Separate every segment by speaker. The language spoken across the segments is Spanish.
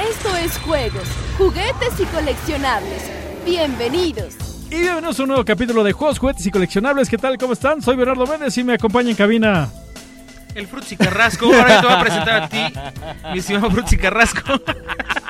Speaker 1: Esto es juegos, juguetes y coleccionables. Bienvenidos.
Speaker 2: Y bienvenidos a un nuevo capítulo de Juegos, Juguetes y Coleccionables. ¿Qué tal? ¿Cómo están? Soy Bernardo Méndez y me acompaña en cabina.
Speaker 3: El Frutzi Carrasco. Ahora yo te voy a presentar a ti, mi estimado Frutzi Carrasco.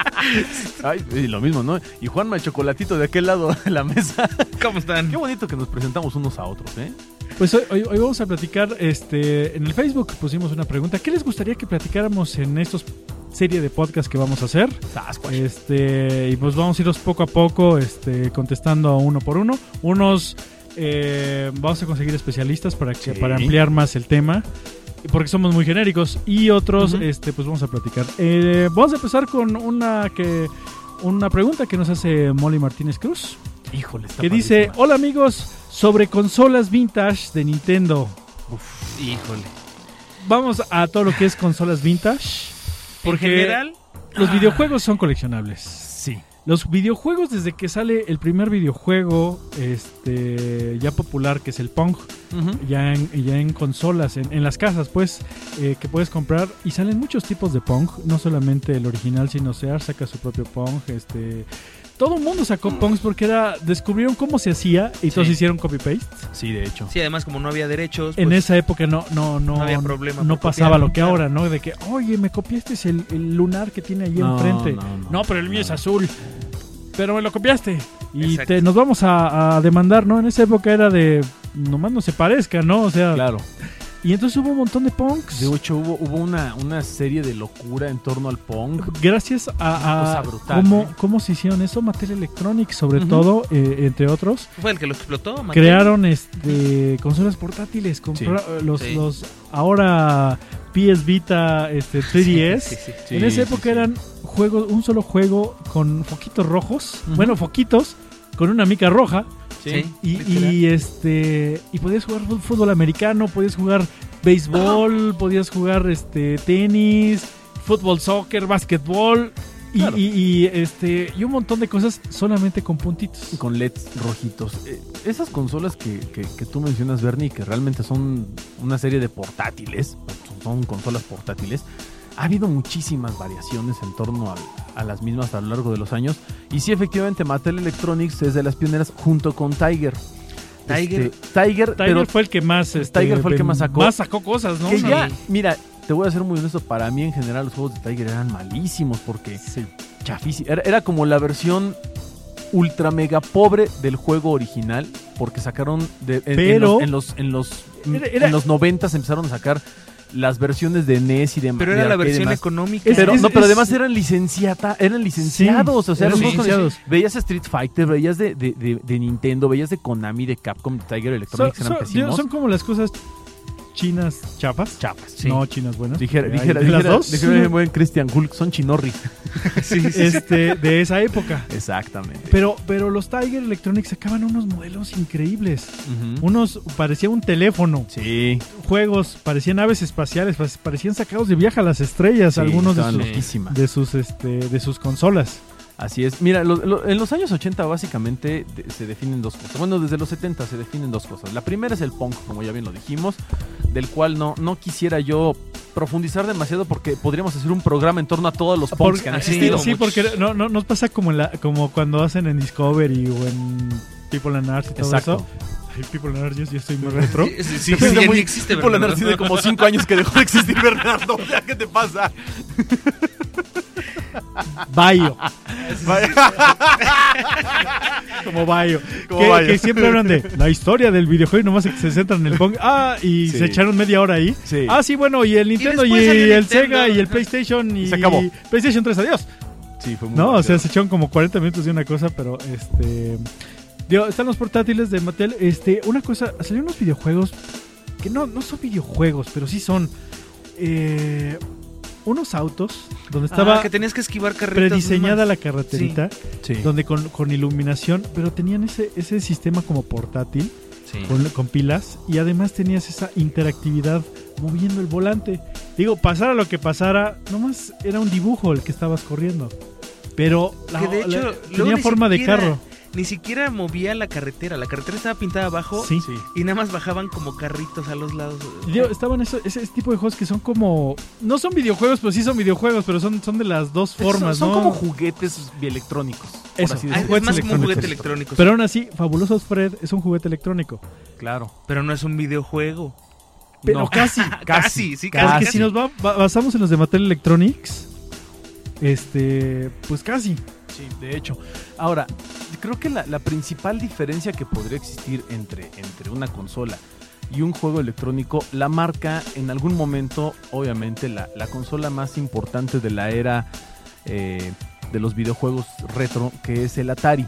Speaker 4: Ay, y lo mismo, ¿no? Y Juanma el chocolatito de aquel lado de la mesa.
Speaker 3: ¿Cómo
Speaker 4: Qué
Speaker 3: están?
Speaker 4: bonito que nos presentamos unos a otros, ¿eh?
Speaker 2: Pues hoy, hoy- hoy vamos a platicar, este, en el Facebook pusimos una pregunta. ¿Qué les gustaría que platicáramos en estos serie de podcast que vamos a hacer?
Speaker 4: Sasquatch.
Speaker 2: Este, y pues vamos a iros poco a poco, este, contestando uno por uno. Unos eh, vamos a conseguir especialistas para que,
Speaker 4: Sí.
Speaker 2: para ampliar más el tema. Porque somos muy genéricos. Y otros,
Speaker 3: Ujú.
Speaker 2: este, pues vamos a platicar. Eh, vamos a empezar con una que. Una pregunta que nos hace Molly Martínez Cruz.
Speaker 4: Híjole, está
Speaker 2: que dice:
Speaker 4: padrísima.
Speaker 2: Hola amigos, sobre consolas vintage de Nintendo.
Speaker 3: Híjole.
Speaker 2: Vamos a todo lo que es consolas vintage. Porque
Speaker 3: en general,
Speaker 4: Ah.
Speaker 2: los videojuegos son coleccionables.
Speaker 4: Sí.
Speaker 2: Los videojuegos, desde que sale el primer videojuego este, ya popular, que es el Pong, ya en, ya en consolas, en, en las casas, pues, eh, que puedes comprar. Y salen muchos tipos de Pong, no solamente el original, sino Sear saca su propio Pong. Este, todo el mundo sacó Pongs porque era descubrieron cómo se hacía y todos
Speaker 3: Sí.
Speaker 2: hicieron copy-paste.
Speaker 4: Sí, de hecho.
Speaker 3: sí, además como no había derechos,
Speaker 2: En
Speaker 3: pues,
Speaker 2: esa época no, no, no,
Speaker 3: No había problema
Speaker 2: no
Speaker 3: por
Speaker 2: pasaba
Speaker 3: copiar,
Speaker 2: lo que
Speaker 3: claro.
Speaker 2: ahora, ¿no? De que, oye, me copiaste el, el lunar que tiene ahí enfrente. No, pero el mío es azul. Pero me lo copiaste. Y
Speaker 3: Exacto.
Speaker 2: te- nos vamos a, a demandar, ¿no? En esa época era de. Nomás no se parezca, ¿no? O sea.
Speaker 4: Claro.
Speaker 2: Y entonces hubo un montón de punks.
Speaker 4: De hecho, hubo, hubo una, una serie de locura en torno al Pong.
Speaker 2: Gracias a, a
Speaker 4: Cosa brutal,
Speaker 2: cómo,
Speaker 4: ¿eh?
Speaker 2: cómo se hicieron eso, Mattel Electronics sobre
Speaker 4: Ujú.
Speaker 2: todo, eh, entre otros,
Speaker 3: fue el que lo explotó. Mateo?
Speaker 2: crearon este consolas portátiles, compra- eh, los,
Speaker 3: Sí.
Speaker 2: los ahora PS Vita, este 3DS,
Speaker 3: Sí, sí, sí.
Speaker 2: en esa época eran juegos, un solo juego con foquitos rojos,
Speaker 4: Ujú.
Speaker 2: bueno, foquitos, con una mica roja,
Speaker 3: Sí.
Speaker 2: y,
Speaker 3: literal.
Speaker 2: y, este y podías jugar fu- fútbol americano, podías jugar béisbol, podías jugar este tenis, fútbol, soccer, básquetbol y,
Speaker 4: Claro.
Speaker 2: y- y, este y un montón de cosas solamente con puntitos.
Speaker 4: Con LEDs rojitos. Eh, esas consolas que, que- que tú mencionas, Bernie, que realmente son una serie de portátiles, son consolas portátiles, ha habido muchísimas variaciones en torno al- a las mismas a lo largo de los años. Y sí, efectivamente, Mattel Electronics es de las pioneras junto con Tiger.
Speaker 3: Tiger.
Speaker 4: Este, Tiger,
Speaker 2: Tiger
Speaker 4: pero
Speaker 2: fue el que más este,
Speaker 4: Tiger fue el que
Speaker 2: ven-
Speaker 4: más sacó.
Speaker 2: cosas, ¿no?
Speaker 4: que
Speaker 3: no,
Speaker 4: ya,
Speaker 3: no.
Speaker 4: mira, te voy a ser muy honesto, para mí en general los juegos de Tiger eran malísimos porque
Speaker 2: Sí.
Speaker 4: chafísimo. Era, era como la versión ultra mega pobre del juego original, porque sacaron de, en- en,
Speaker 2: Pero-
Speaker 4: los, en los en los
Speaker 2: Era- era-
Speaker 4: en los noventas empezaron a sacar las versiones de NES y de
Speaker 3: Pero
Speaker 4: de
Speaker 3: era la
Speaker 4: arcade y
Speaker 3: versión
Speaker 4: demás.
Speaker 3: económica.
Speaker 2: Es-
Speaker 4: pero,
Speaker 2: es-
Speaker 4: no, pero
Speaker 2: es-
Speaker 4: además eran licenciata, eran licenciados, o sea,
Speaker 2: eran
Speaker 4: los juegos con-
Speaker 2: licenciados.
Speaker 4: veías Street Fighter, veías de, de- de- de Nintendo, veías de Konami, de Capcom, de Tiger
Speaker 2: Son,
Speaker 4: Electronics,
Speaker 2: son-
Speaker 4: eran
Speaker 2: digo,
Speaker 4: pésimos.
Speaker 2: son como las cosas chinas chapas.
Speaker 4: chapas.
Speaker 3: Sí.
Speaker 2: No, chinas buenas.
Speaker 4: Dijera,
Speaker 2: Ay,
Speaker 4: dijera,
Speaker 2: de
Speaker 4: dijera,
Speaker 2: las dos.
Speaker 4: dijera el buen Christian Hulk, son chinorris.
Speaker 3: Sí, sí, sí.
Speaker 2: este, de esa época.
Speaker 4: Exactamente.
Speaker 2: Pero, pero los Tiger Electronics sacaban unos modelos increíbles. Unos parecía un teléfono,
Speaker 4: Sí,
Speaker 2: juegos, parecían aves espaciales, pa- parecían sacados de viaje a las estrellas,
Speaker 4: sí,
Speaker 2: pues, algunos de
Speaker 4: estaban
Speaker 2: sus,
Speaker 4: loquísimas.
Speaker 2: de sus este de sus consolas.
Speaker 4: Así es. Mira, lo- lo- en los años 80 básicamente de- se definen dos cosas. Bueno, desde los 70 se definen dos cosas. La primera es el punk, como ya bien lo dijimos, del cual no, no quisiera yo profundizar demasiado porque podríamos hacer un programa en torno a todos los punks
Speaker 2: Porque-
Speaker 4: que han
Speaker 3: así
Speaker 2: sí,
Speaker 4: existido.
Speaker 2: sí,
Speaker 3: muchos.
Speaker 2: porque no, no nos pasa como en la, como cuando hacen en Discovery o en People and Arts y todo
Speaker 4: Exacto.
Speaker 2: eso. Ay, People and Arts, yo, yo estoy muy retro.
Speaker 3: Sí, sí, sí,
Speaker 4: Depende
Speaker 3: ya
Speaker 4: muy-
Speaker 3: ni existe,
Speaker 4: People and
Speaker 3: ¿verdad?
Speaker 4: Arts tiene como 5 años que dejó de existir Bernardo. O sea, ¿Qué te pasa?
Speaker 2: Bayo. como Bayo.
Speaker 4: Como
Speaker 2: que,
Speaker 4: Bayo.
Speaker 2: que siempre hablan de la historia del videojuego y nomás se centran en el Pong. Ah, y
Speaker 4: Sí.
Speaker 2: se echaron media hora ahí.
Speaker 4: Sí.
Speaker 2: Ah, sí, bueno, y el Nintendo y,
Speaker 3: después salió
Speaker 2: el
Speaker 3: Nintendo.
Speaker 2: Sega y el PlayStation y
Speaker 4: Se acabó.
Speaker 2: PlayStation 3, adiós.
Speaker 4: Sí, fue muy
Speaker 2: No, o
Speaker 4: rápido.
Speaker 2: sea, se echaron como 40 minutos de una cosa, pero este digo, están los portátiles de Mattel, este, una cosa, salieron unos videojuegos que no no son videojuegos, pero sí son eh, unos autos donde estaba
Speaker 3: Ah, que tenías que esquivar carretas.
Speaker 2: prediseñada
Speaker 3: nomás.
Speaker 2: la carreterita,
Speaker 4: Sí.
Speaker 2: donde con, con iluminación, pero tenían ese ese sistema como portátil
Speaker 3: Sí.
Speaker 2: con, con pilas y además tenías esa interactividad moviendo el volante. Digo, pasara lo que pasara, nomás era un dibujo el que estabas corriendo. Pero la-
Speaker 3: Que de
Speaker 2: la-
Speaker 3: hecho, luego
Speaker 2: tenía
Speaker 3: ni
Speaker 2: forma de
Speaker 3: siquiera-
Speaker 2: carro.
Speaker 3: ni siquiera movía la carretera. La carretera estaba pintada abajo
Speaker 2: Sí.
Speaker 3: y nada más bajaban como carritos a los lados.
Speaker 2: Yo- estaban eso- ese, ese tipo de juegos que son como. No son videojuegos, pero sí son videojuegos, pero son, son de las dos formas,
Speaker 4: son
Speaker 2: ¿no?
Speaker 4: como juguetes electrónicos. por
Speaker 2: Eso.
Speaker 4: así
Speaker 3: Ah,
Speaker 4: decirlo.
Speaker 3: es más como un
Speaker 2: Juguetes
Speaker 3: juguete electrónico.
Speaker 2: Pero aún así, Fabulosos Fred es un juguete electrónico.
Speaker 4: Claro.
Speaker 3: Pero no es un videojuego.
Speaker 2: Pero
Speaker 4: No.
Speaker 2: casi.
Speaker 3: Casi, sí, casi.
Speaker 2: Porque
Speaker 3: casi.
Speaker 2: Pues si nos va- ba- basamos en los de Mattel Electronics, este, pues casi.
Speaker 4: Sí, de hecho. Ahora, creo que la, la principal diferencia que podría existir entre, entre una consola y un juego electrónico la marca en algún momento, obviamente, la, la consola más importante de la era eh, de los videojuegos retro, que es el Atari.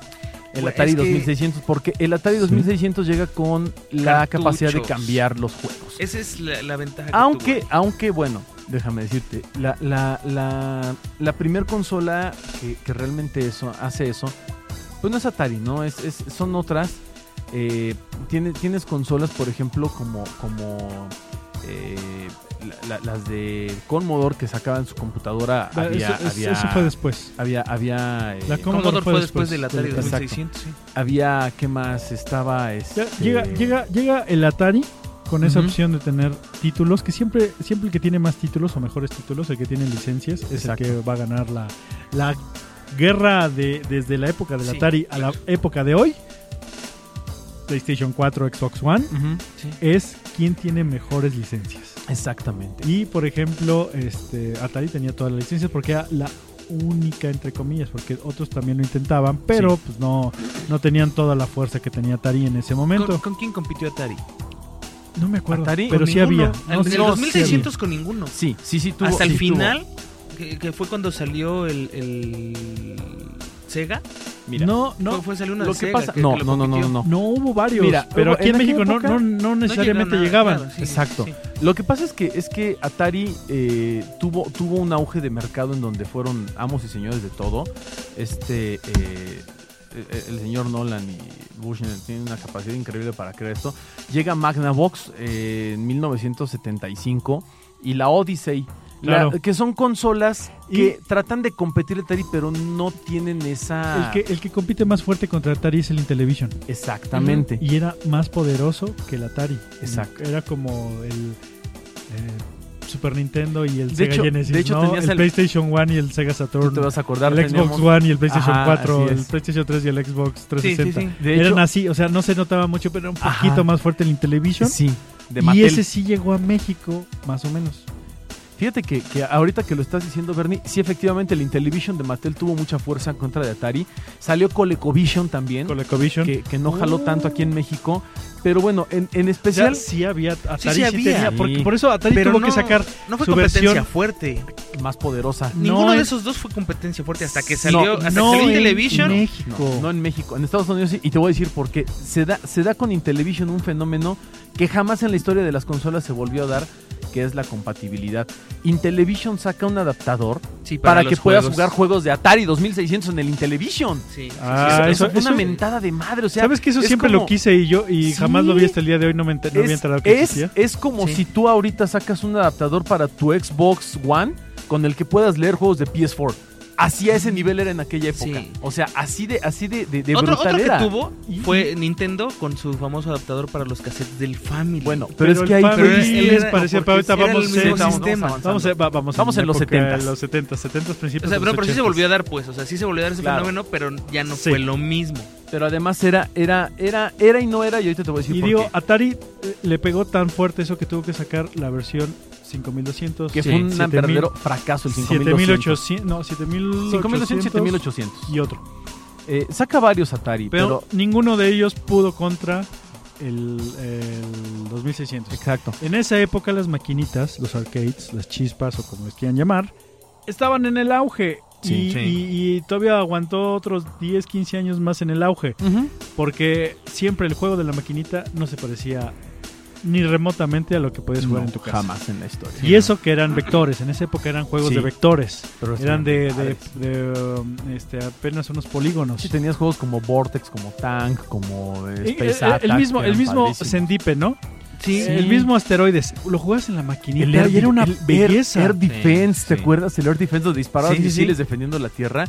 Speaker 4: El
Speaker 3: Güey,
Speaker 4: Atari
Speaker 3: es que-
Speaker 4: 2600, porque el Atari 2600 llega con la capacidad de
Speaker 3: Cartuchos.
Speaker 4: cambiar los juegos.
Speaker 3: Esa es la, la ventaja. que
Speaker 4: Aunque,
Speaker 3: tuvo. ¿eh?
Speaker 4: aunque bueno, déjame decirte, la, la, la, la primer consola que, que realmente eso, hace eso, pues no es Atari, ¿no? Es, es- son otras. eh, tiene- tienes consolas, por ejemplo, como, como eh, la- la- las de Commodore que sacaban su computadora.
Speaker 2: Da-
Speaker 4: había,
Speaker 2: Ah, eso, es-
Speaker 4: había,
Speaker 2: eso fue después.
Speaker 4: había, había, eh,
Speaker 2: La Commodore
Speaker 3: Commodore
Speaker 2: fue
Speaker 3: fue
Speaker 2: después
Speaker 3: después del Atari
Speaker 2: del-
Speaker 3: 2600, sí.
Speaker 4: había, ¿qué más? Estaba.
Speaker 2: Ya
Speaker 4: este,
Speaker 2: llega, llega, llega el Atari con esa
Speaker 3: Ujú.
Speaker 2: opción de tener títulos, que siempre, siempre el que tiene más títulos o mejores títulos, el que tiene licencias, es
Speaker 4: Exacto.
Speaker 2: el que va a ganar la, la guerra de, desde la época del
Speaker 3: Sí,
Speaker 2: Atari a la época de hoy. PlayStation 4, Xbox One,
Speaker 4: Ujú,
Speaker 3: sí.
Speaker 2: es quien tiene mejores licencias.
Speaker 4: Exactamente.
Speaker 2: Y por ejemplo, este Atari tenía todas las licencias porque era la única entre comillas, porque otros también lo intentaban, pero pues no, no tenían toda la fuerza que tenía Atari en ese
Speaker 3: ¿Con,
Speaker 2: momento.
Speaker 3: con quién compitió Atari?
Speaker 2: no me acuerdo,
Speaker 4: Atari,
Speaker 2: pero
Speaker 4: con
Speaker 2: sí
Speaker 4: ninguno.
Speaker 2: había.
Speaker 3: En
Speaker 2: No, sí,
Speaker 3: el
Speaker 2: sí
Speaker 3: 2600 con ninguno.
Speaker 4: Sí, sí, sí, tuvo.
Speaker 3: Hasta el
Speaker 4: sí tuvo.
Speaker 3: final, que, que fue cuando salió el, el Sega.
Speaker 2: había.
Speaker 4: Mira.
Speaker 2: No, no,
Speaker 3: fue, fue salió una
Speaker 4: Lo
Speaker 3: de
Speaker 4: que
Speaker 3: Sega
Speaker 4: pasa.
Speaker 3: que-
Speaker 4: No,
Speaker 3: que lo
Speaker 4: no, no, no,
Speaker 3: compitió.
Speaker 4: no.
Speaker 2: no hubo varios,
Speaker 4: Mira,
Speaker 2: pero
Speaker 4: hubo-
Speaker 2: aquí en,
Speaker 4: en aquella
Speaker 2: México no,
Speaker 4: época
Speaker 2: no, no
Speaker 3: No
Speaker 2: necesariamente
Speaker 3: llegó nada,
Speaker 2: llegaban.
Speaker 3: claro, sí,
Speaker 4: Exacto.
Speaker 3: sí.
Speaker 4: Lo que pasa es que, es que Atari eh, tuvo, tuvo un auge de mercado en donde fueron amos y señores de todo. Este, eh, el- el señor Nolan y Bushnell tienen una capacidad increíble para crear esto. Llega Magnavox eh, en 1975 y la Odyssey. la-
Speaker 2: Claro.
Speaker 4: que son consolas
Speaker 2: Y-
Speaker 4: que tratan de competir Atari, pero no tienen esa.
Speaker 2: El que, el que compite más fuerte contra Atari es el Intellivision.
Speaker 4: Exactamente.
Speaker 2: Y era más poderoso que el Atari.
Speaker 4: Exacto.
Speaker 2: Era como el eh, Super Nintendo y el
Speaker 4: De
Speaker 2: Sega
Speaker 4: hecho-
Speaker 2: Genesis.
Speaker 4: de hecho
Speaker 2: ¿no?
Speaker 4: tenías
Speaker 2: el,
Speaker 4: el-
Speaker 2: PlayStation 1 y el Sega Saturn.
Speaker 4: Tú te vas a acordar.
Speaker 2: el Xbox
Speaker 4: teníamos-
Speaker 2: One y el PlayStation
Speaker 4: Ajá,
Speaker 2: 4,
Speaker 4: así
Speaker 2: el
Speaker 4: es.
Speaker 2: PlayStation 3 y el Xbox
Speaker 3: Sí, sí,
Speaker 2: 360.
Speaker 3: sí.
Speaker 4: De
Speaker 2: Eran
Speaker 4: hecho,
Speaker 2: así, o sea, no se notaba mucho, pero era un
Speaker 4: Ajá.
Speaker 2: poquito más fuerte el Intellivision.
Speaker 4: sí, de
Speaker 2: y
Speaker 4: Mattel.
Speaker 2: ese sí llegó a México, más o menos.
Speaker 4: Fíjate que, que ahorita que lo estás diciendo, Bernie, sí, efectivamente, el Intellivision de Mattel tuvo mucha fuerza en contra de Atari. Salió ColecoVision también,
Speaker 2: ColecoVision.
Speaker 4: que, que no jaló tanto aquí en México. Pero bueno, en, en
Speaker 2: O sea,
Speaker 4: especial,
Speaker 2: sí había Atari.
Speaker 3: Sí, sí
Speaker 2: sí
Speaker 3: había.
Speaker 2: tenía, porque
Speaker 4: Sí.
Speaker 2: por eso Atari
Speaker 3: Pero
Speaker 2: tuvo
Speaker 3: no-
Speaker 2: que sacar.
Speaker 3: No fue
Speaker 2: su
Speaker 3: competencia
Speaker 2: versión-
Speaker 3: fuerte.
Speaker 4: más poderosa.
Speaker 2: No
Speaker 3: Ninguno de
Speaker 2: en-
Speaker 3: esos dos fue competencia fuerte hasta que
Speaker 4: No,
Speaker 3: salió, hasta
Speaker 2: no
Speaker 3: que salió
Speaker 2: en
Speaker 3: Intellivision.
Speaker 2: México.
Speaker 4: No, no en México, en Estados Unidos sí. Y te voy a decir por qué. Se da, se da con Intellivision un fenómeno que jamás en la historia de las consolas se volvió a dar, que es la compatibilidad. Intellivision saca un adaptador
Speaker 3: Sí,
Speaker 4: para,
Speaker 3: los
Speaker 4: que puedas
Speaker 3: juegos.
Speaker 4: jugar juegos de Atari 2600 en el Intellivision.
Speaker 3: Sí, sí, sí,
Speaker 2: Ah,
Speaker 3: sí.
Speaker 4: eso,
Speaker 2: eso-
Speaker 4: fue una
Speaker 2: eso-
Speaker 4: mentada de madre. O sea,
Speaker 2: ¿Sabes que eso
Speaker 4: es
Speaker 2: siempre lo
Speaker 4: como-
Speaker 2: quise y yo y
Speaker 4: Sí.
Speaker 2: jamás lo vi hasta el día de hoy? No me enter- no había
Speaker 4: es,
Speaker 2: enterado que
Speaker 4: es-
Speaker 2: existía.
Speaker 4: es como
Speaker 3: Sí.
Speaker 4: si tú ahorita sacas un adaptador para tu Xbox One con el que puedas leer juegos de PS4. Así a ese nivel era en aquella época.
Speaker 3: Sí.
Speaker 4: O sea, así de, así de, de, de
Speaker 3: otro,
Speaker 4: brutal
Speaker 3: otro que
Speaker 4: era.
Speaker 3: tuvo fue Nintendo con su famoso adaptador para los cassettes del Family.
Speaker 4: Bueno, pero, es
Speaker 2: el
Speaker 4: que ahí
Speaker 2: Family
Speaker 3: Pero es- él
Speaker 2: les
Speaker 3: era-
Speaker 2: parecía,
Speaker 3: porque
Speaker 2: pero ahorita
Speaker 3: era el
Speaker 2: vamos,
Speaker 3: mismo
Speaker 2: seis-
Speaker 3: sistema.
Speaker 4: avanzando.
Speaker 2: vamos, a- va- vamos,
Speaker 4: Vamos en
Speaker 2: una
Speaker 4: los
Speaker 2: época,
Speaker 4: 70s.
Speaker 2: Los 70, 70
Speaker 3: o
Speaker 2: principios.
Speaker 3: sea,
Speaker 2: de
Speaker 3: pero,
Speaker 2: los
Speaker 3: pero sí se
Speaker 2: 80s.
Speaker 3: volvió a dar, pues. O sea, sí se volvió a dar ese
Speaker 4: Claro.
Speaker 3: fenómeno, pero ya no
Speaker 2: Sí.
Speaker 3: fue lo mismo.
Speaker 4: Pero además era, era, era, era y no era, y ahorita te voy a decir
Speaker 2: Y
Speaker 4: por
Speaker 2: digo,
Speaker 4: qué.
Speaker 2: Atari eh, le pegó tan fuerte eso que tuvo que sacar la versión 5200.
Speaker 4: Que
Speaker 3: sí,
Speaker 4: fue un
Speaker 2: 7000,
Speaker 4: verdadero fracaso el 5800.
Speaker 2: 7800. No,
Speaker 4: 5800,
Speaker 2: 7800.
Speaker 4: 7800.
Speaker 2: Y otro.
Speaker 4: Eh, saca varios Atari,
Speaker 2: Pero,
Speaker 4: pero...
Speaker 2: ninguno de ellos pudo contra el, el 2600.
Speaker 4: Exacto.
Speaker 2: En esa época las maquinitas, los arcades, las chispas o como les quieran llamar, estaban en el auge.
Speaker 4: Sí,
Speaker 2: y,
Speaker 4: sí.
Speaker 2: y- y todavía aguantó otros 10, 15 años más en el auge. Porque siempre el juego de la maquinita no se parecía ni remotamente a lo que podías jugar
Speaker 4: No,
Speaker 2: en tu casa.
Speaker 4: Jamás en la historia.
Speaker 2: Y eso que eran vectores, en esa época eran juegos
Speaker 4: Sí.
Speaker 2: de vectores.
Speaker 4: Pero
Speaker 2: Eran de, de-
Speaker 4: madres.
Speaker 2: de, um, este, apenas unos polígonos.
Speaker 4: Sí, tenías juegos como Vortex, como Tank, como eh,
Speaker 2: Eh, eh,
Speaker 4: Space Attack.
Speaker 2: el mismo,
Speaker 4: que
Speaker 2: el
Speaker 4: eran
Speaker 2: mismo
Speaker 4: padrísimos.
Speaker 2: Sendipe, ¿no? Sí, el mismo asteroides. Lo jugabas en la maquinita
Speaker 4: El Air,
Speaker 2: y era una
Speaker 4: el Air-
Speaker 2: belleza.
Speaker 4: Air Defense,
Speaker 3: Sí,
Speaker 4: ¿te
Speaker 3: sí.
Speaker 4: acuerdas? El Air Defense donde disparabas
Speaker 2: Sí, sí, sí.
Speaker 4: misiles defendiendo la Tierra,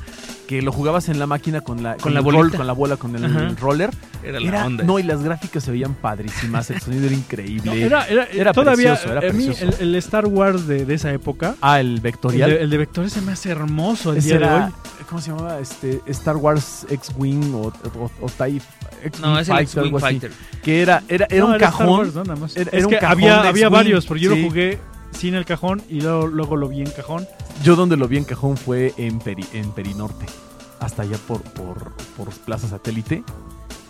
Speaker 4: que lo jugabas en la máquina con la,
Speaker 3: la
Speaker 4: el
Speaker 3: bolita.
Speaker 4: con la bola, con el
Speaker 3: Ajá.
Speaker 4: roller.
Speaker 3: Era la
Speaker 4: Era-
Speaker 3: onda.
Speaker 4: no, y las gráficas se veían padrísimas, el sonido era
Speaker 2: No,
Speaker 4: increíble.
Speaker 2: era, era- eh,
Speaker 4: Era
Speaker 2: todavía
Speaker 4: precioso, era
Speaker 2: a mí
Speaker 4: precioso.
Speaker 2: el, el Star Wars de, de esa época,
Speaker 4: Ah, el
Speaker 2: el
Speaker 4: vectorial.
Speaker 2: de, el de vectores se me hace hermoso el
Speaker 4: Ese
Speaker 2: día de
Speaker 4: era-
Speaker 2: hoy.
Speaker 4: ¿Cómo se llamaba? Este, Star Wars X-Wing o, o, o TIE X-Wing
Speaker 3: No, es el
Speaker 4: Fighter,
Speaker 3: X-Wing
Speaker 4: algo así.
Speaker 3: Fighter.
Speaker 4: Que era, era, era
Speaker 2: No,
Speaker 4: un
Speaker 2: Star
Speaker 4: cajón.
Speaker 2: Wars, ¿no? Nada más.
Speaker 4: era-
Speaker 2: es
Speaker 4: era un
Speaker 2: que
Speaker 4: cajón
Speaker 2: había,
Speaker 4: de
Speaker 2: había
Speaker 4: X-Wing,
Speaker 2: varios, porque yo
Speaker 4: sí.
Speaker 2: lo jugué sin el cajón y luego, luego lo vi en cajón.
Speaker 4: Yo donde lo vi en cajón fue en, Peri- en Perinorte. Hasta allá por, por, por Plaza Satélite.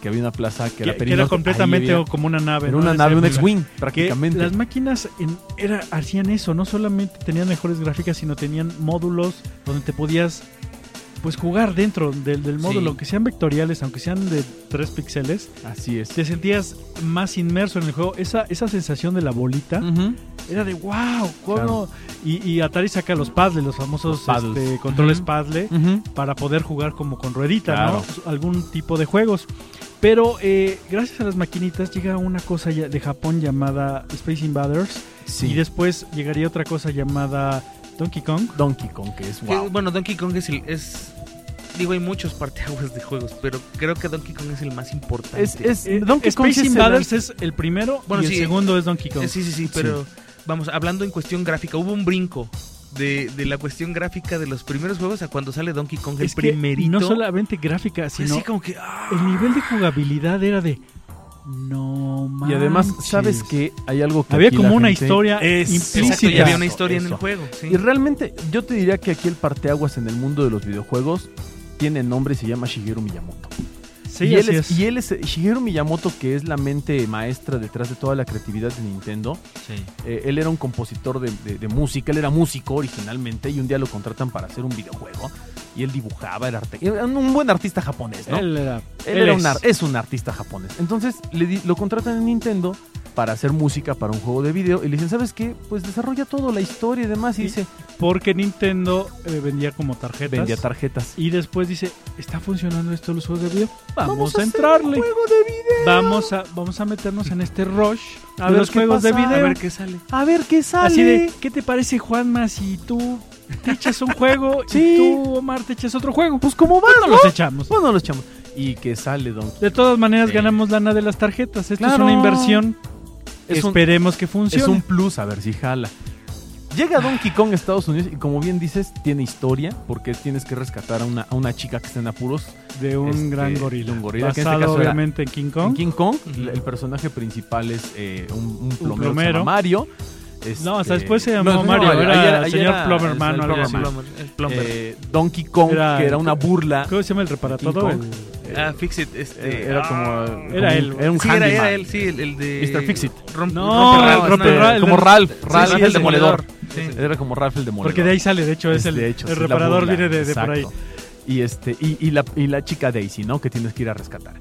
Speaker 4: Que había una plaza que,
Speaker 2: Que,
Speaker 4: era
Speaker 2: que
Speaker 4: Perinorte.
Speaker 2: era completamente
Speaker 4: Ahí había-
Speaker 2: como una nave.
Speaker 4: era
Speaker 2: ¿no?
Speaker 4: una
Speaker 2: De esa
Speaker 4: nave, un
Speaker 2: época.
Speaker 4: X-Wing
Speaker 2: Que
Speaker 4: prácticamente.
Speaker 2: las máquinas en- era, hacían eso, no solamente tenían mejores gráficas, sino tenían módulos donde te podías pues jugar dentro del, del módulo,
Speaker 3: Sí.
Speaker 2: aunque sean vectoriales, aunque sean de 3 píxeles,
Speaker 4: Así es.
Speaker 2: te sentías más inmerso en el juego. Esa, esa sensación de la bolita
Speaker 4: Ujú.
Speaker 2: era de wow, ¿cómo?
Speaker 4: Claro.
Speaker 2: Y, y Atari saca los padles, los famosos
Speaker 4: Los paddles.
Speaker 2: este, controles
Speaker 3: Ujú.
Speaker 2: padle,
Speaker 4: Ujú.
Speaker 2: para poder jugar como con ruedita,
Speaker 4: Claro.
Speaker 2: ¿no? Pues, Algún tipo de juegos. Pero eh, gracias a las maquinitas llega una cosa ya- de Japón llamada Space Invaders y
Speaker 4: Sí.
Speaker 2: después llegaría otra cosa llamada Donkey Kong.
Speaker 4: Donkey Kong, que es
Speaker 3: Que,
Speaker 4: wow.
Speaker 3: Bueno, Donkey Kong es el. Es, digo, hay muchos parteaguas de juegos, pero creo que Donkey Kong es el más importante.
Speaker 4: Es, es,
Speaker 2: Eh,
Speaker 4: Donkey Kong
Speaker 2: Space
Speaker 4: sí es el-
Speaker 2: Invaders es el primero
Speaker 3: Bueno,
Speaker 2: y el
Speaker 3: sí.
Speaker 2: segundo es Donkey Kong.
Speaker 3: Eh, Sí, sí, sí, pero vamos, hablando en cuestión gráfica, hubo un brinco de, de la cuestión gráfica de los primeros juegos a cuando sale Donkey Kong, el
Speaker 2: Es que
Speaker 3: primerito.
Speaker 2: no solamente gráfica,
Speaker 3: Fue
Speaker 2: sino
Speaker 3: así como que. ah,
Speaker 2: el nivel de jugabilidad era de no
Speaker 4: Y además,
Speaker 2: manches.
Speaker 4: ¿sabes que Hay algo que.
Speaker 2: Había
Speaker 4: aquí
Speaker 2: como
Speaker 4: la
Speaker 2: una
Speaker 4: gente-
Speaker 2: historia
Speaker 4: Eso,
Speaker 2: implícita.
Speaker 3: Exacto, ya había una historia en
Speaker 4: eso.
Speaker 3: el juego. sí.
Speaker 4: Y realmente, yo te diría que aquí el parteaguas en el mundo de los videojuegos tiene nombre y se llama Shigeru Miyamoto.
Speaker 2: Sí,
Speaker 4: y, él
Speaker 2: así
Speaker 4: es,
Speaker 2: es.
Speaker 4: y él es Shigeru Miyamoto, que es la mente maestra detrás de toda la creatividad de Nintendo.
Speaker 3: Sí.
Speaker 4: Eh, él era un compositor de, de- de música, él era músico originalmente y un día lo contratan para hacer un videojuego. Y él dibujaba, era, arte- era un buen artista japonés, ¿no?
Speaker 2: Él era, él
Speaker 4: Él era
Speaker 2: es.
Speaker 4: un ar- es un artista japonés. Entonces le di- lo contratan en Nintendo para hacer música para un juego de video y le dicen, ¿sabes qué? Pues desarrolla todo, la historia y demás.
Speaker 2: Sí.
Speaker 4: Y dice,
Speaker 2: Porque Nintendo eh, vendía como tarjetas.
Speaker 4: vendía tarjetas.
Speaker 2: y después dice, está funcionando esto de los juegos de video. Vamos, a
Speaker 4: hacer
Speaker 2: entrarle.
Speaker 4: un juego de video.
Speaker 2: Vamos a, vamos a meternos en este rush
Speaker 4: A
Speaker 2: de
Speaker 4: ver
Speaker 2: los
Speaker 4: qué
Speaker 2: juegos de
Speaker 4: pasa,
Speaker 2: video.
Speaker 3: A ver qué sale.
Speaker 4: A ver qué sale.
Speaker 2: Así de, ¿qué te parece Juanma si tú te echas un juego
Speaker 4: Sí.
Speaker 2: y tú Omar te echas otro juego?
Speaker 4: Pues como vas,
Speaker 2: No
Speaker 4: ¿no?
Speaker 2: los echamos.
Speaker 4: Bueno, los chamos. Y que sale Donkey.
Speaker 2: De todas maneras
Speaker 3: Sí.
Speaker 2: ganamos lana de las tarjetas. Esto es
Speaker 4: Claro.
Speaker 2: una inversión.
Speaker 4: Es un-
Speaker 2: Esperemos que
Speaker 4: Es
Speaker 2: funcione.
Speaker 4: un plus, a ver si jala. Llega Donkey Kong a Estados Unidos y como bien dices, tiene historia porque tienes que rescatar a una, a una chica que está en apuros.
Speaker 2: de un
Speaker 4: este,
Speaker 2: gran gorila.
Speaker 4: de un gorila, que en este
Speaker 2: Basado
Speaker 4: caso era
Speaker 2: obviamente en King Kong.
Speaker 4: En King Kong,
Speaker 3: Ujú.
Speaker 4: el personaje principal es eh, un, un plomero, que se
Speaker 2: plomero.
Speaker 4: llama Mario.
Speaker 2: No, hasta
Speaker 4: Este,
Speaker 2: después se
Speaker 4: no,
Speaker 2: llamó
Speaker 4: no,
Speaker 2: Mario.
Speaker 4: ahí
Speaker 2: era
Speaker 4: ahí
Speaker 2: el señor
Speaker 4: era
Speaker 2: Plumberman
Speaker 4: el
Speaker 2: o algo así.
Speaker 4: Plumberman.
Speaker 3: Plumber, el plumber.
Speaker 4: Eh, Donkey Kong,
Speaker 2: Era-
Speaker 4: que era una burla.
Speaker 2: ¿Cómo se llama el
Speaker 4: King
Speaker 2: reparador?
Speaker 4: Kong, eh,
Speaker 3: ah, Fix It. Este,
Speaker 4: era
Speaker 3: ah,
Speaker 4: como.
Speaker 2: Era
Speaker 4: como
Speaker 2: él.
Speaker 4: un- Era un
Speaker 3: sí, era,
Speaker 4: handyman.
Speaker 3: era él, sí, el, el de.
Speaker 4: Mr. Fix-It.
Speaker 3: Romp-
Speaker 2: No,
Speaker 3: romperramas,
Speaker 2: Romper
Speaker 3: no,
Speaker 2: Ralph.
Speaker 4: este, Como Ralph,
Speaker 3: Sí,
Speaker 4: Ralph
Speaker 3: sí,
Speaker 4: el,
Speaker 3: el
Speaker 4: demoledor.
Speaker 3: demoledor. Sí.
Speaker 4: Era como Ralph el demoledor.
Speaker 2: Porque de ahí sale, de hecho, es,
Speaker 4: Es
Speaker 2: el,
Speaker 4: Este, de hecho,
Speaker 2: el
Speaker 4: es la
Speaker 2: reparador
Speaker 4: burla,
Speaker 2: viene de, de por ahí.
Speaker 4: exacto. Y este, y, y la, y la chica Daisy, ¿no? Que tienes que ir a rescatar.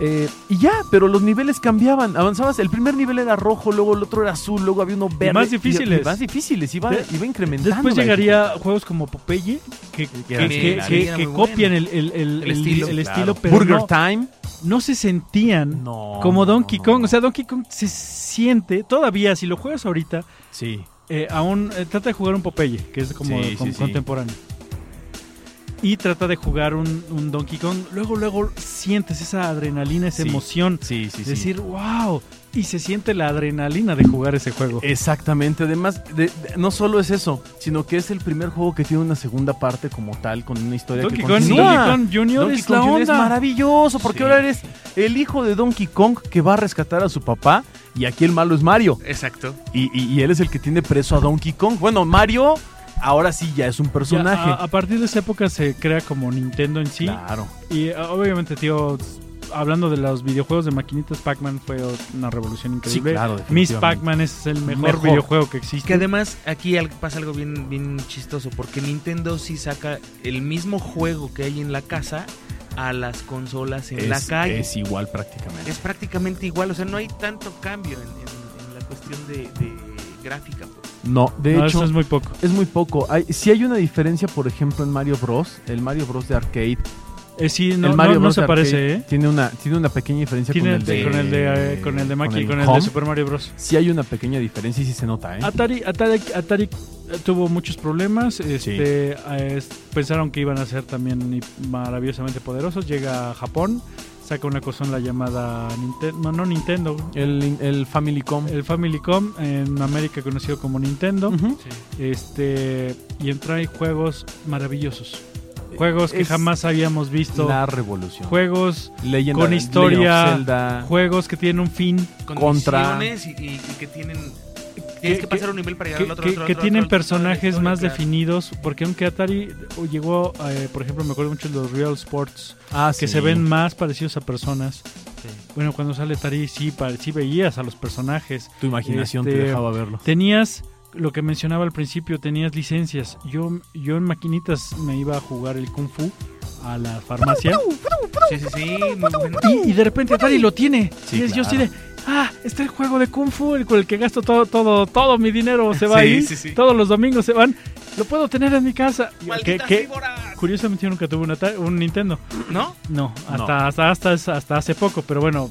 Speaker 4: Eh, y ya, pero los niveles cambiaban, avanzabas, el primer nivel era rojo, luego el otro era azul, luego había uno verde.
Speaker 2: más difíciles.
Speaker 4: y más difíciles, iba,
Speaker 2: De-
Speaker 4: iba incrementando.
Speaker 2: Después Pues
Speaker 4: Ah, la
Speaker 2: llegaría
Speaker 4: dificultad.
Speaker 2: juegos como Popeye, que, que,
Speaker 4: era
Speaker 2: que-
Speaker 4: genial.
Speaker 2: que-
Speaker 3: Sí, era
Speaker 2: que
Speaker 3: muy
Speaker 2: copian
Speaker 3: bueno.
Speaker 2: el, el- el-
Speaker 3: El estilo,
Speaker 2: el
Speaker 4: Claro.
Speaker 2: estilo, pero
Speaker 4: Burger
Speaker 2: no,
Speaker 4: Time.
Speaker 2: no se sentían
Speaker 4: No.
Speaker 2: como
Speaker 4: no,
Speaker 2: Donkey
Speaker 4: no,
Speaker 2: Kong.
Speaker 4: no.
Speaker 2: O sea, Donkey Kong se siente, todavía, si lo juegas ahorita,
Speaker 4: sí.
Speaker 2: eh, aún eh, trata de jugar un Popeye, que es como,
Speaker 4: Sí, sí,
Speaker 2: como
Speaker 4: sí.
Speaker 2: contemporáneo. Y trata de jugar un, un Donkey Kong. Luego, luego sientes esa adrenalina, esa
Speaker 4: Sí.
Speaker 2: emoción.
Speaker 4: Sí, sí, sí.
Speaker 2: decir, wow. Y se siente la adrenalina de jugar ese juego.
Speaker 4: Eh, Exactamente, además, de- de- no solo es eso, sino que es el primer juego que tiene una segunda parte como tal, con una historia
Speaker 2: Donkey
Speaker 4: que
Speaker 2: Kong,
Speaker 4: continúa.
Speaker 2: Donkey Kong Jr.
Speaker 4: Donkey
Speaker 2: es
Speaker 4: Kong
Speaker 2: la
Speaker 4: Jr.
Speaker 2: onda.
Speaker 4: es maravilloso, porque
Speaker 3: Sí.
Speaker 4: ahora eres el hijo de Donkey Kong que va a rescatar a su papá y aquí el malo es Mario.
Speaker 3: Exacto.
Speaker 4: Y, y- y él es el que tiene preso a Donkey Kong. Bueno, Mario ahora sí ya es un
Speaker 2: Ya,
Speaker 4: personaje.
Speaker 2: a, a partir de esa época se crea como Nintendo en sí.
Speaker 4: Claro.
Speaker 2: Y ah, obviamente, tío, s- hablando de los videojuegos de maquinitas, Pac-Man fue una revolución increíble.
Speaker 4: Sí, claro,
Speaker 2: Miss
Speaker 4: definitivamente.
Speaker 2: Pac-Man es el mejor,
Speaker 4: Mejor.
Speaker 2: videojuego que existe.
Speaker 3: Que además aquí al- pasa algo bien, bien chistoso, porque Nintendo sí saca el mismo juego que hay en la casa a las consolas en
Speaker 4: es,
Speaker 3: la calle.
Speaker 4: es igual prácticamente.
Speaker 2: Eh,
Speaker 3: Es prácticamente igual, o sea, no hay tanto cambio en, en- en la cuestión de, de gráfica. pues.
Speaker 4: No, de
Speaker 2: No,
Speaker 4: hecho,
Speaker 2: eso es
Speaker 4: es...
Speaker 2: muy poco.
Speaker 4: muy poco. Hay, sí hay una diferencia, por ejemplo, en Mario Bros. El Mario Bros. de arcade
Speaker 2: Eh, sí, no, no- no
Speaker 4: Bros.
Speaker 2: se
Speaker 4: Arcade
Speaker 2: parece, ¿eh?
Speaker 4: Tiene una, tiene una pequeña diferencia
Speaker 2: Tiene
Speaker 4: con
Speaker 2: el
Speaker 4: el
Speaker 2: de,
Speaker 4: de...
Speaker 2: con el de, eh, con el de Maki, con el, de
Speaker 4: Home.
Speaker 2: Super Ah, Mario Bros.
Speaker 4: Sí hay una pequeña diferencia y sí se nota, ¿eh?
Speaker 2: Atari, Atari, Atari eh, tuvo muchos problemas. Este, eh, es- pensaron que iban a ser también i- maravillosamente poderosos. Llega a Japón, saca una consola llamada Nintendo, no, no Nintendo,
Speaker 4: El, el Family Com.
Speaker 2: el Family Com en América conocido como Nintendo.
Speaker 4: Ujú.
Speaker 2: Este y entra en juegos maravillosos, juegos que
Speaker 4: Es
Speaker 2: jamás habíamos visto,
Speaker 4: La revolución.
Speaker 2: juegos
Speaker 4: Leyenda
Speaker 2: con
Speaker 4: de-
Speaker 2: historia,
Speaker 4: Legend of Zelda.
Speaker 2: juegos que tienen un fin,
Speaker 3: Con
Speaker 4: Contra-
Speaker 3: misiones y, y- y que tienen. Tienes
Speaker 2: que-
Speaker 3: que pasar un nivel para llegar
Speaker 2: que,
Speaker 3: al otro.
Speaker 2: que-
Speaker 3: otro,
Speaker 2: que
Speaker 3: otro,
Speaker 2: tienen
Speaker 3: otro, otro,
Speaker 2: personajes
Speaker 3: otro,
Speaker 2: más
Speaker 3: claro.
Speaker 2: definidos, porque aunque Atari llegó, eh, por ejemplo, me acuerdo mucho de los Real Sports,
Speaker 4: Ah,
Speaker 2: que
Speaker 4: sí.
Speaker 2: se ven más parecidos a personas.
Speaker 3: Sí.
Speaker 2: Bueno, cuando sale Atari sí, pare- sí veías a los personajes.
Speaker 4: Tu imaginación
Speaker 2: Este,
Speaker 4: te dejaba verlo.
Speaker 2: Tenías lo que mencionaba al principio, tenías licencias. Yo, yo en maquinitas me iba a jugar el kung fu a la farmacia
Speaker 3: Sí, sí, sí. muy bueno.
Speaker 2: y, y de repente Atari lo tiene.
Speaker 4: Sí,
Speaker 2: y es yo así de,
Speaker 4: claro.
Speaker 2: ah, está el juego de Kung Fu el- con el que gasto todo, todo, todo mi dinero se va
Speaker 3: Sí,
Speaker 2: ahí.
Speaker 3: sí, sí.
Speaker 2: Todos los domingos se van. Lo puedo tener en mi casa. Que,
Speaker 3: ¡Malditas
Speaker 2: que-
Speaker 3: víboras!
Speaker 2: curiosamente yo nunca tuve un, Atari- un Nintendo.
Speaker 3: ¿No?
Speaker 2: No,
Speaker 4: No.
Speaker 2: hasta, Hasta, hasta, hasta hace poco, pero bueno.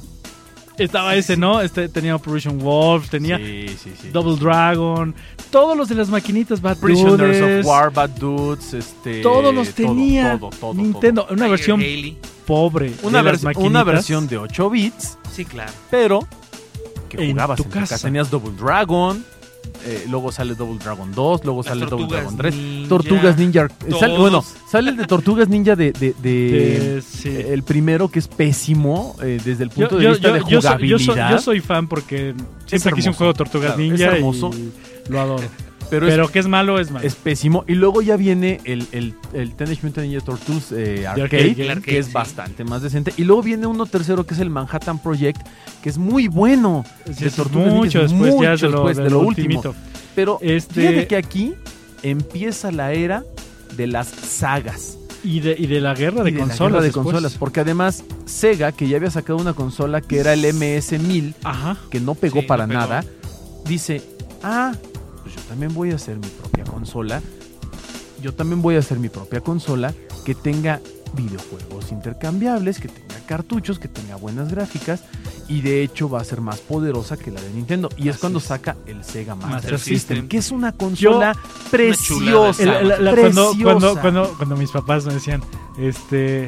Speaker 2: Estaba ese, ¿no? Este, tenía Operation Wolf, tenía
Speaker 4: Sí, sí, sí.
Speaker 2: Double Dragon, todos los de las maquinitas, Bad
Speaker 4: Prisoners
Speaker 2: Dudes,
Speaker 4: of War, Bad Dudes, este...
Speaker 2: todos los
Speaker 4: todo,
Speaker 2: tenía
Speaker 4: todo, todo,
Speaker 2: Nintendo, una
Speaker 3: Tiger
Speaker 2: versión
Speaker 3: Haley.
Speaker 2: pobre,
Speaker 4: todo. Una,
Speaker 2: de las
Speaker 4: vers- una
Speaker 2: maquinitas.
Speaker 4: versión de 8 bits,
Speaker 3: Sí, claro.
Speaker 4: pero que
Speaker 2: En
Speaker 4: jugabas
Speaker 2: tu
Speaker 4: en tu casa.
Speaker 2: casa.
Speaker 4: Tenías Double Dragon, eh, luego sale Double Dragon 2, luego
Speaker 3: Las
Speaker 4: sale Double
Speaker 3: Tortugas
Speaker 4: Dragon 3.
Speaker 3: Ninja.
Speaker 4: Tortugas Ninja. eh, sal-
Speaker 3: Todos.
Speaker 4: bueno, sale el de Tortugas Ninja de... de- de-
Speaker 2: de- sí.
Speaker 4: eh, El primero que es pésimo eh, desde el
Speaker 2: Yo,
Speaker 4: punto de
Speaker 2: yo-
Speaker 4: vista
Speaker 2: yo-
Speaker 4: de
Speaker 2: yo soy, yo
Speaker 4: jugabilidad.
Speaker 2: soy- yo soy fan porque siempre quise un
Speaker 4: hermoso.
Speaker 2: juego de Tortugas
Speaker 4: Claro, es
Speaker 2: Ninja
Speaker 4: hermoso.
Speaker 2: y lo adoro.
Speaker 4: pero
Speaker 2: Pero,
Speaker 4: es
Speaker 2: que es malo, es malo.
Speaker 4: es pésimo. Y luego ya viene el, el, el Teenage Mutant Ninja Turtles eh,
Speaker 2: arcade
Speaker 4: arcade,
Speaker 2: game.
Speaker 4: que
Speaker 3: Arcade,
Speaker 4: es
Speaker 3: sí.
Speaker 4: bastante más decente. Y luego viene uno tercero, que es el Manhattan Project, que es muy bueno.
Speaker 2: Sí,
Speaker 4: de
Speaker 2: sí,
Speaker 4: Tortugas Ninja
Speaker 2: mucho
Speaker 4: es
Speaker 2: después ya
Speaker 4: mucho
Speaker 2: es de lo,
Speaker 4: después
Speaker 2: de
Speaker 4: de
Speaker 2: lo
Speaker 4: lo
Speaker 2: ultimito.
Speaker 4: Pero
Speaker 2: Este-
Speaker 4: fíjate que aquí empieza la era de las sagas
Speaker 2: Y de, y de la guerra de
Speaker 4: y la
Speaker 2: consolas.
Speaker 4: guerra de
Speaker 2: después.
Speaker 4: consolas porque además Sega que ya había sacado una consola que era el MS1000
Speaker 2: Ajá.
Speaker 4: que no pegó
Speaker 3: Sí,
Speaker 4: para
Speaker 3: no pegó.
Speaker 4: nada dice ah pues yo también voy a hacer mi propia consola yo también voy a hacer mi propia consola que tenga videojuegos intercambiables, que tenga cartuchos, que tenga buenas gráficas y de hecho va a ser más poderosa que la de Nintendo. Y es
Speaker 2: Así
Speaker 4: cuando
Speaker 2: es.
Speaker 4: saca el Sega Master,
Speaker 2: Master
Speaker 4: System,
Speaker 3: System.
Speaker 4: que es una consola preciosa.
Speaker 2: El-
Speaker 3: chulada.
Speaker 2: la- la- cuando,
Speaker 4: preciosa.
Speaker 2: cuando, cuando, cuando mis papás me decían, este.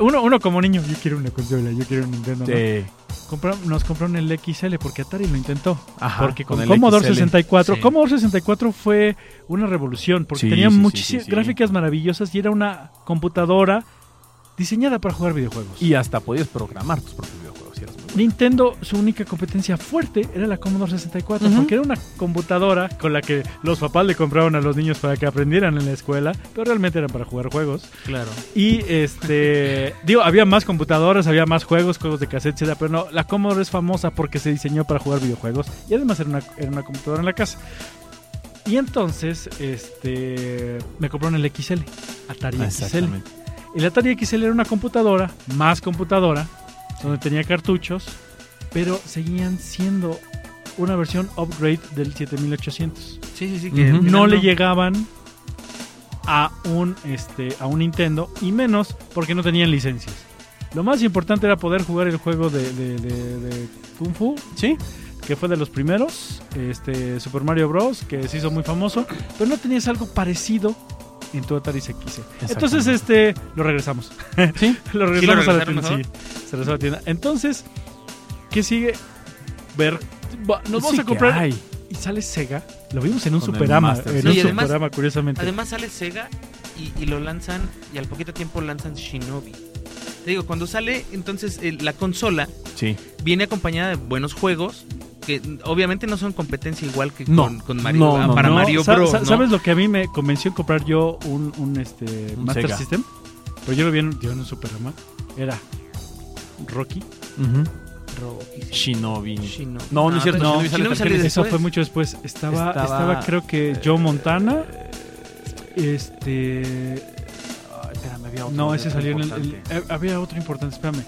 Speaker 2: Uno, uno como niño, yo quiero una consola, yo quiero un Nintendo. ¿no?
Speaker 4: Sí,
Speaker 2: Compra- nos compraron el XL porque Atari lo intentó.
Speaker 4: ajá,
Speaker 2: porque con,
Speaker 4: Ah, el
Speaker 2: Commodore
Speaker 4: XL.
Speaker 2: 64,
Speaker 3: Sí.
Speaker 2: Commodore 64 fue una revolución porque
Speaker 4: Sí,
Speaker 2: tenía
Speaker 4: sí, sí,
Speaker 2: muchísimas
Speaker 4: sí, sí.
Speaker 2: gráficas maravillosas y era una computadora diseñada para jugar videojuegos.
Speaker 4: Y hasta podías programar tus propios videojuegos. si eras muy bueno.
Speaker 2: Nintendo, su única competencia fuerte era la Commodore 64,
Speaker 4: Ujú.
Speaker 2: porque era una computadora con la que los papás le compraban a los niños para que aprendieran en la escuela, pero realmente era para jugar juegos.
Speaker 3: Claro.
Speaker 2: Y este, digo, había más computadoras, había más juegos, juegos de cassette, etcétera, pero no, la Commodore es famosa porque se diseñó para jugar videojuegos y además era una, era una computadora en la casa. Y entonces, este, me compraron el XL, Atari XL.
Speaker 4: Exactamente.
Speaker 2: El Atari XL era una computadora, más computadora, donde tenía cartuchos, pero seguían siendo una versión upgrade del 7800.
Speaker 3: Sí, sí, sí.
Speaker 4: Ujú.
Speaker 3: Que al final
Speaker 2: No le llegaban a un este a un Nintendo y menos porque no tenían licencias. Lo más importante era poder jugar el juego de, de- de- de Kung Fu,
Speaker 4: Sí,
Speaker 2: que fue de los primeros, este Super Mario Bros, que se hizo muy famoso, pero no tenías algo parecido en tu Atari SX. Entonces, este, lo regresamos.
Speaker 4: Sí.
Speaker 2: lo
Speaker 3: ¿Sí lo
Speaker 2: regresamos a la
Speaker 3: regresaron
Speaker 2: tienda.
Speaker 3: mejor?
Speaker 2: sí. se regresó a la tienda. Entonces, ¿qué sigue? Ver. va- Nos vamos
Speaker 4: Sí
Speaker 2: a comprar.
Speaker 4: que hay.
Speaker 2: Y sale Sega. Lo vimos en un
Speaker 4: Con el
Speaker 2: superama.
Speaker 4: Master
Speaker 2: En
Speaker 4: System.
Speaker 2: un
Speaker 3: Y además-
Speaker 2: superama, curiosamente.
Speaker 3: Además sale Sega y, y lo lanzan y al poquito tiempo lanzan Shinobi. Te digo, cuando sale entonces el- la consola
Speaker 4: Sí.
Speaker 3: viene acompañada de buenos juegos que mm, obviamente no son competencia igual que
Speaker 4: No.
Speaker 3: con, con Mario
Speaker 4: No,
Speaker 3: ah,
Speaker 4: no,
Speaker 3: para
Speaker 4: no.
Speaker 3: Mario
Speaker 2: sa-
Speaker 3: Bros.
Speaker 2: sa-
Speaker 3: ¿no?
Speaker 2: ¿Sabes lo que a mí me convenció en comprar yo un, un, este,
Speaker 4: Un
Speaker 2: Master
Speaker 4: Sega.
Speaker 2: System? Pero yo lo vi en, yo en un superama. Era Rocky.
Speaker 4: Ujú.
Speaker 3: Rocky, sí.
Speaker 4: Shinobi.
Speaker 3: Shinobi.
Speaker 4: No, no es cierto,
Speaker 3: pero
Speaker 4: Shinobi sale
Speaker 3: sale
Speaker 4: tercero.
Speaker 2: Eso
Speaker 3: después. eh,
Speaker 2: fue mucho después. Estaba, estaba,
Speaker 4: Estaba-
Speaker 2: creo que Joe Montana. Este.
Speaker 4: Ay, espérame, Ah, había otro,
Speaker 2: No,
Speaker 4: había
Speaker 2: ese
Speaker 4: otro
Speaker 2: salió en el,
Speaker 4: importante.
Speaker 2: el- eh, Había otro importante, espérame.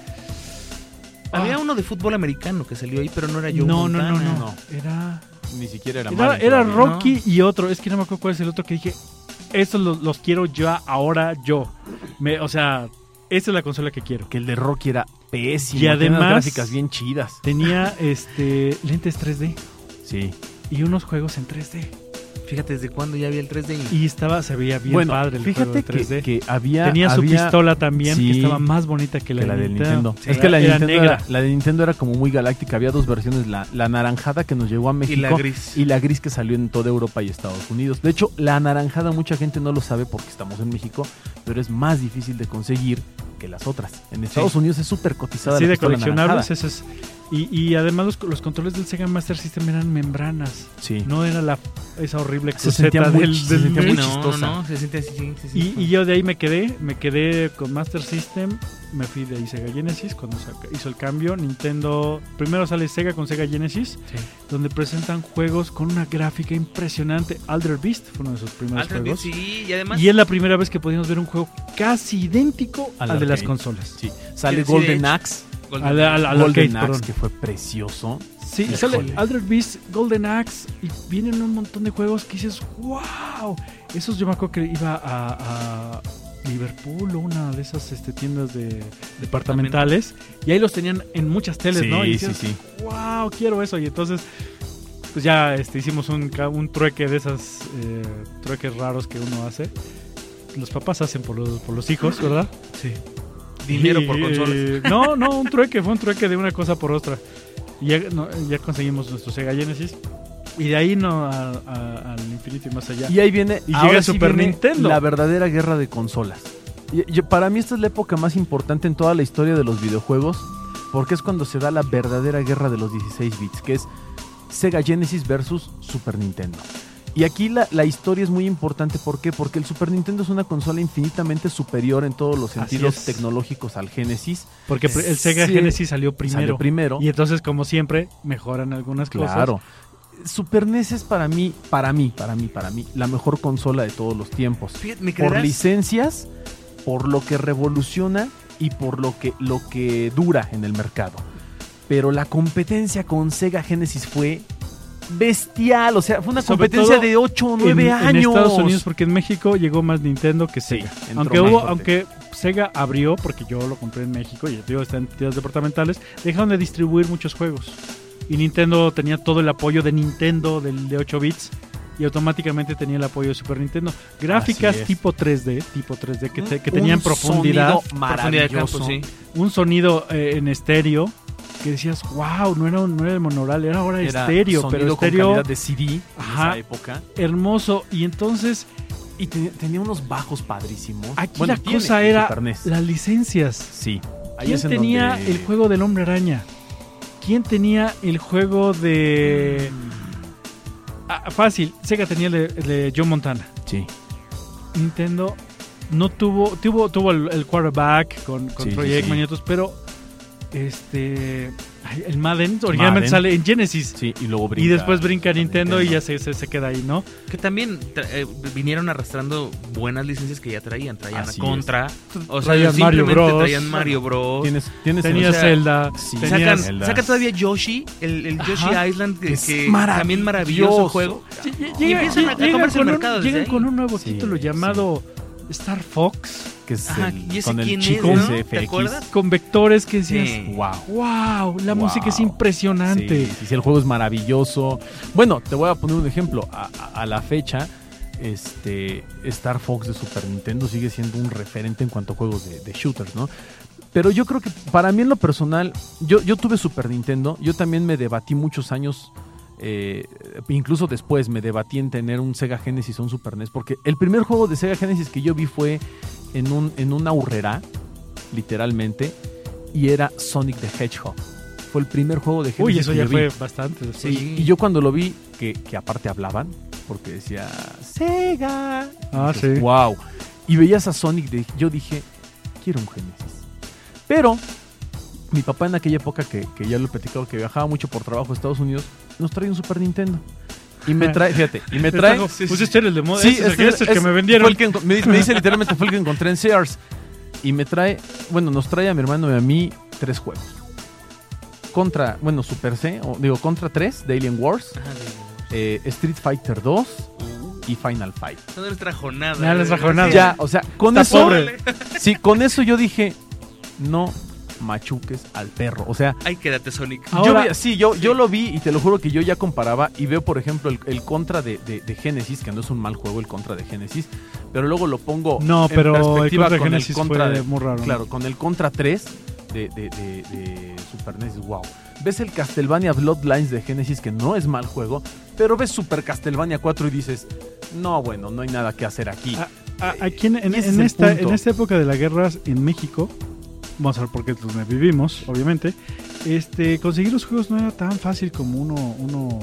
Speaker 3: Había
Speaker 2: Ah.
Speaker 3: uno de fútbol americano que salió ahí, pero no era yo.
Speaker 2: no, no, no, no,
Speaker 4: no.
Speaker 2: Era.
Speaker 4: Ni siquiera era
Speaker 2: Era,
Speaker 4: Mario
Speaker 2: era
Speaker 4: todavía.
Speaker 3: Rock.
Speaker 2: Rocky y otro. Es que no me acuerdo cuál es el otro que dije. Estos los, los quiero ya ahora yo. Me, o sea, esta es la consola que quiero.
Speaker 4: Que el de Rocky era pésimo.
Speaker 2: Y
Speaker 4: tenía unas
Speaker 2: además-
Speaker 4: gráficas bien chidas.
Speaker 2: Tenía este lentes 3D
Speaker 4: Sí.
Speaker 2: y unos juegos en 3D.
Speaker 3: Fíjate desde cuándo ya había el 3D.
Speaker 2: Y estaba, se veía bien
Speaker 4: bueno,
Speaker 2: padre el
Speaker 4: fíjate
Speaker 2: juego de 3D.
Speaker 4: que, que había.
Speaker 2: Tenía su
Speaker 4: había-
Speaker 2: pistola también,
Speaker 4: sí,
Speaker 2: que estaba más bonita que la,
Speaker 4: que la
Speaker 2: de
Speaker 4: del Nintendo. Es
Speaker 2: Era-
Speaker 4: que la de
Speaker 2: era
Speaker 4: Nintendo,
Speaker 2: negra.
Speaker 4: era, la de Nintendo era como muy galáctica. Había dos versiones: la, la naranjada que nos llegó a
Speaker 3: Y,
Speaker 4: México
Speaker 3: la gris.
Speaker 4: y la gris que salió en toda Europa y Estados Unidos. De hecho, la anaranjada mucha gente no lo sabe porque estamos en México, pero es más difícil de conseguir que las otras. En Estados Unidos es súper cotizada.
Speaker 2: Sí,
Speaker 4: la
Speaker 2: de
Speaker 4: pistola
Speaker 2: coleccionables,
Speaker 4: anaranjada.
Speaker 2: eso es. Y, y además los, los controles del Sega Master System eran membranas,
Speaker 4: Sí.
Speaker 2: no era la esa horrible
Speaker 4: Se sentía
Speaker 2: cruceta
Speaker 4: muy-
Speaker 2: del,
Speaker 4: se
Speaker 2: del
Speaker 4: sentía
Speaker 2: NES.
Speaker 4: muy
Speaker 3: no,
Speaker 4: chistosa.
Speaker 3: No, no, se siente así. sí, sí, sí.
Speaker 2: Y, y yo de ahí me quedé, me quedé con Master System, me fui de ahí Sega Genesis cuando saca- hizo el cambio, Nintendo, primero sale Sega con Sega Genesis,
Speaker 3: Sí.
Speaker 2: donde presentan juegos con una gráfica impresionante, Alder Beast fue uno de sus primeros
Speaker 3: Altered
Speaker 2: juegos.
Speaker 3: Beast, sí, y además.
Speaker 2: Y es la primera vez que podíamos ver un juego casi idéntico
Speaker 4: Al
Speaker 2: al, de las
Speaker 4: arcade.
Speaker 2: consolas.
Speaker 4: Sí. Sale
Speaker 3: Sí, de
Speaker 4: Golden
Speaker 3: hecho.
Speaker 4: Axe.
Speaker 3: Golden-
Speaker 2: Al, al- al arcade,
Speaker 4: Golden
Speaker 2: perdón.
Speaker 4: Axe, que fue precioso.
Speaker 2: Sí,
Speaker 4: Híjole.
Speaker 2: sale Altered Beast, Golden Axe y vienen un montón de juegos que dices, wow. Esos yo me acuerdo que iba a, a Liverpool o una de esas este, tiendas de departamentales y ahí los tenían en muchas teles, ¿no? Y dices,
Speaker 4: sí.
Speaker 2: wow, quiero eso. Y entonces, pues ya este, hicimos un, ca- un trueque de esas eh, trueques raros que uno hace. Los papás hacen por los, por los hijos, ¿verdad? Sí.
Speaker 3: Dinero por
Speaker 2: Y,
Speaker 3: consolas.
Speaker 2: eh, no, no, un trueque, fue un trueque de una cosa por otra. Y ya, no, ya conseguimos nuestro Sega Genesis. Y de ahí no a- a- al infinito y más allá.
Speaker 4: Y ahí viene.
Speaker 2: Y
Speaker 4: ahora
Speaker 2: llega
Speaker 4: sí
Speaker 2: Super
Speaker 4: viene
Speaker 2: Nintendo.
Speaker 4: La verdadera guerra de consolas. Y- yo- para mí, esta es la época más importante en toda la historia de los videojuegos. Porque es cuando se da la verdadera guerra de los 16 bits, que es Sega Genesis versus Super Nintendo. Y aquí la, la historia es muy importante, ¿por qué? Porque el Super Nintendo es una consola infinitamente superior en todos los
Speaker 2: Así
Speaker 4: sentidos
Speaker 2: es.
Speaker 4: tecnológicos al Genesis.
Speaker 2: Porque pr- el Sega
Speaker 4: Sí.
Speaker 2: Genesis salió primero.
Speaker 4: Salió primero.
Speaker 2: Y entonces, como siempre, mejoran algunas cosas.
Speaker 4: Claro. Super NES es para mí, para mí, para mí, para mí, la mejor consola de todos los tiempos.
Speaker 3: Fíjate, me
Speaker 4: Por
Speaker 3: creerás.
Speaker 4: licencias, por lo que revoluciona y por lo que, lo que dura en el mercado. Pero la competencia con Sega Genesis fue bestial. O sea, fue una
Speaker 2: Sobre
Speaker 4: competencia
Speaker 2: todo
Speaker 4: de 8 o 9
Speaker 2: en,
Speaker 4: años.
Speaker 2: en Estados Unidos, porque en México llegó más Nintendo que
Speaker 4: Sí,
Speaker 2: Sega.
Speaker 4: entró
Speaker 2: aunque
Speaker 4: más
Speaker 2: hubo,
Speaker 4: fuerte.
Speaker 2: aunque Sega abrió, porque yo lo compré en México y digo, está en tiendas departamentales, dejaron de distribuir muchos juegos. Y Nintendo tenía todo el apoyo de Nintendo del de 8 bits y automáticamente tenía el apoyo de Super Nintendo. Gráficas
Speaker 4: Así es.
Speaker 2: tipo 3D, tipo 3D que, te- que
Speaker 4: Un
Speaker 2: tenían profundidad,
Speaker 4: sonido
Speaker 3: Profundidad de
Speaker 4: maravilloso.
Speaker 3: campo, sí.
Speaker 2: un sonido eh, en estéreo que decías, wow, no era, un- no era el monoral, era ahora
Speaker 4: Era
Speaker 2: estéreo,
Speaker 4: sonido
Speaker 2: pero
Speaker 4: con
Speaker 2: estéreo
Speaker 4: calidad de CD en
Speaker 2: Ajá.
Speaker 4: esa época.
Speaker 2: hermoso. Y entonces
Speaker 4: Y te- tenía unos bajos padrísimos.
Speaker 2: Aquí
Speaker 4: Bueno,
Speaker 2: la
Speaker 4: tiene
Speaker 2: cosa
Speaker 4: en
Speaker 2: era
Speaker 4: Super NES.
Speaker 2: Las licencias.
Speaker 4: Sí. Ahí
Speaker 2: ¿Quién
Speaker 4: es en
Speaker 2: tenía
Speaker 4: donde-
Speaker 2: el juego del hombre araña? ¿Quién tenía el juego de...
Speaker 4: Mm.
Speaker 2: Ah, fácil, Sega tenía el de, el de Joe Montana.
Speaker 4: Sí.
Speaker 2: Nintendo no tuvo... Tuvo, tuvo el, el quarterback con, con
Speaker 4: Sí,
Speaker 2: Troy
Speaker 4: sí, sí.
Speaker 2: Aikman y otros, pero... Este... ay, El Madden originalmente
Speaker 4: Madden.
Speaker 2: sale en Genesis.
Speaker 4: Sí, y luego brinca.
Speaker 2: y después brinca
Speaker 4: a
Speaker 2: Nintendo, y ya se, se, se queda ahí, ¿no?
Speaker 3: Que también tra- eh, vinieron arrastrando buenas licencias que ya traían. Traían
Speaker 4: Así
Speaker 3: a Contra. O sea,
Speaker 2: Traían Mario
Speaker 3: simplemente
Speaker 2: Bros.
Speaker 3: traían Mario Bros.
Speaker 4: Tienes, tienes
Speaker 2: Tenía
Speaker 3: o sea,
Speaker 2: Zelda,
Speaker 4: sí.
Speaker 2: tenías-
Speaker 3: Sacan,
Speaker 4: Zelda.
Speaker 3: saca todavía Yoshi, el, el Yoshi
Speaker 2: Ajá.
Speaker 3: Island, que,
Speaker 4: Es
Speaker 3: que
Speaker 4: maravilloso.
Speaker 3: también maravilloso juego.
Speaker 2: Sí, lle-
Speaker 3: Y
Speaker 2: llega-
Speaker 3: empiezan a- a
Speaker 2: llegan
Speaker 3: comerse el
Speaker 2: con un-
Speaker 3: mercado desde
Speaker 2: Llegan
Speaker 3: ahí.
Speaker 2: con un nuevo
Speaker 4: Sí,
Speaker 2: título
Speaker 4: sí.
Speaker 2: llamado Star Fox,
Speaker 4: que es
Speaker 3: Ajá,
Speaker 4: el-
Speaker 3: ¿y ese
Speaker 4: con el
Speaker 3: quién
Speaker 4: chico
Speaker 3: es, no?
Speaker 4: ese
Speaker 3: ¿Te
Speaker 4: FX.
Speaker 3: acuerdas?
Speaker 2: con vectores que decías,
Speaker 3: Sí.
Speaker 4: Wow.
Speaker 2: wow, la
Speaker 4: Wow.
Speaker 2: música es impresionante.
Speaker 4: Sí, sí, sí, el juego es maravilloso. Bueno, te voy a poner un ejemplo. A, a- a la fecha, este Star Fox de Super Nintendo sigue siendo un referente en cuanto a juegos de, de shooters, ¿no? Pero yo creo que para mí en lo personal, yo, yo tuve Super Nintendo, yo también me debatí muchos años, eh, incluso después me debatí en tener un Sega Genesis o un Super NES, porque el primer juego de Sega Genesis que yo vi fue en, un, en una urrera, literalmente, y era Sonic the Hedgehog. Fue el primer juego de Genesis
Speaker 2: Uy, eso
Speaker 4: que
Speaker 2: ya
Speaker 4: yo vi.
Speaker 2: fue bastante. después.
Speaker 3: Sí.
Speaker 4: Y yo cuando lo vi, que, que aparte hablaban, porque decía Sega.
Speaker 2: Ah, sí.
Speaker 4: Wow. Y veías a Sonic, de- yo dije, quiero un Genesis. Pero mi papá en aquella época, que, que ya lo he platicado, que viajaba mucho por trabajo a Estados Unidos, nos trae un Super Nintendo. Y me trae, fíjate, y me
Speaker 2: Te
Speaker 4: trae...
Speaker 2: trajo, pues este era el de moda, este es el
Speaker 4: este
Speaker 2: que-
Speaker 4: era-
Speaker 2: este es el que
Speaker 4: este
Speaker 2: me vendieron.
Speaker 4: fue el que enco- me, dice, me dice literalmente fue el que encontré en Sears. Y me trae, bueno, nos trae a mi hermano y a mí tres juegos. Contra, bueno, Super C, o digo, Contra 3 de Alien Wars,
Speaker 3: Ajá,
Speaker 4: eh, Street Fighter 2,
Speaker 3: de-
Speaker 4: y Final Fight.
Speaker 3: No les trajo nada.
Speaker 2: No les trajo nada.
Speaker 4: Ya, o sea, con
Speaker 2: Está
Speaker 4: eso.
Speaker 2: pobre.
Speaker 4: Sí, con eso yo dije, no machuques al perro. O sea,
Speaker 3: Ay, quédate, Sonic.
Speaker 2: Ahora-
Speaker 4: yo vi- sí, yo, yo lo vi y te lo juro que yo ya comparaba y veo, por ejemplo, el, el contra de, de, de Genesis, que no es un mal juego el contra de Genesis, pero luego lo pongo
Speaker 2: No,
Speaker 4: en
Speaker 2: pero el
Speaker 4: perspectiva
Speaker 2: contra de
Speaker 4: con
Speaker 2: Genesis
Speaker 4: el contra
Speaker 2: fue
Speaker 4: de,
Speaker 2: muy raro, ¿no?
Speaker 4: Claro, con el contra 3 de, de- de- de Super NES, wow. Ves el Castlevania Bloodlines de Genesis, que no es mal juego, pero ves Super Castlevania 4 y dices, no, bueno, no hay nada que hacer aquí.
Speaker 2: Ah, A- Aquí en, en-
Speaker 4: Y ese
Speaker 2: en
Speaker 4: es el
Speaker 2: esta,
Speaker 4: punto.
Speaker 2: en esta época de las guerras en México, vamos a ver por qué es donde vivimos, obviamente, este, conseguir los juegos no era tan fácil como uno, uno,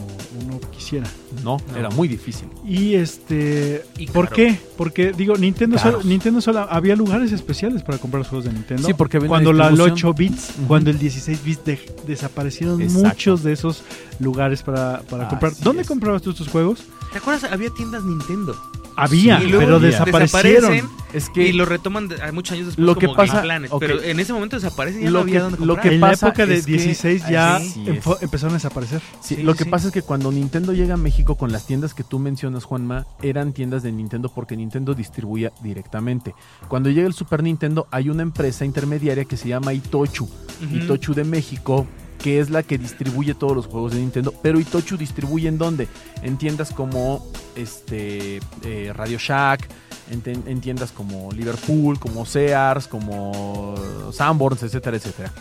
Speaker 2: uno quisiera.
Speaker 4: no,
Speaker 3: no.
Speaker 4: era muy difícil.
Speaker 2: Y este,
Speaker 3: Y
Speaker 2: ¿por
Speaker 3: caro.
Speaker 2: qué? Porque digo, Nintendo solo,
Speaker 4: Caros.
Speaker 2: Nintendo solo había lugares especiales para comprar los juegos de Nintendo.
Speaker 4: Sí, porque había una
Speaker 2: cuando la, el
Speaker 4: distribución.
Speaker 2: 8 bits,
Speaker 4: Ujú.
Speaker 2: cuando el 16 bits de- desaparecieron
Speaker 4: Exacto.
Speaker 2: muchos de esos lugares para, para comprar.
Speaker 4: Así
Speaker 2: ¿Dónde
Speaker 4: es.
Speaker 2: comprabas tú estos juegos?
Speaker 3: ¿Te acuerdas? Había tiendas Nintendo.
Speaker 2: Había,
Speaker 4: y
Speaker 3: luego
Speaker 2: pero
Speaker 4: había.
Speaker 2: desaparecieron.
Speaker 4: Es que
Speaker 3: Y lo retoman de- a muchos años después
Speaker 4: Lo
Speaker 3: como
Speaker 4: que
Speaker 3: Game
Speaker 4: pasa-
Speaker 3: Planet,
Speaker 4: ok.
Speaker 3: Pero en ese momento desaparecen y ya
Speaker 4: Lo
Speaker 3: no había
Speaker 4: que-
Speaker 3: dónde
Speaker 4: lo
Speaker 3: comprar.
Speaker 4: que
Speaker 2: en la
Speaker 4: pasa
Speaker 2: época de
Speaker 4: es que-
Speaker 2: 16 ya
Speaker 4: Así
Speaker 2: empo-
Speaker 4: es.
Speaker 2: empezaron a desaparecer.
Speaker 4: Sí,
Speaker 3: Sí,
Speaker 4: lo que
Speaker 3: sí.
Speaker 4: pasa es que cuando Nintendo llega a México con las tiendas que tú mencionas, Juanma, eran tiendas de Nintendo porque Nintendo distribuía directamente. Cuando llega el Super Nintendo hay una empresa intermediaria que se llama Itochu,
Speaker 3: Ujú.
Speaker 4: Itochu de México, que es la que distribuye todos los juegos de Nintendo. Pero Itochu distribuye en dónde? En tiendas como este eh, Radio Shack, en, ten- en tiendas como Liverpool, como Sears, como Sanborns, etcétera, etcétera.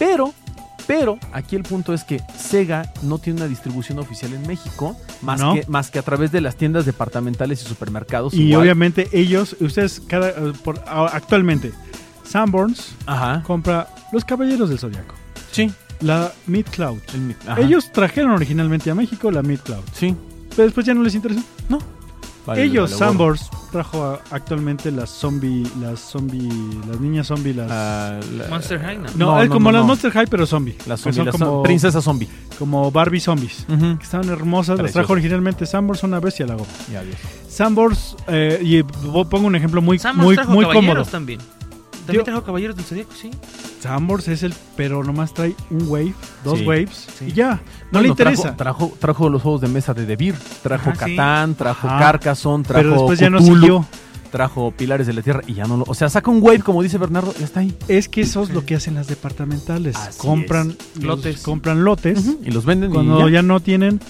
Speaker 4: Pero, pero, aquí el punto es que Sega no tiene una distribución oficial en México, más,
Speaker 2: No.
Speaker 4: que, más que a través de las tiendas departamentales y supermercados.
Speaker 2: Y
Speaker 4: igual.
Speaker 2: obviamente ellos, ustedes cada, eh, por- a- actualmente, Sanborns
Speaker 4: Ajá.
Speaker 2: compra Los Caballeros del Zodiaco,
Speaker 4: Sí.
Speaker 2: la Mid Cloud.
Speaker 4: el- ajá.
Speaker 2: Ellos trajeron originalmente a México la Mid Cloud,
Speaker 4: Sí.
Speaker 2: pero después ya no les interesó.
Speaker 4: Vale,
Speaker 2: ellos,
Speaker 4: vale, gorro.
Speaker 2: Sanborns, trajo a- actualmente las zombie, las zombie, las niñas zombie, las...
Speaker 4: Ah, la-
Speaker 3: Monster High, ¿no?
Speaker 2: no,
Speaker 4: no,
Speaker 2: es
Speaker 4: no,
Speaker 2: como
Speaker 4: no,
Speaker 2: las
Speaker 4: no.
Speaker 2: Monster High, pero zombie.
Speaker 4: La
Speaker 2: Que
Speaker 4: zombie,
Speaker 2: Pues son
Speaker 4: la
Speaker 2: como,
Speaker 4: zom- princesa zombie.
Speaker 2: como Barbie zombies. Que estaban hermosas, las
Speaker 4: Preciosas.
Speaker 2: trajo originalmente Sanborns, una bestia la goma.
Speaker 4: Y adiós.
Speaker 2: Sambors, eh, y vo- pongo un ejemplo muy,
Speaker 3: Samus
Speaker 2: muy,
Speaker 3: trajo
Speaker 2: muy
Speaker 3: caballeros
Speaker 2: cómodo.
Speaker 3: también. También
Speaker 2: Yo-
Speaker 3: trajo caballeros del Zodíaco, sí.
Speaker 2: Sambors es el, pero nomás trae un wave, dos
Speaker 4: Sí,
Speaker 2: waves
Speaker 3: sí.
Speaker 2: y ya. No,
Speaker 4: Bueno,
Speaker 2: le interesa.
Speaker 4: Trajo, trajo, trajo los juegos de mesa de Devir. Trajo
Speaker 3: Ajá, sí.
Speaker 4: Catán, trajo
Speaker 2: Ajá.
Speaker 4: Carcassonne, trajo
Speaker 2: pero después ya no
Speaker 4: Cthulhu,
Speaker 2: siguió.
Speaker 4: Trajo Pilares de la Tierra y ya no lo... O sea, saca un wave, como dice Bernardo, ya está ahí.
Speaker 2: Es que eso es lo que hacen las departamentales.
Speaker 4: Así
Speaker 2: compran
Speaker 3: es.
Speaker 2: lotes.
Speaker 3: Lotes.
Speaker 2: Compran lotes.
Speaker 4: Ujú, Y los venden
Speaker 2: Cuando
Speaker 4: y
Speaker 2: ya.
Speaker 4: ya,
Speaker 2: no tienen.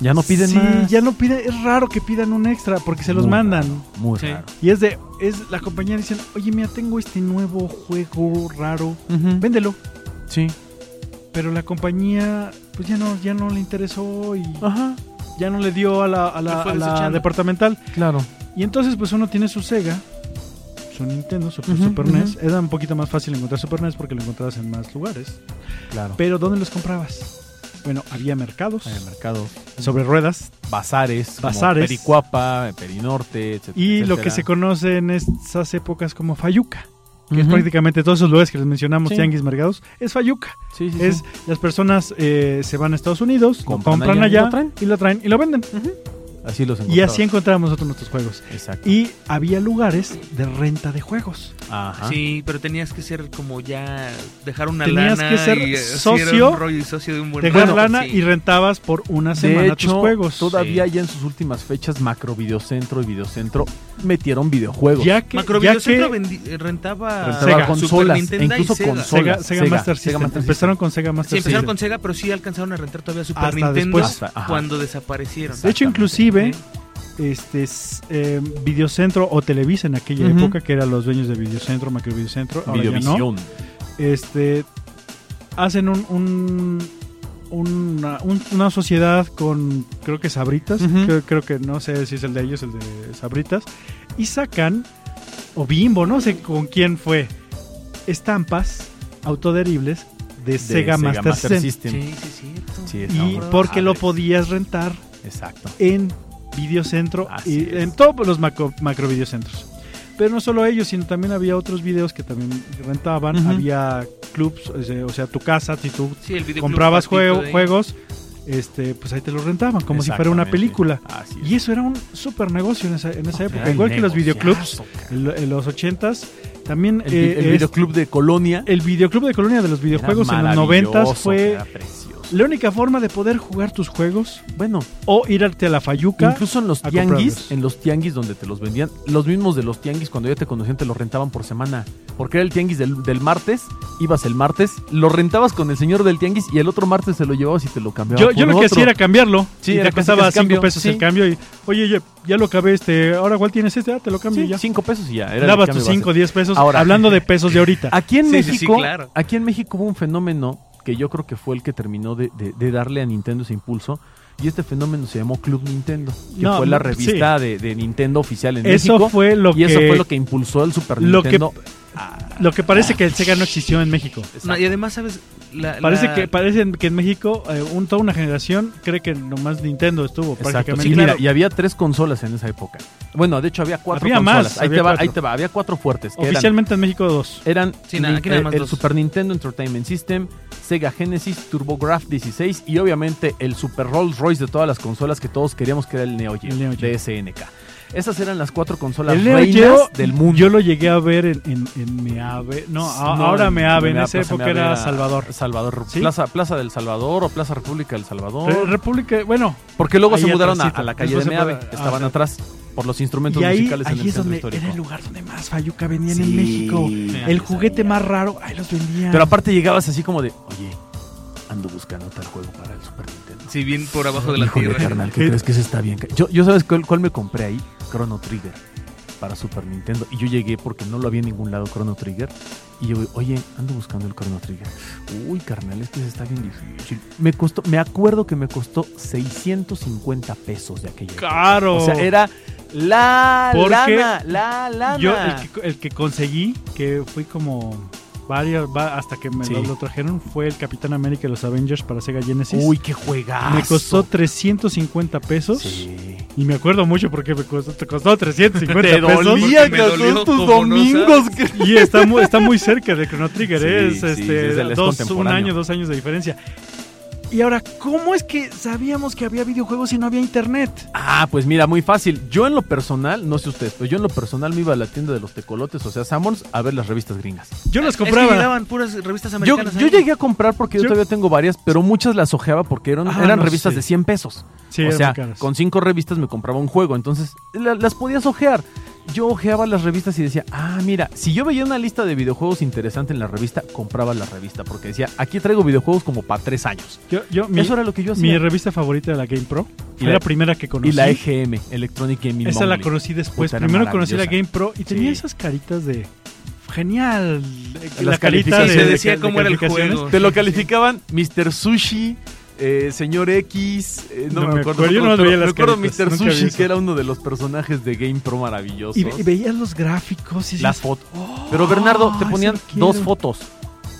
Speaker 4: ya no piden
Speaker 2: sí,
Speaker 4: más.
Speaker 2: ya no piden. Es raro que pidan un extra porque se los
Speaker 4: Muy
Speaker 2: mandan.
Speaker 4: raro, muy
Speaker 3: Sí.
Speaker 4: raro.
Speaker 2: Y es de. Es, la compañía dicen: Oye, mira, tengo este nuevo juego raro.
Speaker 4: Ujú.
Speaker 2: Véndelo.
Speaker 4: Sí.
Speaker 2: Pero la compañía, pues ya no, ya no le interesó y
Speaker 4: Ajá.
Speaker 2: ya no le dio a la, a la-
Speaker 3: Lo fue
Speaker 2: a la
Speaker 3: desechando.
Speaker 2: departamental.
Speaker 4: Claro.
Speaker 2: Y entonces, pues uno tiene su Sega, su Nintendo, su
Speaker 4: Ujú,
Speaker 2: Super
Speaker 4: ujú.
Speaker 2: NES. Era un poquito más fácil encontrar Super NES porque lo encontrabas en más lugares.
Speaker 4: Claro.
Speaker 2: Pero ¿dónde los comprabas? Bueno, había mercados
Speaker 4: En el mercado.
Speaker 2: sobre ruedas
Speaker 4: Bazares. como
Speaker 2: Bazares.
Speaker 4: Pericuapa, Perinorte, etcétera.
Speaker 2: y lo
Speaker 4: etcétera.
Speaker 2: que se conoce en esas épocas como Fayuca. Que es
Speaker 4: Ujú.
Speaker 2: prácticamente todos esos lugares que les mencionamos,
Speaker 4: Sí.
Speaker 2: tianguis, mercados, es Fayuca.
Speaker 4: Sí, sí, sí.
Speaker 2: Es las personas eh, se van a Estados Unidos,
Speaker 4: Compran
Speaker 2: lo compran
Speaker 4: allá y
Speaker 2: allá,
Speaker 4: lo traen.
Speaker 2: y lo traen y lo venden.
Speaker 4: Así los
Speaker 2: Y así
Speaker 4: encontrabas.
Speaker 2: encontramos nosotros nuestros juegos.
Speaker 4: Exacto.
Speaker 2: Y había lugares de renta de juegos. Ah.
Speaker 4: Ajá.
Speaker 3: Sí, pero tenías que ser como ya dejar una
Speaker 2: Tenías
Speaker 3: lana
Speaker 2: que ser
Speaker 3: y, eh, sí,
Speaker 2: socio-
Speaker 3: era un rollo y socio de un buen
Speaker 2: Dejar
Speaker 3: rato,
Speaker 2: lana
Speaker 3: sí.
Speaker 2: y rentabas por una semana
Speaker 4: De hecho,
Speaker 2: tus juegos.
Speaker 4: todavía
Speaker 3: Sí.
Speaker 4: ya en sus últimas fechas, Macro Videocentro y Videocentro metieron videojuegos.
Speaker 2: Ya que,
Speaker 3: Macro
Speaker 2: ya
Speaker 3: Video Centro
Speaker 2: que
Speaker 3: vendi- eh, rentaba,
Speaker 4: Rentaba
Speaker 2: Sega,
Speaker 4: consolas,
Speaker 3: Super Nintendo
Speaker 4: e incluso
Speaker 3: y Sega.
Speaker 4: consolas.
Speaker 2: Sega, Sega
Speaker 4: Sega,
Speaker 2: Master
Speaker 4: Sega
Speaker 2: System.
Speaker 4: Master
Speaker 2: empezaron con Sega
Speaker 3: Sí,
Speaker 2: Master
Speaker 3: empezaron
Speaker 2: System.
Speaker 3: con Sega, pero sí alcanzaron a rentar todavía Super
Speaker 2: Hasta
Speaker 3: Nintendo
Speaker 2: después.
Speaker 4: Hasta- ajá.
Speaker 3: cuando desaparecieron.
Speaker 2: De hecho, inclusive,
Speaker 3: Sí.
Speaker 2: este s- eh, Videocentro o Televisa en aquella
Speaker 4: Ujú.
Speaker 2: época, que eran los dueños de Videocentro, Macro Videocentro, ahora ya no.
Speaker 4: Videovisión.
Speaker 2: este hacen un, un- una, un- una sociedad con creo que Sabritas,
Speaker 4: Ujú.
Speaker 2: creo, creo que no sé si es el de ellos, el de Sabritas, y sacan, o Bimbo, no sé con quién fue, estampas autoderibles de,
Speaker 4: de
Speaker 2: Sega, Master, System.
Speaker 3: Sí, sí, es cierto.
Speaker 4: Ah, Sí, es
Speaker 2: Y
Speaker 4: Ahora,
Speaker 2: porque lo
Speaker 4: madres.
Speaker 2: podías rentar
Speaker 4: Exacto.
Speaker 2: en Videocentro
Speaker 4: Así
Speaker 2: y
Speaker 4: es.
Speaker 2: en todos los macro, macro videocentros. Pero no solo ellos, sino también había otros videos que también rentaban.
Speaker 4: Ujú.
Speaker 2: Había clubs, o sea, o sea, tu casa, si tú
Speaker 3: Sí, el videoclub
Speaker 2: comprabas
Speaker 3: patito
Speaker 2: juego-
Speaker 3: de ahí.
Speaker 2: juegos, este, pues ahí te los rentaban, como si fuera una película.
Speaker 4: Así
Speaker 2: Y eso era un super negocio en esa, en esa época.
Speaker 4: Era el
Speaker 2: Igual que los videoclubs
Speaker 4: negociazo, cara.
Speaker 2: en, lo- en los 80s, también
Speaker 4: El,
Speaker 2: eh,
Speaker 4: vi- el
Speaker 2: es-
Speaker 4: videoclub de Colonia.
Speaker 2: el videoclub de Colonia de los
Speaker 4: Era
Speaker 2: videojuegos en los
Speaker 4: maravilloso,
Speaker 2: 90 fue
Speaker 4: era precioso.
Speaker 2: La única forma de poder jugar tus juegos
Speaker 4: Bueno,
Speaker 2: o irte a la fayuca.
Speaker 4: incluso en los
Speaker 2: a
Speaker 4: tianguis,
Speaker 2: comprarlos.
Speaker 4: en los tianguis donde te los vendían, los mismos de los tianguis cuando ya te conocían te los rentaban por semana. Porque era el tianguis del, del martes, ibas el martes, lo rentabas con el señor del tianguis y el otro martes se lo llevabas y te lo cambiabas.
Speaker 2: yo yo lo que hacía era cambiarlo.
Speaker 4: Sí,
Speaker 2: y
Speaker 4: era
Speaker 2: te
Speaker 4: casi,
Speaker 2: costaba
Speaker 4: casi
Speaker 2: 5
Speaker 4: cambio,
Speaker 2: pesos
Speaker 4: sí.
Speaker 2: el cambio. Y, oye, ya, ya lo acabé este. Ahora, ¿cuál tienes este? Ah, te lo cambio y ya.
Speaker 4: cinco pesos y ya. Era el
Speaker 2: Dabas
Speaker 4: cambio
Speaker 2: tus
Speaker 4: base.
Speaker 2: 5 o 10 pesos.
Speaker 4: Ahora-
Speaker 2: hablando de pesos de ahorita.
Speaker 4: Aquí en
Speaker 3: Sí, sí,
Speaker 4: México,
Speaker 3: sí, claro.
Speaker 4: aquí en México hubo un fenómeno que yo creo que fue el que terminó de, de- de darle a Nintendo ese impulso. Y este fenómeno se llamó Club Nintendo, que
Speaker 2: No,
Speaker 4: fue la
Speaker 2: no,
Speaker 4: revista de, de Nintendo oficial en
Speaker 2: eso
Speaker 4: México.
Speaker 2: fue lo
Speaker 4: y
Speaker 2: que.
Speaker 4: eso fue lo que impulsó el Super
Speaker 2: lo que-
Speaker 4: Nintendo.
Speaker 2: lo que parece que el Sega
Speaker 4: Ah.
Speaker 2: no existió en México.
Speaker 3: No, y además, ¿sabes? La-
Speaker 2: Parece
Speaker 3: la-
Speaker 2: que, parece que en México eh, un- toda una generación cree que nomás Nintendo estuvo
Speaker 4: Exacto.
Speaker 2: prácticamente.
Speaker 4: Sí, mira,
Speaker 2: Claro,
Speaker 4: y había tres consolas en esa época. Bueno, de hecho había cuatro
Speaker 2: Había
Speaker 4: consolas.
Speaker 2: más,
Speaker 4: ahí,
Speaker 2: había
Speaker 4: te va,
Speaker 2: cuatro.
Speaker 4: ahí te va, había cuatro fuertes. Que eran,
Speaker 2: oficialmente en México dos.
Speaker 4: eran
Speaker 3: Sí, nada, aquí nada
Speaker 4: eh,
Speaker 3: más
Speaker 4: el
Speaker 3: dos.
Speaker 4: Super Nintendo Entertainment System, Sega Genesis, TurboGrafx 16 y obviamente el Super Rolls Royce de todas las consolas que todos queríamos que era el Neo Geo,
Speaker 2: El Neo Geo.
Speaker 4: de SNK. Esas eran las cuatro consolas
Speaker 2: El Neo
Speaker 4: reinas
Speaker 2: Geo,
Speaker 4: del mundo.
Speaker 2: Yo lo llegué a ver en, en, en Meave. No, a-
Speaker 4: No,
Speaker 2: ahora
Speaker 4: en-
Speaker 2: Meave. En
Speaker 4: Meave,
Speaker 2: esa
Speaker 4: Plaza
Speaker 2: época
Speaker 4: Meave
Speaker 2: era
Speaker 4: era-
Speaker 2: Salvador.
Speaker 4: Salvador,
Speaker 2: ¿Sí?
Speaker 4: Plaza, Plaza del Salvador o Plaza República del Salvador.
Speaker 2: Re- República, bueno,
Speaker 4: porque luego se
Speaker 2: ahí
Speaker 4: mudaron a,
Speaker 2: atrásito.
Speaker 4: a la calle de
Speaker 2: Después se
Speaker 4: Meave,
Speaker 2: fue- ah,
Speaker 4: estaban
Speaker 2: ok.
Speaker 4: atrás por los instrumentos
Speaker 2: y ahí,
Speaker 4: musicales en
Speaker 2: ahí
Speaker 4: el
Speaker 2: es
Speaker 4: centro
Speaker 2: donde
Speaker 4: histórico.
Speaker 2: era el lugar donde más Fayuca vendían en México. El juguete más raro, ahí los vendían.
Speaker 4: Pero aparte llegabas así como de, oye, ando buscando tal juego para el Super Nintendo.
Speaker 3: Si bien por abajo de la
Speaker 4: Híjole,
Speaker 3: tierra.
Speaker 4: carnal, ¿qué crees que ese está bien? ca- Yo, yo sabes cuál, cuál me compré ahí, Chrono Trigger, para Super Nintendo. Y yo llegué porque no lo había en ningún lado Chrono Trigger. Y yo, oye, ando buscando el Chrono Trigger. Uy, carnal, es que ese está bien difícil. Me costó, me acuerdo que me costó 650 pesos de aquella. época.
Speaker 2: Claro.
Speaker 4: O sea, era la
Speaker 2: Porque
Speaker 4: lana, la lana.
Speaker 2: Yo el que, el que conseguí, que fui como varios, va- hasta que me
Speaker 4: Sí.
Speaker 2: lo, lo trajeron, fue el Capitán América y los Avengers para Sega Genesis.
Speaker 4: Uy, qué juegazo.
Speaker 2: me costó 350 pesos.
Speaker 4: Sí.
Speaker 2: Y me acuerdo mucho porque me costó, te costó 350
Speaker 4: Te
Speaker 2: pesos.
Speaker 4: dolía,
Speaker 3: Porque me
Speaker 4: cabrón,
Speaker 3: dolió
Speaker 4: tus
Speaker 3: como no
Speaker 4: domingos.
Speaker 3: sabes.
Speaker 4: que-
Speaker 2: Y está muy, está muy cerca de Chrono Trigger,
Speaker 4: Sí,
Speaker 2: ¿eh? es
Speaker 4: sí,
Speaker 2: este,
Speaker 4: es del- es
Speaker 2: dos, un
Speaker 4: contemporáneo.
Speaker 2: año, dos años de diferencia. Y ahora, ¿cómo es que sabíamos que había videojuegos y no había internet?
Speaker 4: Ah, pues mira, muy fácil. Yo en lo personal, no sé ustedes, pero yo en lo personal me iba a la tienda de los tecolotes, o sea, Samuels, a ver las revistas gringas.
Speaker 2: Yo las
Speaker 3: Es que
Speaker 2: compraba.
Speaker 3: llegaban puras revistas
Speaker 4: Yo,
Speaker 3: americanas. ¿eh?
Speaker 4: yo
Speaker 3: ahí.
Speaker 4: llegué a comprar porque yo,
Speaker 2: Yo-
Speaker 4: todavía tengo varias, pero muchas las ojeaba porque eran,
Speaker 2: Ah,
Speaker 4: eran
Speaker 2: no
Speaker 4: revistas
Speaker 2: sé.
Speaker 4: de 100 pesos.
Speaker 2: sí,
Speaker 4: o
Speaker 2: eran
Speaker 4: sea,
Speaker 2: muy caras.
Speaker 4: con cinco revistas me compraba un juego, entonces la- las podías ojear. Yo ojeaba las revistas y decía, ah, mira, si yo veía una lista de videojuegos interesante en la revista, compraba la revista porque decía, aquí traigo videojuegos como para tres años.
Speaker 2: Yo- yo- mi,
Speaker 4: Eso era lo que yo hacía.
Speaker 2: mi revista favorita era la Game Pro.
Speaker 4: Y
Speaker 2: Fue
Speaker 4: la-
Speaker 2: la, primera que conocí.
Speaker 4: y la EGM, Electronic Gaming
Speaker 2: Esa la
Speaker 4: Monthly.
Speaker 2: conocí después.
Speaker 4: Puta, era
Speaker 2: Primero conocí la
Speaker 4: maravillosa.
Speaker 2: Game Pro y tenía
Speaker 4: Sí.
Speaker 2: esas caritas de. Genial. eh,
Speaker 4: Las
Speaker 2: la carita
Speaker 4: calificaciones.
Speaker 2: de.
Speaker 4: Se
Speaker 3: decía
Speaker 2: de- de
Speaker 3: cómo era el
Speaker 2: calificaciones.
Speaker 3: juego.
Speaker 4: Te lo calificaban Mr. Sushi, eh, Señor X, eh, no, me acuerdo.
Speaker 2: yo
Speaker 4: otros,
Speaker 2: no
Speaker 4: pero
Speaker 2: veía las
Speaker 4: me acuerdo
Speaker 2: caritas,
Speaker 4: Mr.
Speaker 2: nunca vi
Speaker 4: Sushi,
Speaker 2: eso.
Speaker 4: que era uno de los personajes de Game Pro maravillosos.
Speaker 2: Y, ve- y veías los gráficos. Y
Speaker 4: las
Speaker 2: decías,
Speaker 4: fotos. Pero Bernardo, te
Speaker 2: ese
Speaker 4: ponían
Speaker 2: lo quiero.
Speaker 4: dos fotos.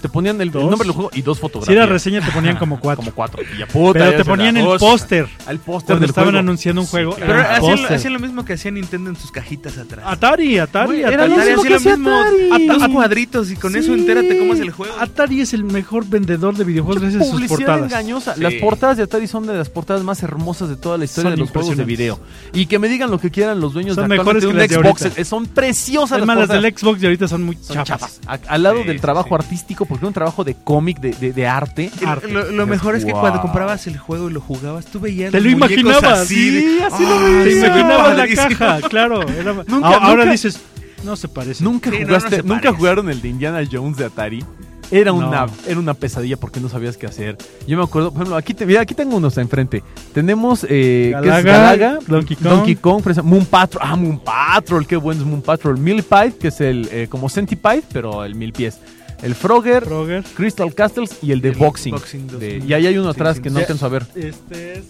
Speaker 4: Te ponían el, el
Speaker 2: ¿Dos?
Speaker 4: nombre del juego y dos
Speaker 2: Si
Speaker 4: fotografías.
Speaker 2: era reseña, te ponían como cuatro.
Speaker 4: Como cuatro. y ya, puta,
Speaker 2: Pero
Speaker 4: ya
Speaker 2: te
Speaker 4: se
Speaker 2: ponían
Speaker 4: la
Speaker 2: el
Speaker 4: cosa.
Speaker 2: póster.
Speaker 4: Al póster
Speaker 2: Cuando
Speaker 4: del
Speaker 2: estaban
Speaker 4: juego.
Speaker 2: anunciando un juego.
Speaker 4: claro.
Speaker 2: era
Speaker 3: Pero
Speaker 2: un
Speaker 3: hacían,
Speaker 2: póster.
Speaker 3: hacían lo mismo que hacía Nintendo en sus cajitas atrás.
Speaker 2: Atari, Atari,
Speaker 3: Güey,
Speaker 2: Atari.
Speaker 3: era lo
Speaker 4: Atari
Speaker 3: mismo
Speaker 4: hacía
Speaker 3: que
Speaker 4: lo
Speaker 3: hacía
Speaker 4: mismo.
Speaker 3: Atari.
Speaker 4: Atari.
Speaker 3: Dos cuadritos y con eso
Speaker 2: Sí.
Speaker 3: entérate cómo es el juego.
Speaker 2: Atari es el mejor vendedor de videojuegos
Speaker 4: Mucha
Speaker 2: gracias a sus
Speaker 4: publicidad
Speaker 2: portadas.
Speaker 4: engañosa.
Speaker 3: Sí.
Speaker 4: Las portadas de Atari son de las portadas más hermosas de toda la historia
Speaker 2: Son
Speaker 4: de los juegos de video.
Speaker 2: impresionantes.
Speaker 4: Y que me digan lo que quieran los dueños
Speaker 2: Son
Speaker 4: de
Speaker 2: mejores
Speaker 4: actualmente
Speaker 2: que las de
Speaker 4: un Xbox.
Speaker 2: ahorita.
Speaker 4: eh, Son preciosas
Speaker 2: Además, las
Speaker 4: las portadas.
Speaker 2: del Xbox de ahorita son muy
Speaker 4: Son
Speaker 2: chapas.
Speaker 4: chapas. A- al lado
Speaker 3: Sí,
Speaker 4: del
Speaker 3: sí,
Speaker 4: trabajo
Speaker 3: sí.
Speaker 4: artístico, porque era un trabajo de cómic, de, de- de arte.
Speaker 3: El-
Speaker 2: arte.
Speaker 3: Lo, lo mejor es que
Speaker 4: Guau.
Speaker 3: cuando comprabas el juego y lo jugabas, tú veías
Speaker 2: Te lo
Speaker 3: los muñecos
Speaker 2: imaginabas.
Speaker 3: así de-
Speaker 2: Sí, así lo
Speaker 3: ¡Ay,
Speaker 2: veías. Te
Speaker 3: sí,
Speaker 2: imaginabas la
Speaker 3: padrísimo!
Speaker 2: caja, claro. era-
Speaker 4: Nunca,
Speaker 2: ahora ahora
Speaker 4: nunca-
Speaker 2: dices, no se parece.
Speaker 4: Nunca
Speaker 3: Sí, no, no
Speaker 4: jugaste,
Speaker 3: se
Speaker 4: nunca
Speaker 3: parece.
Speaker 4: jugaron el de Indiana Jones de Atari. Era
Speaker 2: No.
Speaker 4: una, era una pesadilla porque no sabías qué hacer. Yo me acuerdo, por ejemplo, aquí, te, mira, aquí tengo unos enfrente. Tenemos eh, ¿qué es?
Speaker 2: Galaga,
Speaker 4: Galaga,
Speaker 2: Donkey Kong.
Speaker 4: Donkey Kong, Fresa- Moon Patrol. Ah, Moon Patrol, qué bueno es Moon Patrol. Millipede, que es el eh, como Centipede, pero el mil pies. El Frogger,
Speaker 2: Frogger.
Speaker 4: Crystal Castles y el de
Speaker 3: El
Speaker 4: Boxing.
Speaker 3: Boxing dos.
Speaker 4: De- y ahí hay uno
Speaker 3: Sí,
Speaker 4: atrás
Speaker 3: sí,
Speaker 4: que
Speaker 3: sí.
Speaker 4: no alcanzo a ver.
Speaker 2: Este es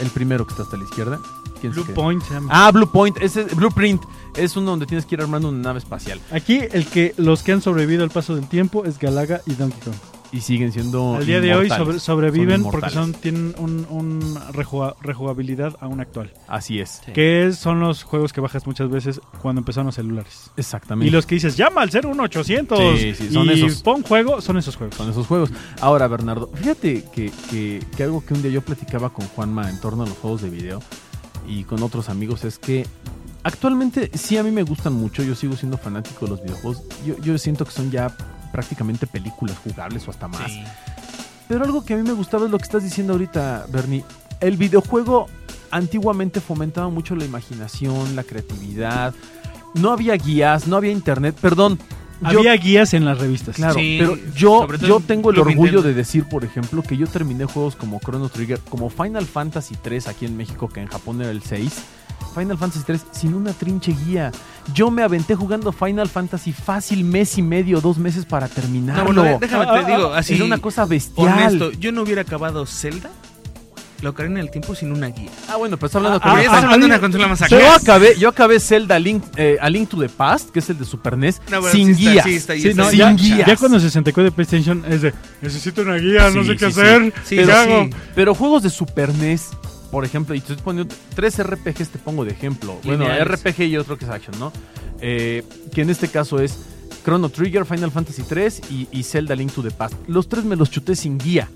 Speaker 4: El primero que está hasta la izquierda. ¿Quién se
Speaker 2: Blue
Speaker 4: queda?
Speaker 2: Point. se llama.
Speaker 4: Ah, Blue Point, ese es Blueprint. Es uno donde tienes que ir armando una nave espacial.
Speaker 2: Aquí el que los que han sobrevivido al paso del tiempo es Galaga y Donkey Kong.
Speaker 4: Y siguen siendo.
Speaker 2: Al día de hoy
Speaker 4: Oh, inmortales.
Speaker 2: sobre- sobreviven
Speaker 4: Son
Speaker 2: porque son
Speaker 4: inmortales.
Speaker 2: tienen un, un rejua- rejugabilidad aún actual.
Speaker 4: Así es.
Speaker 3: Sí.
Speaker 2: Que es- son los juegos que bajas muchas veces cuando empezaron los celulares.
Speaker 4: Exactamente.
Speaker 2: Y los que dices, llama al 01800
Speaker 4: Sí, sí, son
Speaker 2: y
Speaker 4: esos.
Speaker 2: pon juego, son esos juegos.
Speaker 4: Con esos juegos. Ahora, Bernardo, fíjate que, que- que algo que un día yo platicaba con Juanma en torno a los juegos de video y con otros amigos es que actualmente sí a mí me gustan mucho. Yo sigo siendo fanático de los videojuegos. Yo, yo siento que son ya prácticamente películas jugables o hasta más.
Speaker 3: Sí.
Speaker 4: Pero algo que a mí me gustaba es lo que estás diciendo ahorita, Bernie. El videojuego antiguamente fomentaba mucho la imaginación, la creatividad. No había guías, no había internet. Perdón, yo-
Speaker 2: Había guías en las revistas.
Speaker 4: Claro,
Speaker 3: Sí,
Speaker 4: pero yo,
Speaker 3: sobre todo
Speaker 4: yo
Speaker 3: en
Speaker 4: tengo el
Speaker 3: Club
Speaker 4: orgullo
Speaker 3: Nintendo.
Speaker 4: de decir, por ejemplo, que yo terminé juegos como Chrono Trigger, como Final Fantasy 3 aquí en México, que en Japón era el 6. Final Fantasy 3 sin una trinche guía. Yo me aventé jugando Final Fantasy fácil mes y medio, dos meses para terminarlo.
Speaker 3: No, bueno, déjame
Speaker 2: Ah, ah,
Speaker 3: te digo,
Speaker 2: ah,
Speaker 3: así
Speaker 4: Era una cosa bestial.
Speaker 3: honesto, yo no hubiera acabado Zelda, la Ocarina del Tiempo sin una guía.
Speaker 4: Ah, bueno, pero está hablando
Speaker 2: Ah,
Speaker 3: Pero ya
Speaker 2: ah,
Speaker 3: estás hablando de
Speaker 2: había-
Speaker 3: una consola más
Speaker 4: yo
Speaker 3: acá.
Speaker 4: acabé, yo acabé Zelda Link, eh, A Link to the Past, que es el de Super NES,
Speaker 3: No, bueno,
Speaker 4: sin
Speaker 3: sí está-
Speaker 4: guías.
Speaker 3: sí está-
Speaker 2: Sí,
Speaker 3: está-
Speaker 2: no,
Speaker 4: Sin
Speaker 2: ya,
Speaker 4: guías.
Speaker 2: ya cuando 64 de PlayStation es de necesito una guía, no
Speaker 4: Sí,
Speaker 2: sé qué
Speaker 4: sí,
Speaker 2: hacer.
Speaker 3: Sí,
Speaker 2: ¿Qué
Speaker 3: sí.
Speaker 2: hago?
Speaker 4: Pero juegos de Super NES, por ejemplo, y te estoy poniendo tres RPGs, te pongo de ejemplo. Bueno,
Speaker 3: Lineales.
Speaker 4: RPG y otro que es Action, ¿no? Eh, que en este caso es Chrono Trigger, Final Fantasy 3 y, y Zelda Link to the Past. Los tres me los chuté sin guía.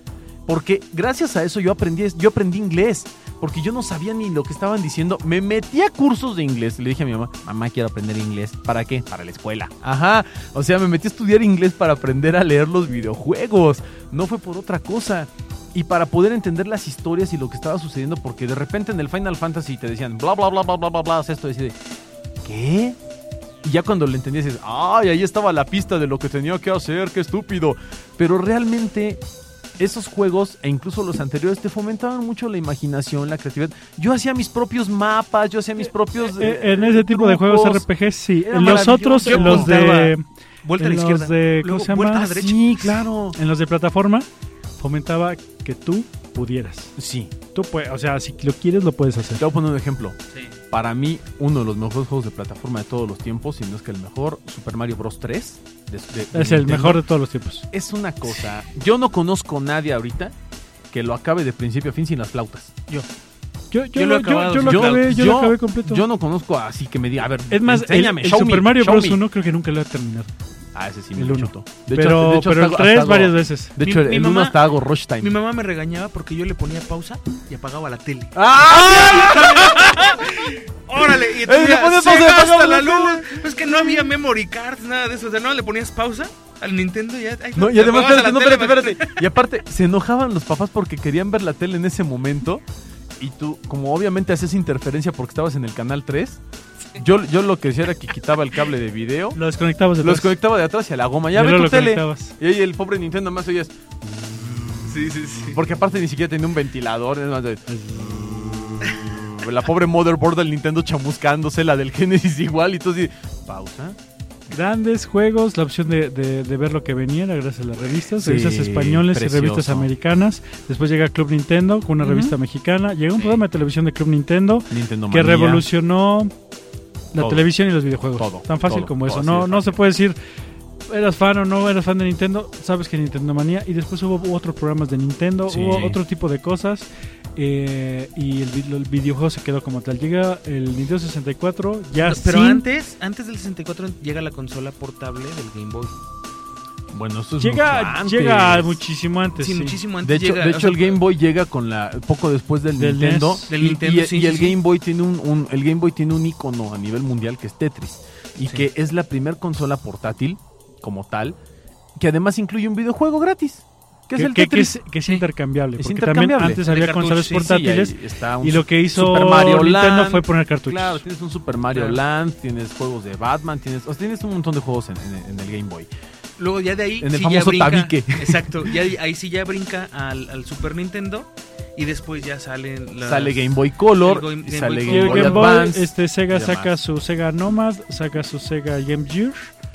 Speaker 4: Porque gracias a eso yo aprendí, yo aprendí inglés. Porque yo no sabía ni lo que estaban diciendo. Me metí a cursos de inglés. Le dije a mi mamá, mamá, quiero aprender inglés. ¿Para qué? Para la escuela. Ajá. O sea, me metí a estudiar inglés para aprender a leer los videojuegos. No fue por otra cosa. Y para poder entender las historias y lo que estaba sucediendo. Porque de repente en el Final Fantasy te decían, bla, bla, bla, bla, bla, bla, bla. Haz esto. Y así de, ¿qué? Y ya cuando lo entendías dices, ay, ahí estaba la pista de lo que tenía que hacer, qué estúpido. Pero realmente esos juegos e incluso los anteriores te fomentaban mucho la imaginación, la creatividad. Yo hacía mis propios mapas, yo hacía mis propios...
Speaker 2: Eh,
Speaker 4: eh,
Speaker 2: en ese tipo de juegos
Speaker 4: trucos.
Speaker 2: RPG, sí.
Speaker 4: Era
Speaker 2: los otros,
Speaker 4: maravilloso.
Speaker 3: Yo
Speaker 2: los de,
Speaker 3: Vuelta a la
Speaker 2: en
Speaker 3: izquierda.
Speaker 2: los de- ¿cómo
Speaker 3: luego
Speaker 2: se llama?
Speaker 3: Vuelta a la derecha.
Speaker 4: Sí, claro.
Speaker 2: en los de plataforma, fomentaba que tú pudieras.
Speaker 4: Sí,
Speaker 2: Tú puedes, o sea, si lo quieres, lo puedes
Speaker 4: te
Speaker 2: hacer.
Speaker 4: voy a poner un ejemplo.
Speaker 3: Sí.
Speaker 4: Para mí, uno de los mejores juegos de plataforma de todos los tiempos, si no es que el mejor, Super Mario Bros. 3. de- de- de
Speaker 2: Es el
Speaker 4: Nintendo.
Speaker 2: mejor de todos los tiempos.
Speaker 4: Es una cosa... Yo no conozco nadie ahorita que lo acabe de principio a fin sin las flautas.
Speaker 2: Yo, yo,
Speaker 3: Yo lo he
Speaker 2: lo- yo-
Speaker 3: acabado,
Speaker 2: yo lo
Speaker 4: sí.
Speaker 2: acabé, yo,
Speaker 4: Yo-
Speaker 2: lo acabé completo.
Speaker 4: Yo no conozco así que me diga, a ver,
Speaker 2: es más, el,
Speaker 4: enséñame,
Speaker 2: el
Speaker 4: show me,
Speaker 2: Super Mario
Speaker 4: show
Speaker 2: Bros.
Speaker 4: me.
Speaker 2: 1 creo que nunca lo he terminado.
Speaker 4: Ah, ese sí me
Speaker 2: El
Speaker 4: lo
Speaker 2: uno.
Speaker 4: chutó. De hecho,
Speaker 2: pero
Speaker 4: de hecho,
Speaker 2: pero
Speaker 4: hasta-
Speaker 2: el 3
Speaker 4: hasta
Speaker 2: varias
Speaker 4: hago-
Speaker 2: veces.
Speaker 4: De
Speaker 3: Mi-
Speaker 4: hecho,
Speaker 3: mi
Speaker 4: el 1
Speaker 3: mamá-
Speaker 4: hasta hago rush time.
Speaker 3: Mi mamá me regañaba porque yo le ponía pausa y apagaba la tele.
Speaker 4: ¡Ah!
Speaker 3: ¡Órale! Y
Speaker 4: Eh, le ponías
Speaker 3: se
Speaker 4: pausa y apagaba
Speaker 3: gasta
Speaker 4: la
Speaker 3: la luz. Es que no había memory cards, nada de eso. O sea, no, le ponías pausa al Nintendo y ya... ay,
Speaker 4: No, y
Speaker 3: te apagabas
Speaker 4: además, espérate,
Speaker 3: la
Speaker 4: no,
Speaker 3: tele,
Speaker 4: espérate, espérate. Y aparte, se enojaban los papás porque querían ver la tele en ese momento. Y tú, como obviamente hacías interferencia porque estabas en el canal 3, yo, yo lo que hacía era que quitaba el cable de video,
Speaker 2: Lo desconectabas de
Speaker 4: lo
Speaker 2: los
Speaker 4: desconectaba de atrás y a la goma. Ya ve tu tele. Y ahí el pobre Nintendo más oías.
Speaker 3: Sí, sí, sí.
Speaker 4: Porque aparte ni siquiera tenía un ventilador. es más de- La pobre motherboard del Nintendo chamuscándose, la del Genesis igual. Y tú así, pausa.
Speaker 2: Grandes juegos, la opción de, de- de ver lo que venía era gracias a las revistas,
Speaker 4: Sí,
Speaker 2: revistas españoles
Speaker 4: precioso.
Speaker 2: y revistas americanas. Después llega Club Nintendo con una
Speaker 4: Ujú.
Speaker 2: revista mexicana. Llega un
Speaker 3: Sí.
Speaker 2: programa de televisión de Club Nintendo
Speaker 4: Nintendo
Speaker 2: que
Speaker 4: Manía.
Speaker 2: revolucionó la
Speaker 4: Todo.
Speaker 2: televisión y los videojuegos.
Speaker 4: Todo,
Speaker 2: Tan fácil
Speaker 4: todo,
Speaker 2: como
Speaker 4: todo
Speaker 2: eso.
Speaker 4: así
Speaker 2: No,
Speaker 4: de
Speaker 2: no se
Speaker 4: fácil.
Speaker 2: puede decir eras fan o no eras fan de Nintendo, sabes que Nintendo manía. Y después hubo otros programas de Nintendo,
Speaker 4: Sí.
Speaker 2: hubo otro tipo de cosas. eh, y el, vi- el videojuego se quedó como tal. Llega el Nintendo 64, ya
Speaker 3: No, pero
Speaker 2: sin-
Speaker 3: antes, antes del 64 llega la consola portable del Game Boy.
Speaker 4: Bueno, esto
Speaker 2: Pues
Speaker 4: es mucho
Speaker 2: Llega,
Speaker 4: antes.
Speaker 2: llega muchísimo antes.
Speaker 3: Sí,
Speaker 2: sí.
Speaker 3: muchísimo antes
Speaker 4: De hecho,
Speaker 3: llega, o
Speaker 4: de hecho
Speaker 3: sea,
Speaker 4: el Game Boy llega con la poco después del,
Speaker 2: Del
Speaker 4: Nintendo,
Speaker 2: NES.
Speaker 3: Del
Speaker 4: y,
Speaker 3: Nintendo,
Speaker 4: y-
Speaker 3: sí,
Speaker 4: y
Speaker 3: sí,
Speaker 4: el
Speaker 3: sí.
Speaker 4: Game Boy tiene un, un- el Game Boy tiene un icono a nivel mundial que es Tetris y
Speaker 3: Sí.
Speaker 4: que es la primer consola portátil como tal que además incluye un videojuego gratis que, es el
Speaker 2: que, que
Speaker 4: Tetris
Speaker 2: es, que es
Speaker 3: Sí.
Speaker 2: intercambiable.
Speaker 4: Es
Speaker 2: porque
Speaker 4: intercambiable.
Speaker 2: también antes había
Speaker 3: cartucho,
Speaker 2: consolas
Speaker 3: sí, sí,
Speaker 2: portátiles.
Speaker 4: y ahí está un
Speaker 2: y lo que hizo
Speaker 4: Super Mario
Speaker 2: Nintendo
Speaker 4: Land.
Speaker 2: fue poner cartuchos.
Speaker 4: Claro, tienes un Super Mario
Speaker 3: Claro.
Speaker 4: Land, tienes juegos de Batman, tienes, o sea, tienes un montón de juegos en, en- en el Game Boy.
Speaker 3: Luego ya de ahí
Speaker 4: En el
Speaker 3: sí
Speaker 4: famoso
Speaker 3: ya brinca,
Speaker 4: tabique.
Speaker 3: Exacto, ya de- ahí sí ya brinca al, al Super Nintendo y después ya salen las-
Speaker 4: Sale Game Boy Color,
Speaker 3: el Game- Game
Speaker 4: sale
Speaker 3: Boy
Speaker 2: Y
Speaker 4: Game
Speaker 2: el
Speaker 4: Boy,
Speaker 2: Game Boy,
Speaker 4: Advance.
Speaker 2: este, Sega
Speaker 4: y demás.
Speaker 2: saca su Sega Nomad, saca su Sega Game Gear.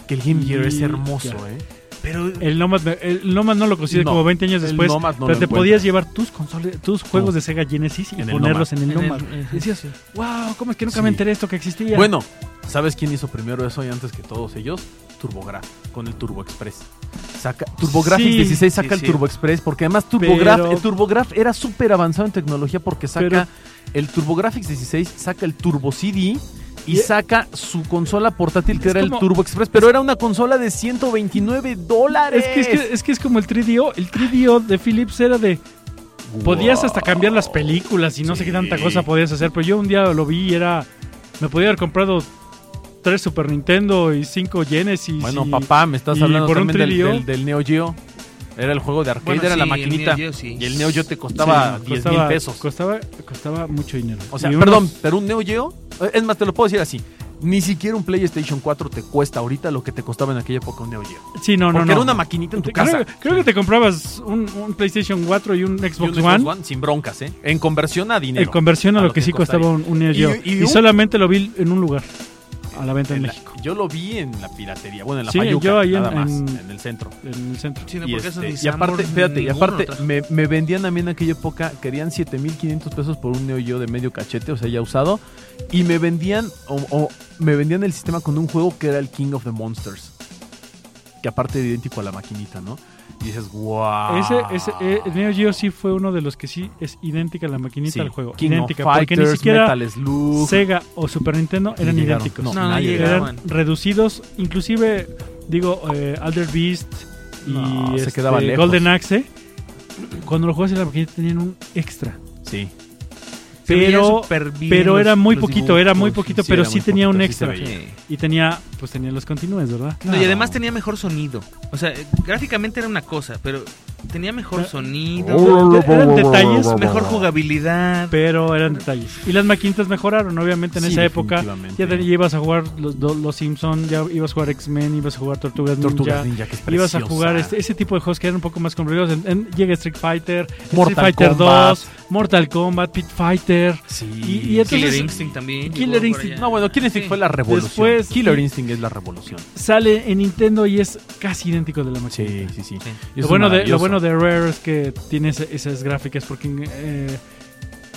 Speaker 4: que el Game Gear es
Speaker 2: y-
Speaker 4: hermoso,
Speaker 2: ya.
Speaker 4: ¿eh?
Speaker 3: Pero
Speaker 2: El Nomad, me- el Nomad no lo consigue
Speaker 4: No,
Speaker 2: como 20 años
Speaker 4: el
Speaker 2: después.
Speaker 4: Nomad no
Speaker 2: pero
Speaker 4: lo
Speaker 2: te podías
Speaker 4: encuentras.
Speaker 2: llevar tus consoles, tus juegos de Sega Genesis y
Speaker 4: En el
Speaker 2: ponerlos en el
Speaker 3: en el-
Speaker 2: Nomad.
Speaker 3: eh,
Speaker 2: Decías, wow, ¿cómo es que nunca
Speaker 4: Sí.
Speaker 2: me enteré esto que existía?
Speaker 4: Bueno, ¿sabes quién hizo primero eso y antes que todos ellos? TurboGraf, con el Turbo Express. Saca, TurboGrafx
Speaker 2: Sí,
Speaker 4: 16 saca
Speaker 3: sí,
Speaker 4: el
Speaker 3: sí.
Speaker 4: Turbo Express, porque además TurboGraf,
Speaker 2: Pero-
Speaker 4: el TurboGraf era súper avanzado en tecnología porque saca
Speaker 2: Pero-
Speaker 4: el TurboGrafx 16, saca el Turbo CD y
Speaker 2: Y-
Speaker 4: saca su consola portátil que
Speaker 2: Es
Speaker 4: era
Speaker 2: como-
Speaker 4: el Turbo Express, pero era una consola de 129 dólares.
Speaker 2: es que, es, que, es que es como el 3DO. El 3DO de Philips era de Podías hasta cambiar las películas y no sé qué tanta cosa podías hacer, pero yo un día lo vi y era. Me podía haber comprado tres Super Nintendo y cinco Genesis.
Speaker 4: Bueno,
Speaker 2: y-
Speaker 4: papá, me estás
Speaker 2: y
Speaker 4: hablando
Speaker 2: por un
Speaker 4: también del,
Speaker 2: trillo-
Speaker 4: del- del Neo Geo. Era el juego de arcade,
Speaker 3: Bueno,
Speaker 4: era
Speaker 3: sí,
Speaker 4: la
Speaker 3: el
Speaker 4: maquinita.
Speaker 3: Neo Geo sí.
Speaker 4: Y el Neo Geo te costaba
Speaker 2: Sí,
Speaker 4: 10 mil
Speaker 2: costaba-
Speaker 4: pesos.
Speaker 2: Costaba, costaba mucho dinero.
Speaker 4: O sea,
Speaker 2: Y unos-
Speaker 4: perdón, pero un Neo Geo, eh, es más, te lo puedo decir así. Ni siquiera un PlayStation 4 te cuesta ahorita lo que te costaba en aquella época un Neo Geo.
Speaker 2: Sí, no, no,
Speaker 4: Porque
Speaker 2: no.
Speaker 4: era una maquinita en tu
Speaker 2: Te-
Speaker 4: casa.
Speaker 2: Creo, creo que te comprabas un, un PlayStation 4 y un Xbox,
Speaker 4: Y un Xbox
Speaker 2: One.
Speaker 4: One sin broncas, ¿eh? En conversión a dinero.
Speaker 2: En conversión a,
Speaker 4: A
Speaker 2: lo
Speaker 4: lo
Speaker 2: que
Speaker 4: que
Speaker 2: sí
Speaker 4: costaría.
Speaker 2: costaba un, un Neo
Speaker 4: Y-
Speaker 2: Geo.
Speaker 4: y
Speaker 2: Y,
Speaker 4: un-
Speaker 2: solamente lo vi en un lugar, a la venta en,
Speaker 4: En la-
Speaker 2: México,
Speaker 4: yo lo vi en la piratería, bueno, en la
Speaker 2: Sí,
Speaker 4: payuca,
Speaker 2: yo ahí en-
Speaker 4: nada más,
Speaker 2: en-
Speaker 4: en el centro.
Speaker 2: en el centro.
Speaker 3: Sí, no,
Speaker 4: y,
Speaker 3: porque esos
Speaker 4: este,
Speaker 3: ni
Speaker 4: y aparte,
Speaker 3: Sanborns
Speaker 4: fíjate, y
Speaker 3: ninguno lo
Speaker 4: aparte,
Speaker 3: trajo.
Speaker 4: me, me vendían a mí en aquella época, querían 7500 pesos por un Neo Geo de medio cachete, o sea, ya usado, y me vendían, o, o me vendían el sistema con un juego que era el King of the Monsters, que aparte era idéntico a la maquinita, ¿no? Y dices, wow.
Speaker 2: Ese, ese eh, Neo Geo sí fue uno de los que sí es idéntica a la maquinita
Speaker 4: Sí,
Speaker 2: del juego.
Speaker 4: King
Speaker 2: idéntica,
Speaker 4: of
Speaker 2: porque ni
Speaker 4: Fighters,
Speaker 2: siquiera
Speaker 4: Metal Slug,
Speaker 2: Sega o Super Nintendo
Speaker 4: ni
Speaker 2: eran
Speaker 4: llegaron.
Speaker 2: idénticos.
Speaker 4: No,
Speaker 3: No, no
Speaker 4: nadie llegó.
Speaker 2: eran
Speaker 3: llegaban.
Speaker 2: reducidos, inclusive, digo, eh, Alder Beast y
Speaker 4: No, se
Speaker 2: este,
Speaker 4: quedaban lejos.
Speaker 2: Golden Axe. Cuando lo jugabas en la maquinita tenían un extra.
Speaker 4: Sí,
Speaker 3: Se veían
Speaker 2: pero-
Speaker 3: súper bien
Speaker 2: Pero
Speaker 3: los-
Speaker 2: era muy
Speaker 3: los
Speaker 2: poquito, era muy
Speaker 3: dibujos,
Speaker 2: poquito,
Speaker 4: sí,
Speaker 2: pero
Speaker 4: era
Speaker 2: sí
Speaker 4: muy
Speaker 2: tenía un
Speaker 4: poquito, sí se
Speaker 2: extra.
Speaker 4: veía.
Speaker 3: sí.
Speaker 2: Y tenía, pues tenía los continúes, ¿verdad?
Speaker 3: No, y
Speaker 4: Claro.
Speaker 3: además tenía mejor sonido. O sea, eh, gráficamente era una cosa, pero tenía mejor
Speaker 2: Pero-
Speaker 3: sonido,
Speaker 2: Eran detalles,
Speaker 3: mejor jugabilidad.
Speaker 2: pero eran detalles. Y las maquinitas mejoraron, obviamente, en
Speaker 4: Sí,
Speaker 2: esa época.
Speaker 4: definitivamente.
Speaker 2: Ya, te- ya ibas a jugar los, do- los Simpsons, ya ibas a jugar X-Men, ibas a jugar Tortugas, Ninja.
Speaker 4: Tortugas Ninja, que es
Speaker 2: Ibas a
Speaker 4: preciosa.
Speaker 2: jugar este- ese tipo de juegos que eran un poco más complicados. En- en- llega Street Fighter,
Speaker 4: Mortal
Speaker 2: Street Fighter
Speaker 4: Kombat.
Speaker 2: 2, Mortal Kombat, Pit Fighter.
Speaker 4: Sí.
Speaker 2: Y- y
Speaker 3: Killer
Speaker 2: entonces-
Speaker 3: Instinct también.
Speaker 2: Killer
Speaker 3: llegó por
Speaker 2: Instinct,
Speaker 3: allá.
Speaker 4: No, bueno, Killer Instinct
Speaker 3: Sí.
Speaker 4: fue la revolución.
Speaker 2: Después-
Speaker 4: Killer Instinct es la revolución.
Speaker 2: Sale en Nintendo y es casi idéntico de la maquinita.
Speaker 4: Sí, sí, sí.
Speaker 3: Sí.
Speaker 4: Y eso
Speaker 2: Lo
Speaker 4: es
Speaker 2: bueno, de, lo
Speaker 4: maravilloso.
Speaker 2: bueno de Rare es que tiene ese- esas gráficas porque... eh,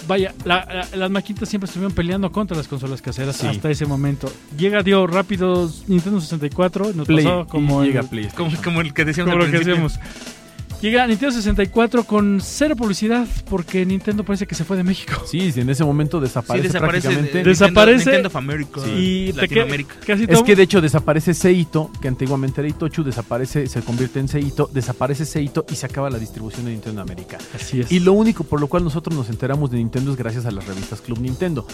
Speaker 2: Vaya, la- la- las maquinitas siempre estuvieron peleando contra las consolas caseras
Speaker 4: Sí.
Speaker 2: hasta ese momento. Llega, dio rápido Nintendo 64, nos
Speaker 4: Play,
Speaker 2: pasó como
Speaker 4: y
Speaker 2: el-
Speaker 4: llega PlayStation.
Speaker 3: Como, como el que decíamos
Speaker 2: como
Speaker 3: al
Speaker 2: lo que
Speaker 3: principio.
Speaker 2: decíamos. Llega Nintendo 64 con cero publicidad porque Nintendo parece que se fue de México.
Speaker 4: Sí, sí, en ese momento
Speaker 3: Sí,
Speaker 4: desaparece,
Speaker 3: desaparece.
Speaker 4: prácticamente.
Speaker 3: Nintendo-
Speaker 2: Desaparece.
Speaker 3: Nintendo of America.
Speaker 4: Sí.
Speaker 2: y te que-
Speaker 3: Latinoamérica.
Speaker 2: casi
Speaker 4: es
Speaker 2: todo-
Speaker 4: que de hecho desaparece Seito, que antiguamente era Itochu, desaparece, se convierte en Seito, desaparece Seito y se acaba la distribución de Nintendo en América.
Speaker 2: Así es.
Speaker 4: Y lo único por lo cual nosotros nos enteramos de Nintendo es gracias a las revistas Club Nintendo.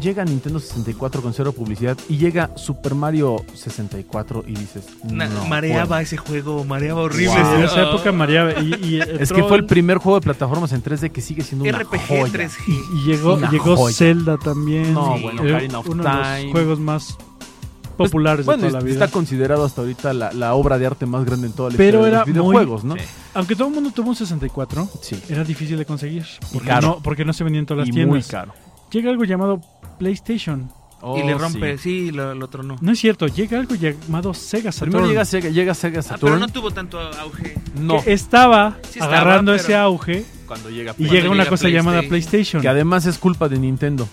Speaker 4: Llega Nintendo 64 con cero publicidad y llega Super Mario 64 y dices,
Speaker 3: Na-
Speaker 4: "No,
Speaker 3: mareaba
Speaker 4: bueno".
Speaker 3: ese juego, mareaba horrible.
Speaker 2: Sí, en
Speaker 3: Ah.
Speaker 2: esa época mareaba. Y, y eh,
Speaker 4: Es
Speaker 2: entró
Speaker 4: que fue el primer juego de plataformas en 3D que sigue siendo una
Speaker 3: RPG
Speaker 4: joya.
Speaker 3: 3G.
Speaker 2: Y llegó,
Speaker 4: Una
Speaker 2: llegó
Speaker 4: joya.
Speaker 2: Zelda también.
Speaker 4: No,
Speaker 2: Sí.
Speaker 4: bueno,
Speaker 2: Era
Speaker 4: Ocarina of
Speaker 2: uno de
Speaker 4: Time.
Speaker 2: los juegos más
Speaker 4: Pues,
Speaker 2: populares
Speaker 4: bueno,
Speaker 2: de toda la vida.
Speaker 4: está considerado hasta ahorita la, la obra de arte más grande en toda la
Speaker 2: Pero
Speaker 4: historia de
Speaker 2: era
Speaker 4: los
Speaker 2: muy-
Speaker 4: videojuegos, ¿no?
Speaker 3: Sí.
Speaker 2: Aunque todo el mundo tuvo un 64,
Speaker 4: Sí.
Speaker 2: era difícil de conseguir. Porque,
Speaker 4: caro.
Speaker 2: No, porque no se vendían todas las
Speaker 4: Y muy
Speaker 2: tiendas.
Speaker 4: caro.
Speaker 2: Llega algo llamado PlayStation.
Speaker 4: Oh,
Speaker 3: y le rompe,
Speaker 4: sí.
Speaker 3: sí, lo, lo tronó.
Speaker 2: No es cierto, llega algo llamado Sega Saturn.
Speaker 4: Primero llega Sega, llega Sega
Speaker 3: Ah, pero
Speaker 4: Saturn.
Speaker 3: no tuvo tanto auge.
Speaker 4: no,
Speaker 2: que estaba
Speaker 3: Sí estaba,
Speaker 2: agarrando
Speaker 3: pero-
Speaker 2: ese auge
Speaker 4: cuando llega
Speaker 2: y
Speaker 3: Cuando
Speaker 2: llega una
Speaker 3: llega
Speaker 2: cosa
Speaker 3: PlayStation.
Speaker 2: llamada PlayStation.
Speaker 4: Que además es culpa de Nintendo,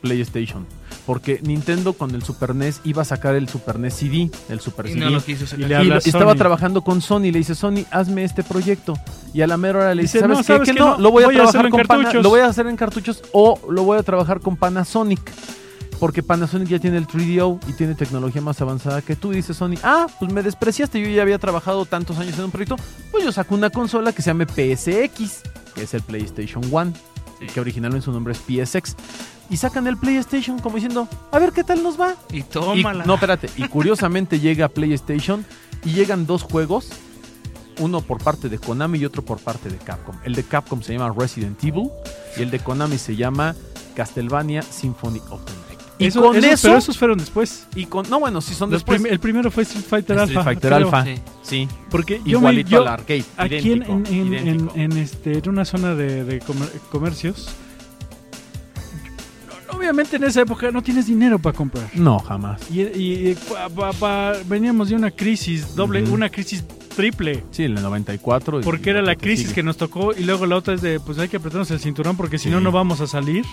Speaker 4: PlayStation. Porque Nintendo con el Super NES iba a sacar el Super E NES CD, el Super
Speaker 3: Y
Speaker 4: CD.
Speaker 3: no lo quiso sacar.
Speaker 2: Y
Speaker 4: Y
Speaker 2: le- habla
Speaker 4: lo-
Speaker 2: Sony.
Speaker 4: estaba trabajando con Sony, le dice Sony, hazme este proyecto. Y a la mera hora le dice,
Speaker 2: Dice,
Speaker 4: ¿sabes,
Speaker 2: "No,
Speaker 4: qué?
Speaker 2: ¿sabes
Speaker 4: que
Speaker 2: qué?
Speaker 4: no?
Speaker 2: No,
Speaker 4: Lo voy a
Speaker 2: voy a
Speaker 4: trabajar
Speaker 2: hacerlo en
Speaker 4: con Pana-
Speaker 2: cartuchos".
Speaker 4: lo voy a hacer en cartuchos o lo voy a trabajar con Panasonic. Porque Panasonic ya tiene el 3DO y tiene tecnología más avanzada que tú. Y dice Sony, ah, pues me despreciaste, yo ya había trabajado tantos años en un proyecto. Pues yo saco una consola que se llame PSX, que es el PlayStation One, y que originalmente su nombre es PSX. Y sacan el PlayStation como diciendo, a ver qué tal nos va.
Speaker 3: Y
Speaker 4: Y-
Speaker 3: tómala.
Speaker 4: no, espérate. Y curiosamente llega a PlayStation y llegan dos juegos. Uno por parte de Konami y otro por parte de Capcom. El de Capcom se llama Resident Evil y el de Konami se llama Castlevania Symphony of the Night. Y
Speaker 2: Eso-
Speaker 4: con
Speaker 2: esos-
Speaker 4: eso...
Speaker 2: Pero esos fueron después.
Speaker 4: Y con, no, bueno, sí son
Speaker 2: Los
Speaker 4: después.
Speaker 2: prim- el primero fue Street Fighter Alpha.
Speaker 4: Street Fighter
Speaker 2: creo.
Speaker 4: Alpha.
Speaker 3: Sí.
Speaker 4: Sí,
Speaker 2: Porque yo me
Speaker 4: igualito
Speaker 2: yo,
Speaker 4: al arcade.
Speaker 2: aquí en,
Speaker 4: idéntico,
Speaker 2: en- en-
Speaker 4: idéntico.
Speaker 2: en- en este, en una zona de, de comer- comercios. Obviamente en esa época no tienes dinero para comprar.
Speaker 4: No, jamás.
Speaker 2: Y, y- y pa- pa- pa- veníamos de una crisis doble,
Speaker 4: Ujú.
Speaker 2: una crisis triple.
Speaker 4: Sí, en el 94. y
Speaker 2: Porque era
Speaker 4: lo
Speaker 2: la
Speaker 4: te
Speaker 2: crisis
Speaker 4: sigue.
Speaker 2: que nos tocó y luego la otra es de, pues hay que apretarnos el cinturón porque si no,
Speaker 4: Sí.
Speaker 2: no vamos a salir.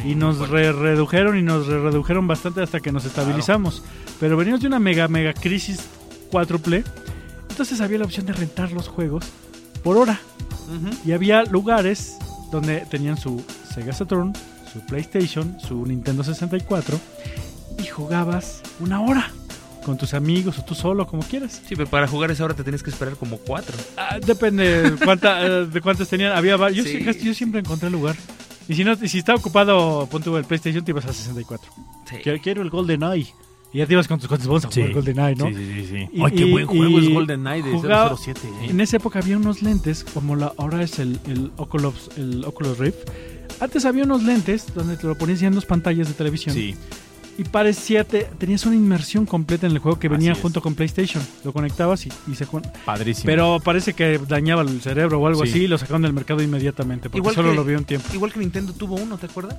Speaker 3: Sí,
Speaker 2: Y nos
Speaker 3: fuerte.
Speaker 2: re- redujeron y nos re- redujeron bastante hasta que nos estabilizamos. Pero venimos de una mega, mega crisis cuádruple. Entonces había la opción de rentar los juegos por hora.
Speaker 4: Ujú.
Speaker 2: Y había lugares donde tenían su Sega Saturn, su PlayStation, su Nintendo 64. Y jugabas una hora con tus amigos o tú solo, como quieras.
Speaker 3: Sí, pero para jugar esa hora te tienes que esperar como cuatro.
Speaker 2: Ah, depende de cuánta, eh, de cuántas tenían. Había va- yo,
Speaker 3: Sí,
Speaker 2: sí- casi- yo
Speaker 3: sí.
Speaker 2: siempre encontré lugar. Y si no, y si estaba ocupado, punto el PlayStation, te ibas a 64.
Speaker 3: Sí.
Speaker 2: Quiero, quiero el Golden Eye. Y ya te ibas con tus cuates bolsas a jugar GoldenEye, ¿no?
Speaker 4: Sí, sí, sí.
Speaker 2: Y-
Speaker 4: Ay, qué
Speaker 2: y-
Speaker 4: buen juego
Speaker 2: y
Speaker 4: es GoldenEye de
Speaker 2: jugaba-
Speaker 4: 007. ¿eh?
Speaker 2: En esa época había unos lentes, como la, ahora es el, el, Oculus, el Oculus Rift. Antes había unos lentes donde te lo ponías en dos pantallas de televisión.
Speaker 4: Sí,
Speaker 2: Y parecía, te- tenías una inmersión completa en el juego que venía
Speaker 4: Así es.
Speaker 2: junto con PlayStation. Lo conectabas y, y se jugaba.
Speaker 4: padrísimo.
Speaker 2: Pero parece que dañaba el cerebro o algo
Speaker 4: Sí.
Speaker 2: así y lo sacaron del mercado inmediatamente. Porque
Speaker 3: Igual
Speaker 2: solo
Speaker 3: que-
Speaker 2: lo vio un tiempo.
Speaker 3: Igual que Nintendo tuvo uno, ¿te acuerdas?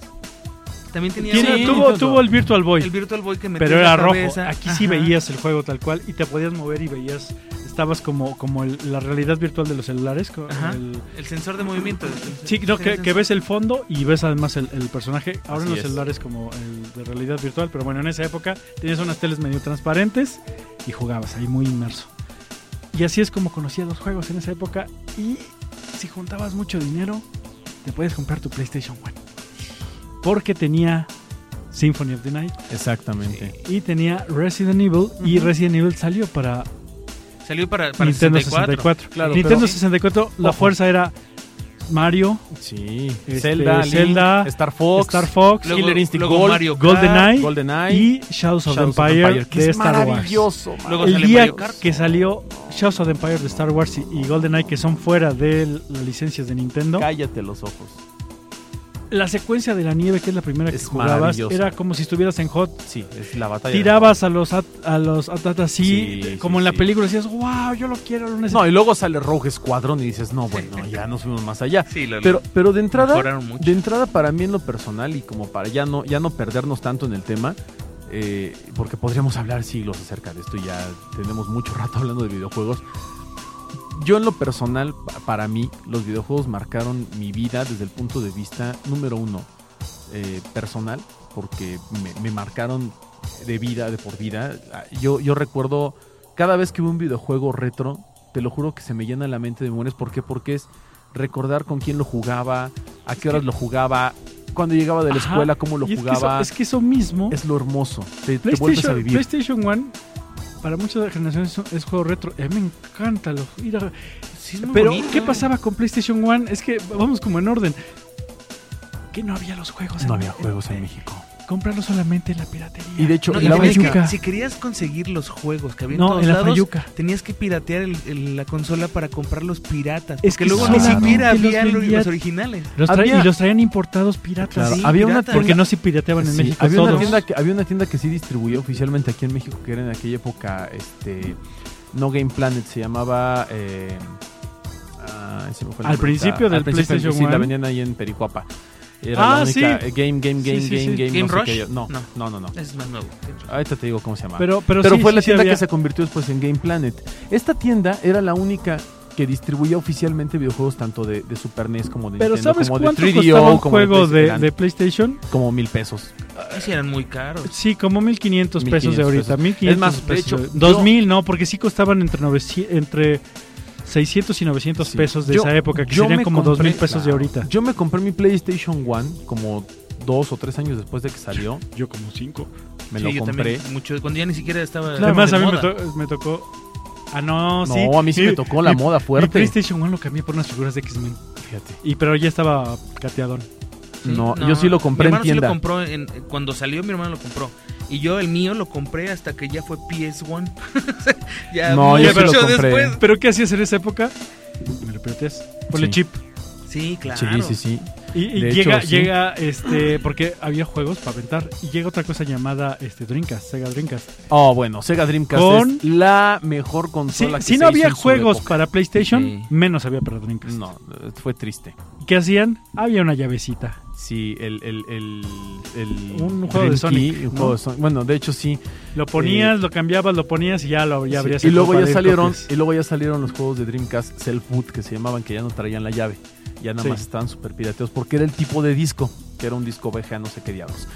Speaker 3: También tenía
Speaker 2: Tiene-
Speaker 4: sí,
Speaker 2: tuvo,
Speaker 4: Nintendo.
Speaker 2: tuvo el Virtual Boy.
Speaker 3: el Virtual Boy que metía
Speaker 2: Pero era
Speaker 3: la
Speaker 2: rojo.
Speaker 3: cabeza.
Speaker 2: Aquí sí
Speaker 3: Ajá.
Speaker 2: veías el juego tal cual y te podías mover y veías. Estabas como, como el- la realidad virtual de los celulares. con
Speaker 3: Ajá.
Speaker 2: el-
Speaker 3: el sensor de movimiento. el-
Speaker 2: sí, no, que,
Speaker 3: el
Speaker 2: que
Speaker 3: sensor.
Speaker 2: ves el fondo y ves además el, el personaje. Ahora en
Speaker 4: Así
Speaker 2: los
Speaker 4: es.
Speaker 2: celulares como el de realidad virtual. Pero bueno, en esa época tenías unas teles medio transparentes y jugabas ahí muy inmerso. Y así es como conocía los juegos en esa época. Y si juntabas mucho dinero, te podías comprar tu PlayStation 1. Porque tenía Symphony of the Night.
Speaker 4: Exactamente.
Speaker 2: Y tenía Resident Evil. Y
Speaker 3: Ujú.
Speaker 2: Resident Evil salió para,
Speaker 3: Salió para, para
Speaker 2: Nintendo 64.
Speaker 3: 64.
Speaker 4: claro,
Speaker 2: Nintendo
Speaker 3: pero-
Speaker 2: 64, la
Speaker 4: Ojo.
Speaker 2: fuerza era Mario,
Speaker 4: Sí.
Speaker 2: Este,
Speaker 4: Zelda, Link,
Speaker 2: Zelda,
Speaker 4: Star Fox,
Speaker 2: Star Fox,
Speaker 3: Luego-
Speaker 4: Killer Instinct
Speaker 3: luego
Speaker 4: Gold,
Speaker 3: Mario Kart,
Speaker 2: GoldenEye
Speaker 4: GoldenEye
Speaker 2: y Shadows of the
Speaker 4: Shadows of
Speaker 2: Empire,
Speaker 4: que
Speaker 2: de
Speaker 4: es
Speaker 2: Star Wars.
Speaker 4: maravilloso. man.
Speaker 3: Luego
Speaker 2: El
Speaker 3: sale
Speaker 2: día
Speaker 3: Mario Kart.
Speaker 2: que salió Shadows of the Empire de Star Wars y, y GoldenEye, que son fuera de l- las licencias de Nintendo,
Speaker 4: Cállate los ojos.
Speaker 2: la secuencia de la nieve, que es la primera que
Speaker 4: Es
Speaker 2: jugabas,
Speaker 4: maravillosa.
Speaker 2: era como si estuvieras en Hot
Speaker 4: Sí, es la batalla. de-
Speaker 2: Tirabas a los at- a los atatas así,
Speaker 4: Sí,
Speaker 2: como
Speaker 4: sí,
Speaker 2: en la
Speaker 4: sí.
Speaker 2: película, decías, wow, yo lo quiero, lo necesito.
Speaker 4: No, y luego sale Rogue Squadron y dices, no, bueno, ya nos fuimos más allá.
Speaker 3: Sí, lo,
Speaker 4: Pero, pero de
Speaker 3: lo
Speaker 4: entrada,
Speaker 3: mejoraron mucho.
Speaker 4: de entrada para mí en lo personal y como para ya no, ya no perdernos tanto en el tema, eh, porque podríamos hablar siglos acerca de esto y ya tenemos mucho rato hablando de videojuegos. Yo en lo personal, pa- para mí, los videojuegos marcaron mi vida desde el punto de vista número uno, eh, personal, porque me, me marcaron de vida, de por vida. Ah, Yo, yo recuerdo cada vez que veo un videojuego retro, te lo juro que se me llena la mente de memorias. ¿Por qué? Porque es recordar con quién lo jugaba, a qué horas lo jugaba, cuando llegaba de la
Speaker 2: Ajá,
Speaker 4: escuela, cómo lo
Speaker 2: Y es, que eso,
Speaker 4: jugaba.
Speaker 2: es que eso mismo,
Speaker 4: Es lo hermoso. Te, te vuelves a
Speaker 2: PlayStation,
Speaker 4: vivir.
Speaker 2: PlayStation 1 para muchas generaciones es, es juego retro. A mí me encanta. lo- ir a-
Speaker 3: Sí, es muy
Speaker 2: pero,
Speaker 3: bonito.
Speaker 2: ¿qué pasaba con PlayStation 1? Es que vamos como en orden. Que no había los juegos. en- eh,
Speaker 4: No había juegos en México.
Speaker 2: Comprarlo solamente en la piratería.
Speaker 4: Y de hecho,
Speaker 3: No,
Speaker 4: en
Speaker 3: y
Speaker 2: eh, la
Speaker 3: tenías que-
Speaker 2: Fayuca.
Speaker 3: si querías conseguir los juegos que había en
Speaker 2: No,
Speaker 3: todos
Speaker 2: en la
Speaker 3: lados,
Speaker 2: Fayuca.
Speaker 3: tenías que piratear el- el- la consola para comprar los piratas.
Speaker 2: Es
Speaker 3: que
Speaker 2: que
Speaker 3: luego ni
Speaker 4: solamente
Speaker 3: siquiera
Speaker 2: los
Speaker 3: había los,
Speaker 2: vendía-
Speaker 3: los originales.
Speaker 2: Los trae-
Speaker 4: había-
Speaker 2: Y los traían importados piratas.
Speaker 4: Claro, Ah,
Speaker 3: Sí,
Speaker 4: había una
Speaker 3: pirata.
Speaker 4: tienda-
Speaker 2: Porque no se pirateaban en
Speaker 4: Sí,
Speaker 2: México
Speaker 4: había
Speaker 2: todos.
Speaker 4: Una tienda que, había una tienda que sí distribuía oficialmente aquí en México, que era en aquella época, este, No Game Planet, se llamaba... eh, ay, se me fue el
Speaker 2: Al
Speaker 4: nombre ahorita.
Speaker 2: principio del
Speaker 4: Al principio,
Speaker 2: PlayStation
Speaker 4: Sí, la
Speaker 2: One.
Speaker 4: vendían ahí en Pericuapa. Era
Speaker 2: Ah,
Speaker 4: la única,
Speaker 2: sí.
Speaker 4: eh, Game, Game, Game,
Speaker 2: Sí, sí,
Speaker 4: Game,
Speaker 2: sí.
Speaker 4: Game,
Speaker 3: ¿Game
Speaker 4: no sé qué,
Speaker 3: Rush?
Speaker 4: no,
Speaker 3: No.
Speaker 4: no, no, no.
Speaker 3: Es más nuevo.
Speaker 4: Ahorita te digo cómo se llama. Pero,
Speaker 2: Pero, pero, sí,
Speaker 4: fue
Speaker 2: sí,
Speaker 4: la
Speaker 2: sí
Speaker 4: tienda
Speaker 2: había.
Speaker 4: que se convirtió después en Game Planet. Esta tienda era la única que distribuía oficialmente videojuegos tanto de, de Super NES como de
Speaker 2: Pero
Speaker 4: Nintendo,
Speaker 2: ¿sabes
Speaker 4: como
Speaker 2: cuánto
Speaker 4: de 3DO,
Speaker 2: costaba un
Speaker 4: como
Speaker 2: juego de,
Speaker 4: PlayStation?
Speaker 2: de PlayStation?
Speaker 4: como mil pesos.
Speaker 3: Esos Ah, eran muy caros.
Speaker 2: Sí, como 1500 pesos de
Speaker 4: 1,500
Speaker 2: ahorita.
Speaker 4: pesos.
Speaker 2: 1500
Speaker 4: Es más, de
Speaker 2: pesos.
Speaker 4: hecho,
Speaker 2: 2000, no, porque sí costaban entre, 900 entre 600 y 900
Speaker 4: Sí.
Speaker 2: pesos de
Speaker 4: Yo-
Speaker 2: esa época, que
Speaker 4: yo
Speaker 2: serían
Speaker 4: me
Speaker 2: como
Speaker 4: compré-
Speaker 2: 2000 pesos de
Speaker 4: claro.
Speaker 2: ahorita.
Speaker 4: Yo me compré mi PlayStation 1 como dos o tres años después de que salió.
Speaker 2: Yo como 5.
Speaker 4: Me
Speaker 3: Sí,
Speaker 4: lo
Speaker 3: yo
Speaker 4: compré.
Speaker 3: también, mucho, cuando ya ni siquiera estaba.
Speaker 2: Además,
Speaker 3: de
Speaker 2: a mí me,
Speaker 3: moda.
Speaker 2: to- me tocó. Ah, no, sí.
Speaker 4: No, a mí sí me tocó la
Speaker 2: mi-
Speaker 4: moda
Speaker 2: Mi
Speaker 4: fuerte.
Speaker 2: PlayStation 1 lo cambié por unas figuras de X-Men.
Speaker 4: Fíjate.
Speaker 2: Y pero ya estaba cateadón.
Speaker 3: Sí,
Speaker 4: no, yo sí lo compré
Speaker 3: mi
Speaker 4: en
Speaker 3: hermano Sí
Speaker 4: tienda.
Speaker 3: lo compró en- cuando salió, mi hermano lo compró. Y yo el mío lo compré hasta que ya fue PS1. O sea, ya
Speaker 4: No,
Speaker 2: yo sí
Speaker 3: mucho
Speaker 4: lo compré.
Speaker 3: después.
Speaker 2: Pero ¿qué hacías en esa época? Me lo pirateas. Ponle
Speaker 4: Sí.
Speaker 2: chip.
Speaker 3: Sí, claro.
Speaker 4: Sí, sí, sí.
Speaker 2: Y, y
Speaker 4: De
Speaker 2: llega,
Speaker 4: hecho, sí.
Speaker 2: llega, este, porque había juegos para aventar. Y llega otra cosa llamada este, Dreamcast, Sega Dreamcast.
Speaker 4: Oh, bueno, Sega Dreamcast
Speaker 2: Con-
Speaker 4: es la mejor
Speaker 2: Sí,
Speaker 4: consola que
Speaker 2: si
Speaker 4: se
Speaker 2: no
Speaker 4: hizo
Speaker 2: había
Speaker 4: en su
Speaker 2: juegos
Speaker 4: época.
Speaker 2: para PlayStation,
Speaker 3: Sí.
Speaker 2: menos había para Dreamcast.
Speaker 4: No, eh, fue triste.
Speaker 2: ¿Qué hacían? Había una llavecita.
Speaker 4: Sí, el. el, el, el
Speaker 2: Un juego de
Speaker 4: Key,
Speaker 2: Sonic,
Speaker 4: un
Speaker 2: ¿no?
Speaker 4: juego de Sonic. Bueno, de hecho, sí.
Speaker 2: Lo ponías, lo cambiabas, lo ponías y ya lo ya
Speaker 4: Sí,
Speaker 2: abrías.
Speaker 4: y
Speaker 2: el
Speaker 4: luego
Speaker 2: juego
Speaker 4: ya
Speaker 2: para
Speaker 4: salieron
Speaker 2: ir
Speaker 4: y luego ya salieron los juegos de Dreamcast Self Boot que se llamaban que ya no traían la llave ya nada
Speaker 2: Sí.
Speaker 4: más estaban super pirateados porque era el tipo de disco que era un disco VGA no sé qué diablos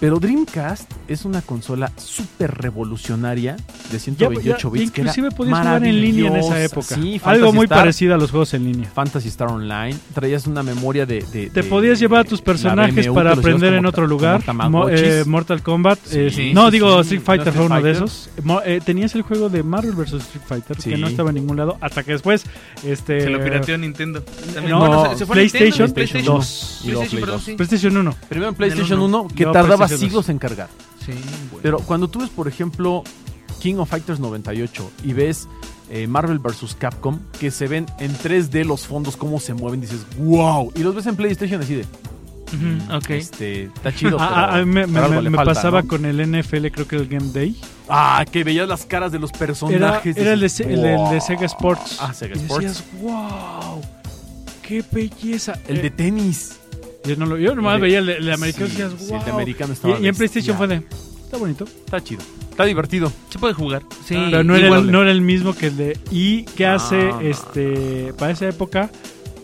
Speaker 4: pero Dreamcast es una consola súper revolucionaria
Speaker 2: Ya,
Speaker 4: de 128
Speaker 2: ya,
Speaker 4: bits que era
Speaker 2: inclusive podías jugar en línea en esa
Speaker 4: maravillosa.
Speaker 2: época.
Speaker 4: Sí,
Speaker 2: Algo
Speaker 4: Fantasy
Speaker 2: muy
Speaker 4: Star,
Speaker 2: parecido a los juegos en línea.
Speaker 4: Fantasy Star Online traías una memoria de, de-
Speaker 2: Te
Speaker 4: de-
Speaker 2: podías llevar a tus
Speaker 4: la
Speaker 2: personajes
Speaker 4: BMU,
Speaker 2: para
Speaker 4: te los llevas
Speaker 2: aprender
Speaker 4: como
Speaker 2: en
Speaker 4: ta-
Speaker 2: otro
Speaker 4: como
Speaker 2: lugar. Mo-
Speaker 4: Tamagotchis.
Speaker 2: eh, Mortal Kombat.
Speaker 4: Sí,
Speaker 2: eh,
Speaker 4: sí,
Speaker 2: no,
Speaker 4: sí,
Speaker 2: digo
Speaker 4: sí.
Speaker 2: Street Fighter
Speaker 4: No,
Speaker 2: fue uno de
Speaker 4: Street
Speaker 2: esos. Mo- eh, tenías el juego de Marvel vs. Street Fighter que
Speaker 4: Sí.
Speaker 2: no estaba en ningún lado hasta que después... Este,
Speaker 3: Se lo pirateó Nintendo. También,
Speaker 2: no,
Speaker 3: bueno, se- se fue
Speaker 2: PlayStation,
Speaker 3: Nintendo,
Speaker 4: PlayStation
Speaker 3: PlayStation
Speaker 4: 2 y luego
Speaker 3: PlayStation,
Speaker 4: Play
Speaker 3: perdón,
Speaker 4: 2.
Speaker 3: sí.
Speaker 2: PlayStation 1.
Speaker 4: primero en PlayStation
Speaker 3: uno.
Speaker 4: 1 que
Speaker 2: Luego
Speaker 4: tardaba
Speaker 2: PlayStation dos.
Speaker 4: siglos en cargar
Speaker 3: Sí, güey.
Speaker 4: Pero cuando tú ves, por ejemplo, King of Fighters 98 y ves eh, Marvel vs. Capcom, que se ven en 3D los fondos, cómo se mueven, dices, wow. Y los ves en PlayStation así de,
Speaker 3: Ujú, ok.
Speaker 4: este, está chido. Pero,
Speaker 2: Ah, ah, me
Speaker 4: pero algo
Speaker 2: me-
Speaker 4: le
Speaker 2: me
Speaker 4: falta,
Speaker 2: pasaba
Speaker 4: ¿no?
Speaker 2: con el NFL, creo que el Game Day.
Speaker 4: Ah, que veías las caras de los
Speaker 2: Era,
Speaker 4: personajes.
Speaker 2: era el, de,
Speaker 4: dices,
Speaker 2: Se- el de- el de
Speaker 4: "Wow".
Speaker 2: Sega Sports.
Speaker 4: Ah, Sega
Speaker 2: Y
Speaker 4: Sports.
Speaker 2: decías, wow, qué belleza.
Speaker 4: El de
Speaker 2: Eh,
Speaker 4: tenis.
Speaker 2: yo, no lo- yo nomás
Speaker 4: el de-
Speaker 2: veía el de, el de americano y
Speaker 4: Sí,
Speaker 2: decías,
Speaker 4: sí,
Speaker 2: wow.
Speaker 4: el de americano
Speaker 2: Y-
Speaker 4: estaba
Speaker 2: y, en PlayStation
Speaker 4: bestial.
Speaker 2: fue de, está bonito.
Speaker 4: Está chido. Está divertido.
Speaker 3: Se puede jugar. Sí,
Speaker 2: Pero no era,
Speaker 3: igual-
Speaker 2: el, no era el mismo que el de... ¿Y qué hace
Speaker 4: Ah.
Speaker 2: este para esa época?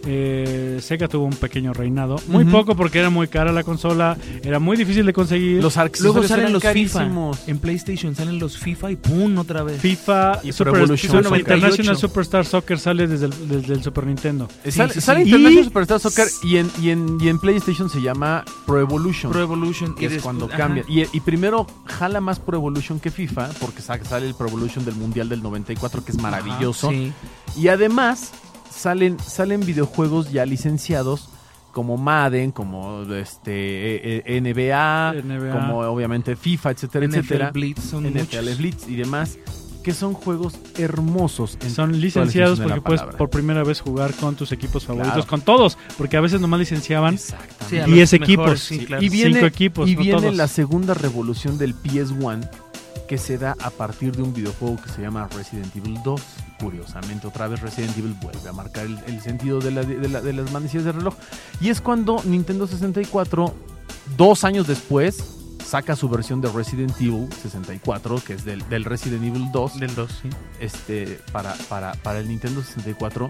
Speaker 2: eh, Sega tuvo un pequeño reinado. Muy
Speaker 4: Ujú.
Speaker 2: poco porque era muy cara la consola. Era muy difícil de conseguir.
Speaker 4: Los arcs
Speaker 3: Luego
Speaker 4: eran
Speaker 3: salen los
Speaker 4: carísimos.
Speaker 3: FIFA. En PlayStation salen los FIFA y ¡pum! otra vez.
Speaker 2: FIFA,
Speaker 4: Y Pro
Speaker 2: Super,
Speaker 4: Evolution
Speaker 2: Super-
Speaker 3: Soccer.
Speaker 2: International Superstar Soccer sale desde el, desde el Super Nintendo.
Speaker 4: Eh, sale
Speaker 3: sí,
Speaker 4: sale
Speaker 2: sí.
Speaker 4: International
Speaker 2: Y-
Speaker 4: Superstar Soccer y en, y, en, y en PlayStation se llama Pro Evolution.
Speaker 3: Pro Evolution.
Speaker 4: que es
Speaker 3: después-
Speaker 4: cuando
Speaker 3: ajá.
Speaker 4: cambia. Y, y primero jala más Pro Evolution que FIFA, porque sa- sale el Pro Evolution del Mundial del 94, que es maravilloso.
Speaker 3: Sí.
Speaker 4: Y además salen, salen videojuegos ya licenciados como Madden, como este eh, eh, NBA,
Speaker 2: NBA.
Speaker 4: como obviamente FIFA, etcétera,
Speaker 3: NFL
Speaker 4: etcétera.
Speaker 3: Blitz son
Speaker 4: NFL
Speaker 3: muchos.
Speaker 4: Blitz y demás, que son juegos hermosos. en toda la
Speaker 2: Son licenciados
Speaker 4: extensión de
Speaker 2: porque
Speaker 4: la
Speaker 2: puedes
Speaker 4: palabra.
Speaker 2: por primera vez jugar con tus equipos favoritos,
Speaker 4: Claro.
Speaker 2: con todos, porque a veces nomás licenciaban
Speaker 3: Sí, a
Speaker 4: Exactamente.
Speaker 3: los
Speaker 2: 10
Speaker 3: mejores,
Speaker 2: equipos.
Speaker 3: sí, claro.
Speaker 4: Y viene,
Speaker 2: cinco equipos,
Speaker 4: y
Speaker 2: Pues no
Speaker 4: viene
Speaker 2: todos.
Speaker 4: la segunda revolución del PS1 que se da a partir de un videojuego que se llama Resident Evil 2. Curiosamente, otra vez Resident Evil vuelve a marcar el, el sentido de, la- de la- de las manecillas del reloj. Y es cuando Nintendo 64, dos años después, saca su versión de Resident Evil 64, que es del, del Resident Evil 2,
Speaker 3: Del 2, sí.
Speaker 4: este, para, para, para el Nintendo 64,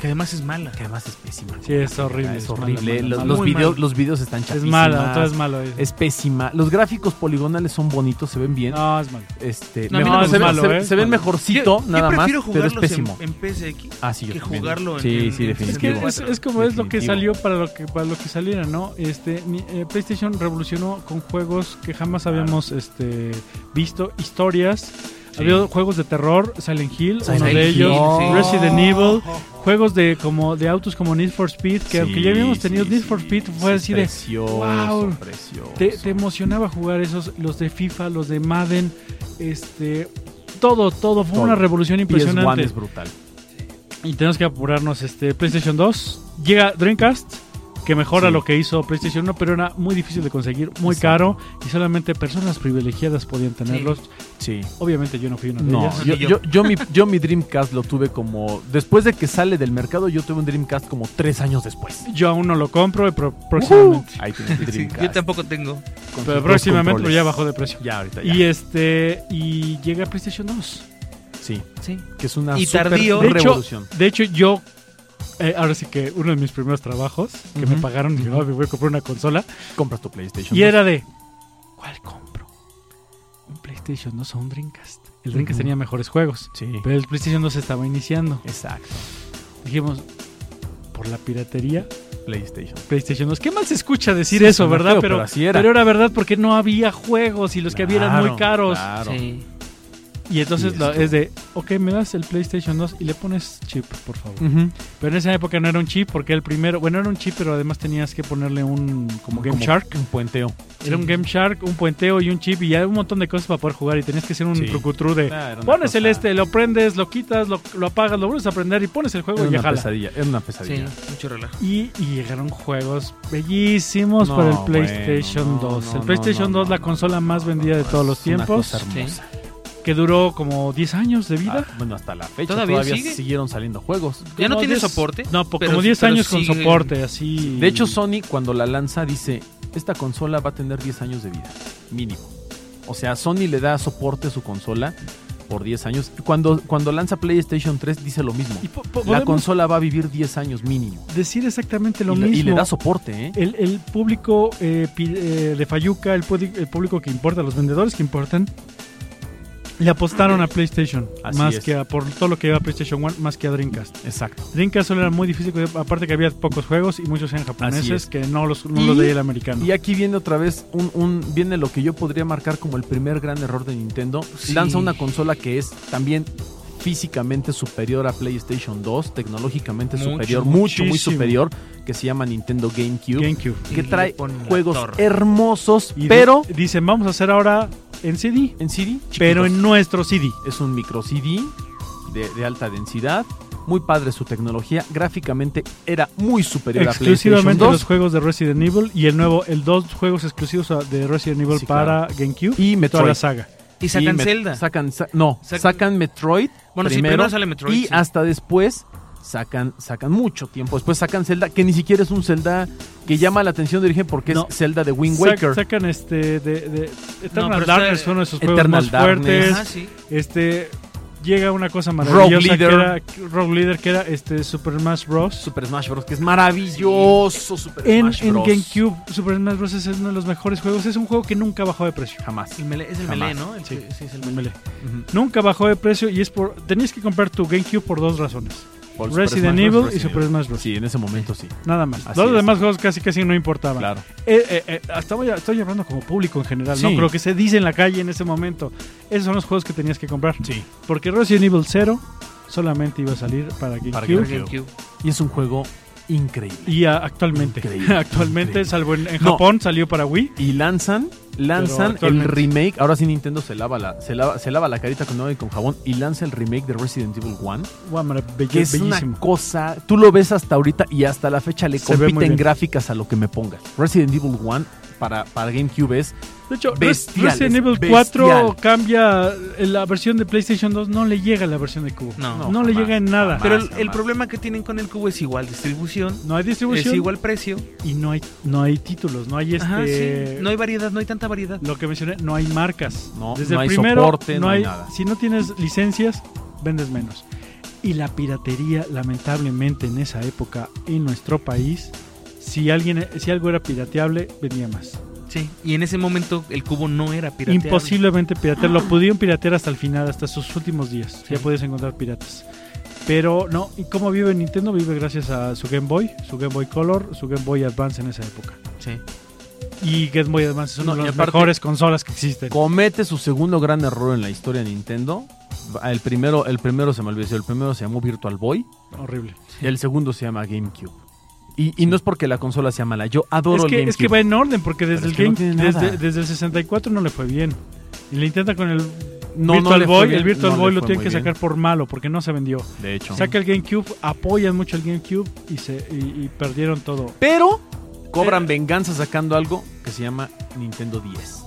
Speaker 3: Que además es mala.
Speaker 4: que además es pésima.
Speaker 2: Sí, es horrible,
Speaker 4: Ah, Es
Speaker 2: es mala,
Speaker 4: horrible.
Speaker 2: mala,
Speaker 4: Los-
Speaker 2: mala.
Speaker 4: Los,
Speaker 3: Muy
Speaker 4: videos,
Speaker 3: mal.
Speaker 4: los videos están
Speaker 2: Es
Speaker 4: chapísimas.
Speaker 2: malo, todo es malo. Es,
Speaker 4: Es pésima. Los gráficos poligonales son bonitos, se ven bien.
Speaker 2: no, es malo.
Speaker 4: Este,
Speaker 3: No, a mí
Speaker 4: me-
Speaker 3: no me
Speaker 4: se,
Speaker 2: gusta.
Speaker 4: ven-
Speaker 2: Malo,
Speaker 4: se-
Speaker 2: ¿eh?
Speaker 4: se ven
Speaker 2: Malo.
Speaker 4: mejorcito, nada más,
Speaker 3: prefiero
Speaker 4: pero es
Speaker 3: jugarlos en,
Speaker 4: pésimo.
Speaker 3: en PSX
Speaker 4: Ah, sí, yo
Speaker 3: que
Speaker 4: también.
Speaker 3: jugarlo en
Speaker 4: Sí, sí,
Speaker 3: en-
Speaker 2: Es que
Speaker 4: definitivo.
Speaker 2: es, es como es lo que
Speaker 4: Definitivo.
Speaker 2: salió para lo que para lo que saliera, ¿no? Este ni- eh, PlayStation revolucionó con juegos que jamás
Speaker 4: Claro.
Speaker 2: habíamos este visto, historias. Había juegos de terror, Silent Hill, uno
Speaker 4: Silent
Speaker 2: de
Speaker 4: Hill,
Speaker 2: ellos,
Speaker 4: sí. Oh,
Speaker 2: Resident Evil, juegos de como de autos como Need for Speed, que aunque ya habíamos
Speaker 4: Sí,
Speaker 2: tenido
Speaker 4: sí,
Speaker 2: Need for
Speaker 4: sí,
Speaker 2: Speed, fue
Speaker 4: sí,
Speaker 2: así de
Speaker 4: precioso,
Speaker 2: "Wow".
Speaker 4: precioso.
Speaker 2: te, te emocionaba jugar esos, los de FIFA, los de Madden, este todo, todo, fue
Speaker 4: Todo.
Speaker 2: una revolución
Speaker 4: PS1
Speaker 2: impresionante.
Speaker 4: es brutal.
Speaker 2: Y tenemos que apurarnos este PlayStation 2. Llega Dreamcast, que mejora
Speaker 4: Sí.
Speaker 2: lo que hizo PlayStation 1, pero era muy difícil de conseguir, muy
Speaker 4: Exacto.
Speaker 2: caro y solamente personas privilegiadas podían tenerlos.
Speaker 4: Sí.
Speaker 2: Obviamente yo no fui una de
Speaker 4: No,
Speaker 2: ellas.
Speaker 4: yo,
Speaker 3: Ni yo.
Speaker 4: yo, yo mi, yo mi Dreamcast lo tuve como. Después de que sale del mercado, yo tuve un Dreamcast como tres años después.
Speaker 2: Yo aún no lo compro, pero próximamente.
Speaker 4: Ahí tienes el
Speaker 3: Sí,
Speaker 4: Dreamcast.
Speaker 3: yo tampoco tengo.
Speaker 4: con sus
Speaker 2: Pero
Speaker 4: dos
Speaker 2: próximamente pero
Speaker 4: controles.
Speaker 2: ya bajó de precio.
Speaker 4: Ya, ahorita ya.
Speaker 2: Y este y llega PlayStation 2.
Speaker 4: Sí,
Speaker 3: Sí.
Speaker 4: que es una
Speaker 3: Y
Speaker 4: super
Speaker 3: tardío.
Speaker 2: De hecho-
Speaker 4: revolución.
Speaker 2: De hecho, yo eh, ahora sí que uno de mis primeros trabajos que me
Speaker 4: Ujú.
Speaker 2: pagaron, dije, "Ah, me voy a comprar una consola
Speaker 4: Compras tu PlayStation.
Speaker 2: y
Speaker 4: dos.
Speaker 2: era de ¿cuál compro? Un PlayStation 2 o un Dreamcast. El Dreamcast
Speaker 4: Ujú.
Speaker 2: tenía mejores juegos.
Speaker 4: Sí.
Speaker 2: Pero el PlayStation 2 estaba iniciando.
Speaker 4: Exacto.
Speaker 2: Dijimos, por la piratería,
Speaker 4: PlayStation.
Speaker 2: PlayStation 2. Qué mal se escucha decir
Speaker 4: Sí,
Speaker 2: eso,
Speaker 4: suena
Speaker 2: ¿verdad?
Speaker 4: feo,
Speaker 2: pero,
Speaker 4: pero así era.
Speaker 2: pero verdad porque no había juegos y los que había eran muy
Speaker 4: Claro,
Speaker 2: caros.
Speaker 4: claro.
Speaker 3: Sí.
Speaker 2: Y entonces
Speaker 4: Y
Speaker 2: lo-
Speaker 4: esto.
Speaker 2: es de, ok, me das el PlayStation 2 y le pones chip, por favor.
Speaker 4: Ujú.
Speaker 2: Pero en esa época no era un chip porque el primero, bueno, era un chip, pero además tenías que ponerle un como Game Shark.
Speaker 4: Un puenteo.
Speaker 2: Era un Game Shark, un puenteo y un chip y ya un montón de cosas para poder jugar y tenías que hacer un
Speaker 4: Sí.
Speaker 2: trucutru de... Pones el este, lo prendes, lo quitas, lo, lo apagas, lo vuelves a prender y pones el juego
Speaker 4: Era
Speaker 2: y ya
Speaker 4: una
Speaker 2: jala.
Speaker 4: pesadilla. Era una
Speaker 3: Sí,
Speaker 4: pesadilla.
Speaker 3: mucho relajo.
Speaker 2: Y, y llegaron juegos bellísimos
Speaker 4: No,
Speaker 2: para el
Speaker 4: bueno,
Speaker 2: PlayStation
Speaker 4: no,
Speaker 2: 2.
Speaker 4: no,
Speaker 2: el
Speaker 4: no,
Speaker 2: PlayStation
Speaker 4: no,
Speaker 2: 2, la
Speaker 4: no,
Speaker 2: consola
Speaker 4: no,
Speaker 2: más
Speaker 4: no,
Speaker 2: vendida
Speaker 4: no,
Speaker 2: de
Speaker 4: no,
Speaker 2: todos los
Speaker 4: es una
Speaker 2: tiempos,
Speaker 4: cosa hermosa.
Speaker 2: que duró como 10 años de vida.
Speaker 4: Ah, bueno, hasta la fecha
Speaker 3: ¿Todavía
Speaker 4: todavía,
Speaker 3: sigue?
Speaker 4: siguieron saliendo juegos.
Speaker 3: ¿Ya no
Speaker 2: Como
Speaker 3: tiene
Speaker 2: 10
Speaker 3: soporte?
Speaker 2: No, po-
Speaker 3: Pero-
Speaker 2: como 10
Speaker 3: pero
Speaker 2: años con
Speaker 3: sigue-
Speaker 2: soporte, así.
Speaker 4: De hecho, Sony cuando la lanza dice, esta consola va a tener 10 años de vida, mínimo. O sea, Sony le da soporte a su consola por 10 años. Cuando, cuando lanza PlayStation 3 dice lo mismo.
Speaker 2: Y po- po-
Speaker 4: La
Speaker 2: podemos
Speaker 4: consola va a vivir 10 años mínimo.
Speaker 2: decir exactamente lo
Speaker 4: y, le-
Speaker 2: mismo.
Speaker 4: y le da soporte, ¿eh?
Speaker 2: el, el público eh, pi- eh, de Fayuca, el, pudi- el público que importa, los vendedores que importan, le apostaron a PlayStation.
Speaker 4: Así
Speaker 2: más
Speaker 4: es.
Speaker 2: que a por todo lo que iba a PlayStation 1, más que a Dreamcast.
Speaker 4: Exacto.
Speaker 2: Dreamcast solo era muy difícil, aparte que había pocos juegos y muchos eran japoneses
Speaker 4: Así es.
Speaker 2: que no los, no los
Speaker 4: Y-
Speaker 2: leía el americano.
Speaker 4: Y aquí viene otra vez un, un- viene lo que yo podría marcar como el primer gran error de Nintendo.
Speaker 3: Sí.
Speaker 4: Lanza una consola que es también físicamente superior a PlayStation 2, tecnológicamente
Speaker 3: Mucho,
Speaker 4: superior, mucho, muy
Speaker 2: muchísimo.
Speaker 4: superior, que se llama Nintendo GameCube,
Speaker 2: GameCube.
Speaker 4: que
Speaker 3: Y le
Speaker 4: trae
Speaker 3: ponen la
Speaker 4: juegos
Speaker 3: torre.
Speaker 4: hermosos,
Speaker 2: Y di-
Speaker 4: pero
Speaker 2: dicen, vamos a hacer ahora en CD,
Speaker 4: en CD, chiquitos.
Speaker 2: pero en nuestro CD.
Speaker 4: es un micro CD de, de alta densidad. Muy padre su tecnología. Gráficamente era muy superior a PlayStation
Speaker 2: Exclusivamente
Speaker 4: 2.
Speaker 2: los juegos de Resident Evil y el nuevo, el dos juegos exclusivos a- de Resident Evil
Speaker 4: Sí,
Speaker 2: para GameCube toda
Speaker 4: Y Metroid.
Speaker 2: la saga.
Speaker 3: Y sacan
Speaker 4: Met-
Speaker 3: Zelda.
Speaker 4: Sacan, sa- no,
Speaker 3: Sacan-
Speaker 4: sacan Metroid.
Speaker 3: Bueno, sí,
Speaker 4: primero,
Speaker 3: primero sale Metroid,
Speaker 4: Y
Speaker 3: sí.
Speaker 4: hasta después sacan, sacan mucho tiempo. Después sacan Zelda, que ni siquiera es un Zelda que llama la atención de origen porque
Speaker 2: No.
Speaker 4: es Zelda de Wind
Speaker 2: Sac-
Speaker 4: Waker.
Speaker 2: sacan este de, de-
Speaker 3: No,
Speaker 2: Eternal
Speaker 3: pero este está-
Speaker 2: Darkness fue uno de sus juegos
Speaker 4: Eternal
Speaker 2: más
Speaker 4: Darkness.
Speaker 2: fuertes.
Speaker 3: Ajá, Ah, sí.
Speaker 2: Este llega una cosa maravillosa
Speaker 4: Rogue
Speaker 2: que
Speaker 4: Leader.
Speaker 2: era Rogue Leader que era este Super Smash Bros.
Speaker 4: Super Smash Bros. que es maravilloso. Super
Speaker 2: En,
Speaker 4: Smash
Speaker 2: en
Speaker 4: Bros.
Speaker 2: GameCube Super Smash Bros es uno de los mejores juegos, es un juego que nunca bajó de precio.
Speaker 4: Jamás.
Speaker 3: El melee- es el melee,
Speaker 4: Jamás.
Speaker 3: ¿no? El-
Speaker 2: Sí.
Speaker 3: sí. es el
Speaker 2: El
Speaker 3: melee.
Speaker 2: Melee.
Speaker 4: Ujú.
Speaker 2: Nunca bajó de precio y es por tenías que comprar tu GameCube por dos razones.
Speaker 4: Por Super
Speaker 2: Resident
Speaker 4: Smash
Speaker 2: Evil
Speaker 4: Bros,
Speaker 2: y
Speaker 4: Resident
Speaker 2: Super
Speaker 4: Evil.
Speaker 2: Smash Bros.
Speaker 4: Sí, en ese momento sí.
Speaker 2: Nada más.
Speaker 4: Así
Speaker 2: Todos los
Speaker 4: es.
Speaker 2: demás juegos casi casi no importaban.
Speaker 4: Claro.
Speaker 2: Eh, eh, eh, hasta voy a- estoy hablando como público en general,
Speaker 4: Sí.
Speaker 2: no creo que se dice en la calle en ese momento. Esos son los juegos que tenías que comprar. Sí. Porque Resident Evil 0 solamente iba a salir para GameCube,
Speaker 4: Para
Speaker 3: Para
Speaker 4: GameCube.
Speaker 3: GameCube.
Speaker 4: Y es un juego increíble.
Speaker 2: y ah, actualmente,
Speaker 4: Increíble,
Speaker 2: actualmente
Speaker 4: increíble.
Speaker 2: salvo en, en
Speaker 4: No.
Speaker 2: Japón salió para Wii.
Speaker 4: Y lanzan, lanzan
Speaker 2: Pero
Speaker 4: el
Speaker 2: actualmente-
Speaker 4: remake. Ahora sí Nintendo se lava la, se lava, se lava la carita con agua y con jabón. Y lanza el remake de Resident Evil 1.
Speaker 2: Guau, maravilloso,
Speaker 4: Que es
Speaker 2: bellísimo.
Speaker 4: una cosa. Tú lo ves hasta ahorita y hasta la fecha le
Speaker 2: Se ve muy bien.
Speaker 4: compiten gráficas a lo que me pongas. Resident Evil 1 para, para GameCube es.
Speaker 2: De hecho, Res-
Speaker 4: bestial,
Speaker 2: Resident
Speaker 4: es
Speaker 2: Evil
Speaker 4: bestial.
Speaker 2: 4 cambia eh, la versión de PlayStation 2 no le llega a la versión de Cubo.
Speaker 3: No.
Speaker 2: No le llega en nada.
Speaker 4: jamás,
Speaker 3: Pero el, el
Speaker 4: jamás.
Speaker 3: problema que tienen con el cubo es igual distribución,
Speaker 2: No hay distribución
Speaker 3: es igual precio.
Speaker 2: y no hay no hay títulos, no hay este
Speaker 3: Ajá, sí. No hay variedad, no hay tanta variedad.
Speaker 2: lo que mencioné, no hay marcas.
Speaker 4: No,
Speaker 2: Desde
Speaker 4: no
Speaker 2: el
Speaker 4: hay
Speaker 2: primero,
Speaker 4: soporte, no hay nada.
Speaker 2: Si no tienes licencias, vendes menos. Y la piratería, lamentablemente, en esa época, en nuestro país, si alguien, si algo era pirateable, vendía más.
Speaker 3: Sí. Y en ese momento el cubo no era pirateable.
Speaker 2: Imposiblemente piratear. Lo pudieron piratear hasta el final, hasta sus últimos días.
Speaker 3: Sí.
Speaker 2: Ya podías encontrar piratas. Pero no, ¿y cómo vive Nintendo? Vive gracias a su Game Boy, su Game Boy Color, su Game Boy Advance en esa época.
Speaker 3: Sí.
Speaker 2: Y Game Boy Advance es una
Speaker 4: No, y
Speaker 2: de las
Speaker 4: aparte-
Speaker 2: mejores consolas que existen.
Speaker 4: Comete su segundo gran error en la historia de Nintendo. El primero, el primero se me olvidó. El primero se llamó Virtual Boy.
Speaker 2: Horrible.
Speaker 4: El segundo se llama GameCube. Y, y no es porque la consola sea mala. Yo adoro
Speaker 2: Es
Speaker 4: el
Speaker 2: que,
Speaker 4: GameCube.
Speaker 2: es que va en orden, porque desde
Speaker 4: Pero
Speaker 2: el,
Speaker 4: es que no
Speaker 2: game,
Speaker 4: tiene nada.
Speaker 2: desde, desde el 64 no le fue bien. Y le intenta con el
Speaker 4: No, no
Speaker 2: Virtual
Speaker 4: le fue
Speaker 2: Boy.
Speaker 4: bien,
Speaker 2: el Virtual
Speaker 4: no le
Speaker 2: Boy lo
Speaker 4: fue
Speaker 2: tiene
Speaker 4: muy
Speaker 2: que
Speaker 4: bien.
Speaker 2: sacar por malo, porque no se vendió.
Speaker 4: De hecho.
Speaker 2: Saca el GameCube, apoyan mucho el GameCube y, se, y, y perdieron todo.
Speaker 4: Pero cobran venganza sacando algo que se llama Nintendo 10.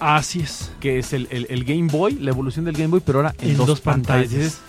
Speaker 2: Así es.
Speaker 4: Que es el, el- el Game Boy, la evolución del Game Boy, pero ahora en,
Speaker 2: En
Speaker 4: dos,
Speaker 2: dos
Speaker 4: pantallas.
Speaker 2: pantallas.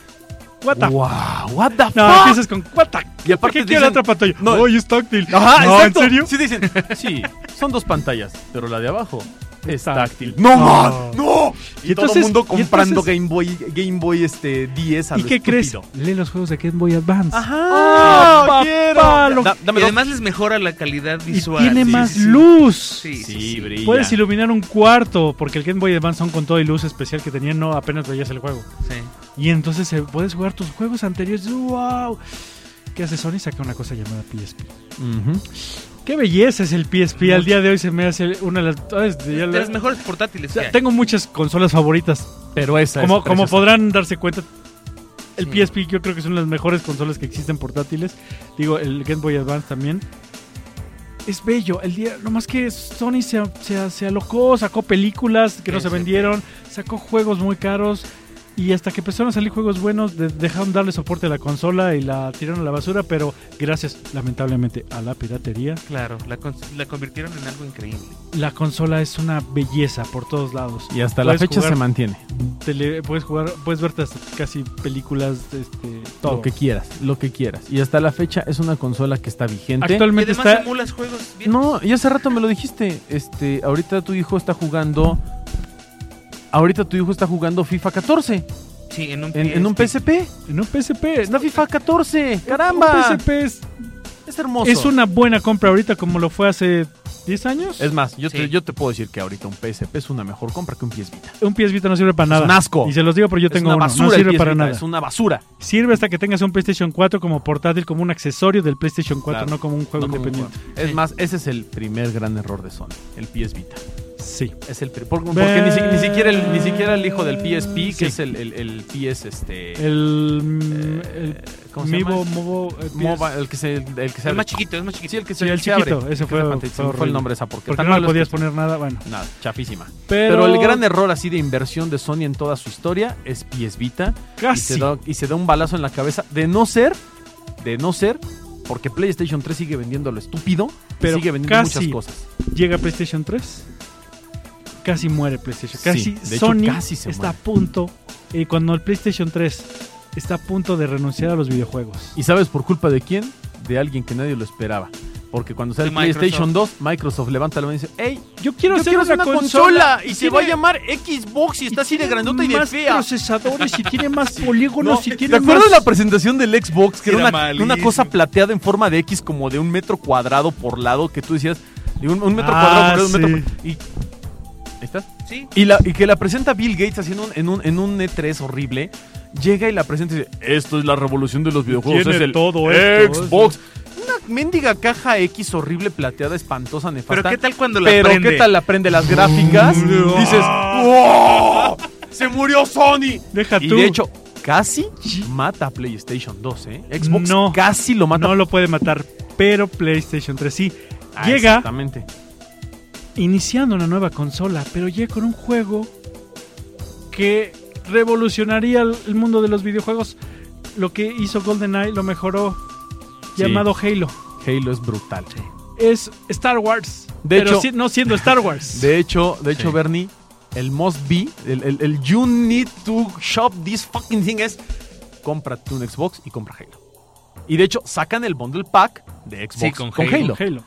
Speaker 2: What the f-
Speaker 4: ¡Wow! ¿What the
Speaker 2: No,
Speaker 4: fuck?
Speaker 2: empiezas con what the
Speaker 4: Y aparte
Speaker 2: ¿Qué quiere la
Speaker 4: dicen-
Speaker 2: otra pantalla?
Speaker 4: no.
Speaker 2: Oye, es táctil.
Speaker 4: Ajá,
Speaker 2: no,
Speaker 4: exacto.
Speaker 2: ¿en serio?
Speaker 4: Sí, dicen. Sí, son dos pantallas, pero la de abajo es
Speaker 2: Está-
Speaker 4: táctil. ¡No,
Speaker 2: No.
Speaker 4: más! ¡No! Y,
Speaker 2: Y
Speaker 4: todo el
Speaker 2: entonces-
Speaker 4: mundo
Speaker 2: y
Speaker 4: comprando
Speaker 2: entonces-
Speaker 4: Game Boy, Game Boy este, 10 a
Speaker 2: ¿Y
Speaker 4: lo
Speaker 2: qué crees?
Speaker 4: estúpido.
Speaker 2: Lee los juegos de Game Boy Advance.
Speaker 4: ¡Ajá!
Speaker 2: Ah, papá,
Speaker 4: quiero!
Speaker 2: lo-
Speaker 4: Da-
Speaker 3: Y
Speaker 4: dame dos.
Speaker 3: además les mejora la calidad
Speaker 2: Y
Speaker 3: visual.
Speaker 2: tiene
Speaker 3: Sí,
Speaker 2: más
Speaker 3: sí, sí.
Speaker 2: luz.
Speaker 3: Sí, sí,
Speaker 4: Sí,
Speaker 3: sí.
Speaker 4: brilla.
Speaker 2: Puedes iluminar un cuarto, porque el Game Boy Advance son con todo y luz especial que tenían, no apenas veías el juego.
Speaker 3: Sí.
Speaker 2: Y entonces eh, puedes jugar tus juegos anteriores. ¡Wow! ¿Qué hace Sony? Saca una cosa llamada PSP.
Speaker 4: Ujú.
Speaker 2: ¡Qué belleza es el PSP! Al día de hoy se me hace una de las. ay, ya
Speaker 3: De
Speaker 2: la-
Speaker 3: las mejores portátiles.
Speaker 2: O
Speaker 3: que
Speaker 2: sea,
Speaker 3: hay.
Speaker 2: tengo muchas consolas favoritas.
Speaker 4: Pero esa
Speaker 2: Como,
Speaker 4: es
Speaker 2: como
Speaker 4: preciosa.
Speaker 2: podrán darse cuenta, el
Speaker 3: Sí.
Speaker 2: PSP yo creo que son las mejores consolas que existen portátiles. Digo, el Game Boy Advance también. Es bello, el día, nomás que Sony se, se- se alocó, sacó películas que no
Speaker 3: Sí,
Speaker 2: se
Speaker 3: sí,
Speaker 2: vendieron, sacó juegos muy caros y hasta que empezaron a salir juegos buenos de- dejaron darle soporte a la consola y la tiraron a la basura, pero gracias lamentablemente a la piratería,
Speaker 3: Claro, la, con- la convirtieron en algo increíble.
Speaker 2: la consola es una belleza por todos lados.
Speaker 4: Y hasta la
Speaker 2: Puedes
Speaker 4: fecha
Speaker 2: jugar
Speaker 4: se mantiene.
Speaker 2: Tele- puedes jugar, puedes verte hasta casi películas, este, todo.
Speaker 4: Lo que quieras, lo que quieras. Y hasta la fecha es una consola que está vigente.
Speaker 3: Y
Speaker 2: Actualmente
Speaker 3: además
Speaker 2: está.
Speaker 3: emulas juegos bien.
Speaker 4: No, y hace rato me lo dijiste. Este, ahorita tu hijo está jugando. Ahorita tu hijo está jugando FIFA 14
Speaker 3: Sí, en un, este,
Speaker 4: en, en un PSP.
Speaker 2: En un PSP.
Speaker 4: Está FIFA 14.
Speaker 2: Un
Speaker 4: Caramba.
Speaker 2: PSP es,
Speaker 4: Es hermoso.
Speaker 2: es una buena compra ahorita, como lo fue hace 10 años.
Speaker 4: Es más, yo,
Speaker 3: Sí.
Speaker 4: te, yo te puedo decir que ahorita un PSP es una mejor compra que un PS Vita.
Speaker 2: un PS Vita no sirve para nada.
Speaker 4: un asco.
Speaker 2: Y se los digo, pero yo
Speaker 4: es
Speaker 2: tengo
Speaker 4: una
Speaker 2: uno.
Speaker 4: basura
Speaker 2: No
Speaker 4: el
Speaker 2: sirve
Speaker 4: PS
Speaker 2: para
Speaker 4: Vita,
Speaker 2: nada.
Speaker 4: Es una basura.
Speaker 2: Sirve hasta que tengas un PlayStation 4 como portátil, como un accesorio del PlayStation 4,
Speaker 4: Claro.
Speaker 2: no como un juego
Speaker 4: No como un
Speaker 2: independiente.
Speaker 4: juego. Es
Speaker 3: Sí.
Speaker 4: más, ese es el primer gran error de Sony, el PS Vita.
Speaker 2: Sí.
Speaker 4: Es el, pri- por- porque ni, si- ni siquiera el, ni siquiera el hijo del PSP, que
Speaker 2: Sí.
Speaker 4: es el, el, el PS, este...
Speaker 2: El, mm,
Speaker 4: eh,
Speaker 2: el
Speaker 4: ¿Cómo se
Speaker 2: Mivo,
Speaker 4: llama?
Speaker 2: Movo, eh, PS-
Speaker 4: MOBA, el que se, el que se
Speaker 3: Es
Speaker 4: abre.
Speaker 3: más chiquito, es más chiquito.
Speaker 4: Sí, el que
Speaker 2: Sí,
Speaker 4: se,
Speaker 2: el
Speaker 4: que abre.
Speaker 2: chiquito, ese
Speaker 4: Que
Speaker 2: fue-
Speaker 4: abre pantalla.
Speaker 2: fue
Speaker 4: Se me fue el
Speaker 2: horrible.
Speaker 4: nombre de esa porque,
Speaker 2: Porque
Speaker 4: tan
Speaker 2: no
Speaker 4: malo
Speaker 2: le
Speaker 4: es
Speaker 2: podías
Speaker 4: que-
Speaker 2: poner nada, bueno.
Speaker 4: Nada, chafísima.
Speaker 2: Pero,
Speaker 4: Pero... el gran error así de inversión de Sony en toda su historia es PS Vita. Y
Speaker 2: Casi.
Speaker 4: se, da, y se da un balazo en la cabeza de no ser, de no ser, porque PlayStation 3 sigue vendiendo lo estúpido,
Speaker 2: Pero
Speaker 4: pero sigue vendiendo
Speaker 2: casi.
Speaker 4: muchas cosas.
Speaker 2: Llega PlayStation 3. Casi muere PlayStation. Casi
Speaker 4: Sí, de hecho,
Speaker 2: Sony
Speaker 4: casi se
Speaker 2: está
Speaker 4: muere.
Speaker 2: a punto. eh, cuando el PlayStation 3 está a punto de renunciar a los videojuegos.
Speaker 4: ¿Y sabes por culpa de quién? De alguien que nadie lo esperaba. Porque cuando sale
Speaker 3: De
Speaker 4: PlayStation 2, Microsoft levanta la mano y dice, hey,
Speaker 2: Yo quiero
Speaker 4: yo
Speaker 2: hacer
Speaker 4: quiero
Speaker 2: una,
Speaker 4: hacer una consola, y, se va a llamar Xbox y está así de grandota y de
Speaker 2: más
Speaker 4: fea.
Speaker 2: procesadores y tiene más polígonos
Speaker 4: No,
Speaker 2: y
Speaker 4: ¿Te
Speaker 2: tiene
Speaker 4: acuerdas
Speaker 2: más...
Speaker 4: la presentación del Xbox? Que
Speaker 3: Era
Speaker 4: era una,
Speaker 3: malísimo.
Speaker 4: una cosa plateada en forma de X, como de un metro cuadrado por lado, que tú decías, de un, un metro
Speaker 2: Ah,
Speaker 4: cuadrado por un metro.
Speaker 2: sí.
Speaker 4: Y, ¿Ahí estás?
Speaker 3: Sí.
Speaker 4: Y, la, y que la presenta Bill Gates haciendo un- en, un, en un E3 horrible. Llega y la presenta y dice, esto es la revolución de los videojuegos.
Speaker 2: Tiene
Speaker 4: es el
Speaker 2: todo esto,
Speaker 4: Xbox. Una mendiga caja X horrible, plateada, espantosa, nefasta.
Speaker 3: Pero ¿qué tal cuando la
Speaker 4: Pero
Speaker 3: prende?
Speaker 4: ¿qué tal aprende las gráficas? Dices, ¡Wow! ¡Se murió Sony!
Speaker 2: Deja
Speaker 4: Y
Speaker 2: tú.
Speaker 4: de hecho, casi mata a PlayStation 2, ¿eh? Xbox
Speaker 2: No.
Speaker 4: casi lo mata.
Speaker 2: no lo puede matar, pero PlayStation 3 sí.
Speaker 4: Ah,
Speaker 2: Llega
Speaker 4: Exactamente.
Speaker 2: iniciando una nueva consola, pero llega con un juego que revolucionaría el el mundo de los videojuegos. Lo que hizo GoldenEye lo mejoró,
Speaker 4: Sí.
Speaker 2: llamado Halo.
Speaker 4: Halo es brutal.
Speaker 2: Es Star Wars,
Speaker 4: De
Speaker 2: pero
Speaker 4: hecho-
Speaker 2: si- no siendo Star Wars.
Speaker 4: De hecho, de hecho,
Speaker 3: Sí.
Speaker 4: Bernie, el must be, el, el- el you need to shop this fucking thing es cómprate un Xbox y compra Halo. Y de hecho, sacan el bundle pack de Xbox
Speaker 3: Sí, con Halo.
Speaker 2: Con Halo.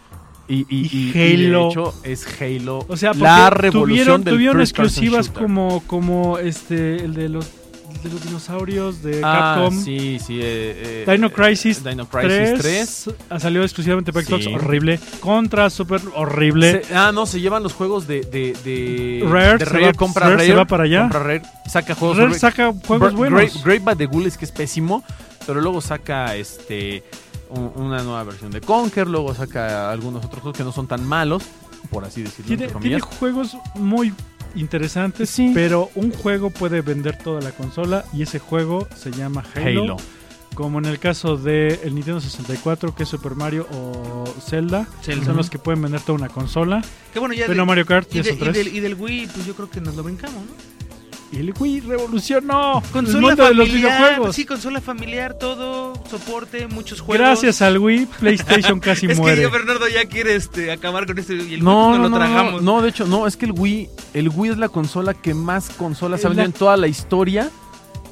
Speaker 4: Y, y-
Speaker 2: Y
Speaker 4: y- y de
Speaker 2: Halo.
Speaker 4: hecho, es Halo.
Speaker 2: O sea, porque
Speaker 4: la revolución
Speaker 2: tuvieron,
Speaker 4: del
Speaker 2: tuvieron
Speaker 4: first person
Speaker 2: exclusivas
Speaker 4: shooter.
Speaker 2: como, como este, el de los, de los dinosaurios de
Speaker 4: Ah,
Speaker 2: Capcom.
Speaker 4: sí, sí. eh, eh,
Speaker 2: Dino
Speaker 4: eh,
Speaker 2: Crisis
Speaker 4: Dino Crisis
Speaker 2: 3,
Speaker 4: 3.
Speaker 2: ah, salió exclusivamente para Xbox,
Speaker 4: Sí.
Speaker 2: horrible. Contra, super horrible.
Speaker 4: Se- ah, no, se llevan los juegos de, de, de-
Speaker 2: Rare,
Speaker 4: de
Speaker 2: se va-
Speaker 4: compra
Speaker 2: Rare se va para allá.
Speaker 4: compra Rare, saca juegos
Speaker 2: Rare
Speaker 4: Rare-
Speaker 2: saca juegos
Speaker 4: Bra-
Speaker 2: buenos.
Speaker 4: Great, Great by the Ghoul es que es pésimo, pero luego saca este un- una nueva versión de Conker, luego saca algunos otros juegos que no son tan malos, por así decirlo.
Speaker 2: tiene,
Speaker 4: entre
Speaker 2: tiene
Speaker 4: comillas.
Speaker 2: juegos muy interesantes,
Speaker 4: Sí.
Speaker 2: pero un juego puede vender toda la consola y ese juego se llama Halo,
Speaker 4: Halo.
Speaker 2: Como en el caso de el Nintendo 64, que es Super Mario o Zelda,
Speaker 3: Zelda.
Speaker 2: son los que pueden vender toda una consola.
Speaker 3: Qué bueno, ya.
Speaker 2: Pero
Speaker 3: de-
Speaker 2: Mario Kart
Speaker 3: y,
Speaker 2: ya
Speaker 3: de-
Speaker 2: son
Speaker 3: y
Speaker 2: tres.
Speaker 3: del, y del Wii, pues yo creo que nos lo brincamos, ¿no?
Speaker 2: Y el Wii revolucionó el
Speaker 3: Consola
Speaker 2: mundo de los
Speaker 3: familiar,
Speaker 2: videojuegos.
Speaker 3: Sí, consola familiar, todo, soporte, muchos juegos.
Speaker 2: Gracias al Wii, PlayStation casi
Speaker 3: Es
Speaker 2: muere.
Speaker 3: que yo, Bernardo, ya quiere este, acabar con este. Y el Wii, pues,
Speaker 4: No,
Speaker 3: lo
Speaker 4: no, no, no,
Speaker 3: tragamos.
Speaker 4: no, no, de hecho, no, es que el Wii, el Wii es la consola que más consolas
Speaker 2: Es
Speaker 4: ha vendido
Speaker 2: la-
Speaker 4: en toda la historia.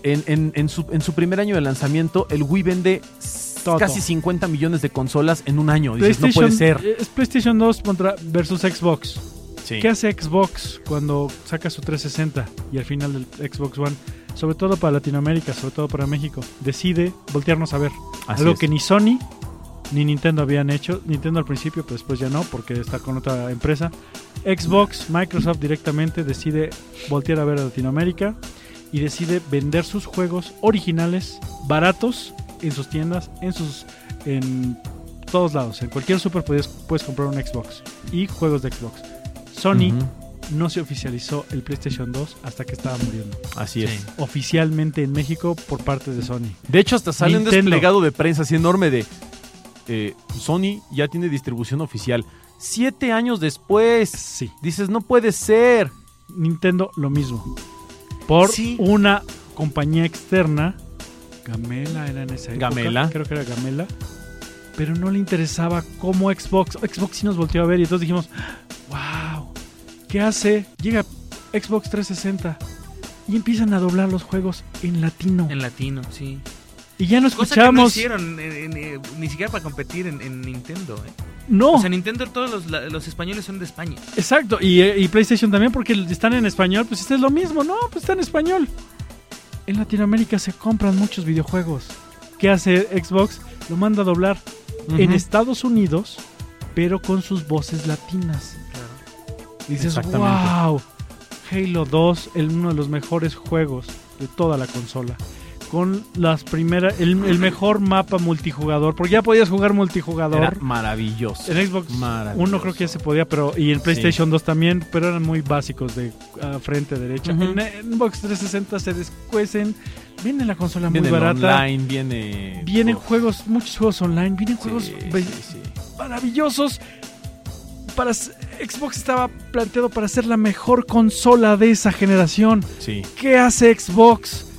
Speaker 4: En, en- en su, en su primer año de lanzamiento, el Wii vende
Speaker 2: Todo.
Speaker 4: casi 50 millones de consolas en un año. Dices, no
Speaker 2: PlayStation,
Speaker 4: puede ser.
Speaker 2: Es PlayStation 2 contra versus Xbox.
Speaker 4: Sí.
Speaker 2: ¿Qué hace Xbox cuando saca su 360 y al final del Xbox One? Sobre todo para Latinoamérica, sobre todo para México. Decide voltearnos a ver.
Speaker 4: Así
Speaker 2: algo
Speaker 4: es.
Speaker 2: que ni Sony ni Nintendo habían hecho. Nintendo al principio, pero después ya no, porque está con otra empresa. Xbox, Microsoft directamente decide voltear a ver a Latinoamérica y decide vender sus juegos originales, baratos, en sus tiendas, en sus. en todos lados. En cualquier super puedes, puedes comprar un Xbox y juegos de Xbox. Sony
Speaker 4: Ujú,
Speaker 2: no se oficializó el PlayStation 2 hasta que estaba muriendo.
Speaker 4: Así
Speaker 3: Sí.
Speaker 4: es.
Speaker 2: Oficialmente en México por parte de Sony.
Speaker 4: De hecho, hasta sale un
Speaker 2: Nintendo.
Speaker 4: desplegado de prensa así enorme de eh, Sony ya tiene distribución oficial. Siete años después.
Speaker 2: Sí.
Speaker 4: Dices, no puede ser.
Speaker 2: Nintendo lo mismo. Por
Speaker 3: Sí.
Speaker 2: una compañía externa. Gamela era en esa época.
Speaker 4: Gamela.
Speaker 2: Creo que era Gamela. Pero no le interesaba cómo Xbox. Xbox sí nos volteó a ver y entonces dijimos, wow, ¿qué hace? Llega Xbox 360 y empiezan a doblar los juegos en latino.
Speaker 3: En latino, sí.
Speaker 2: y ya no
Speaker 3: Cosa que no
Speaker 2: escuchamos.
Speaker 3: hicieron eh, en, eh, ni siquiera para competir en, en Nintendo. ¿eh?
Speaker 2: no,
Speaker 3: O sea, Nintendo, todos los, la- los españoles son de España.
Speaker 2: exacto. Y, eh, y PlayStation también porque están en español. Pues este es lo mismo, ¿no? Pues está en español. En Latinoamérica se compran muchos videojuegos. ¿Qué hace Xbox? Lo manda a doblar en
Speaker 4: Ujú.
Speaker 2: Estados Unidos, pero con sus voces latinas.
Speaker 3: Claro.
Speaker 2: Dices,
Speaker 4: Exactamente.
Speaker 2: wow, Halo 2, el- uno de los mejores juegos de toda la consola. con las primeras, el, el mejor mapa multijugador, porque ya podías jugar multijugador.
Speaker 4: Era maravilloso.
Speaker 2: En Xbox
Speaker 4: Maravilloso.
Speaker 2: uno creo que ya se podía, pero y en PlayStation 2 también, pero eran muy básicos de ah, frente derecha.
Speaker 4: Ujú.
Speaker 2: En- En Xbox 360 se descuecen, viene la consola
Speaker 4: Viene
Speaker 2: muy
Speaker 4: el
Speaker 2: barata,
Speaker 4: online, viene.
Speaker 2: vienen
Speaker 4: Uf,
Speaker 2: juegos, muchos juegos online, vienen
Speaker 4: sí,
Speaker 2: juegos
Speaker 4: sí,
Speaker 2: be-
Speaker 4: sí.
Speaker 2: maravillosos. Para s- Xbox estaba planteado para ser la mejor consola de esa generación.
Speaker 4: Sí.
Speaker 2: ¿Qué hace Xbox?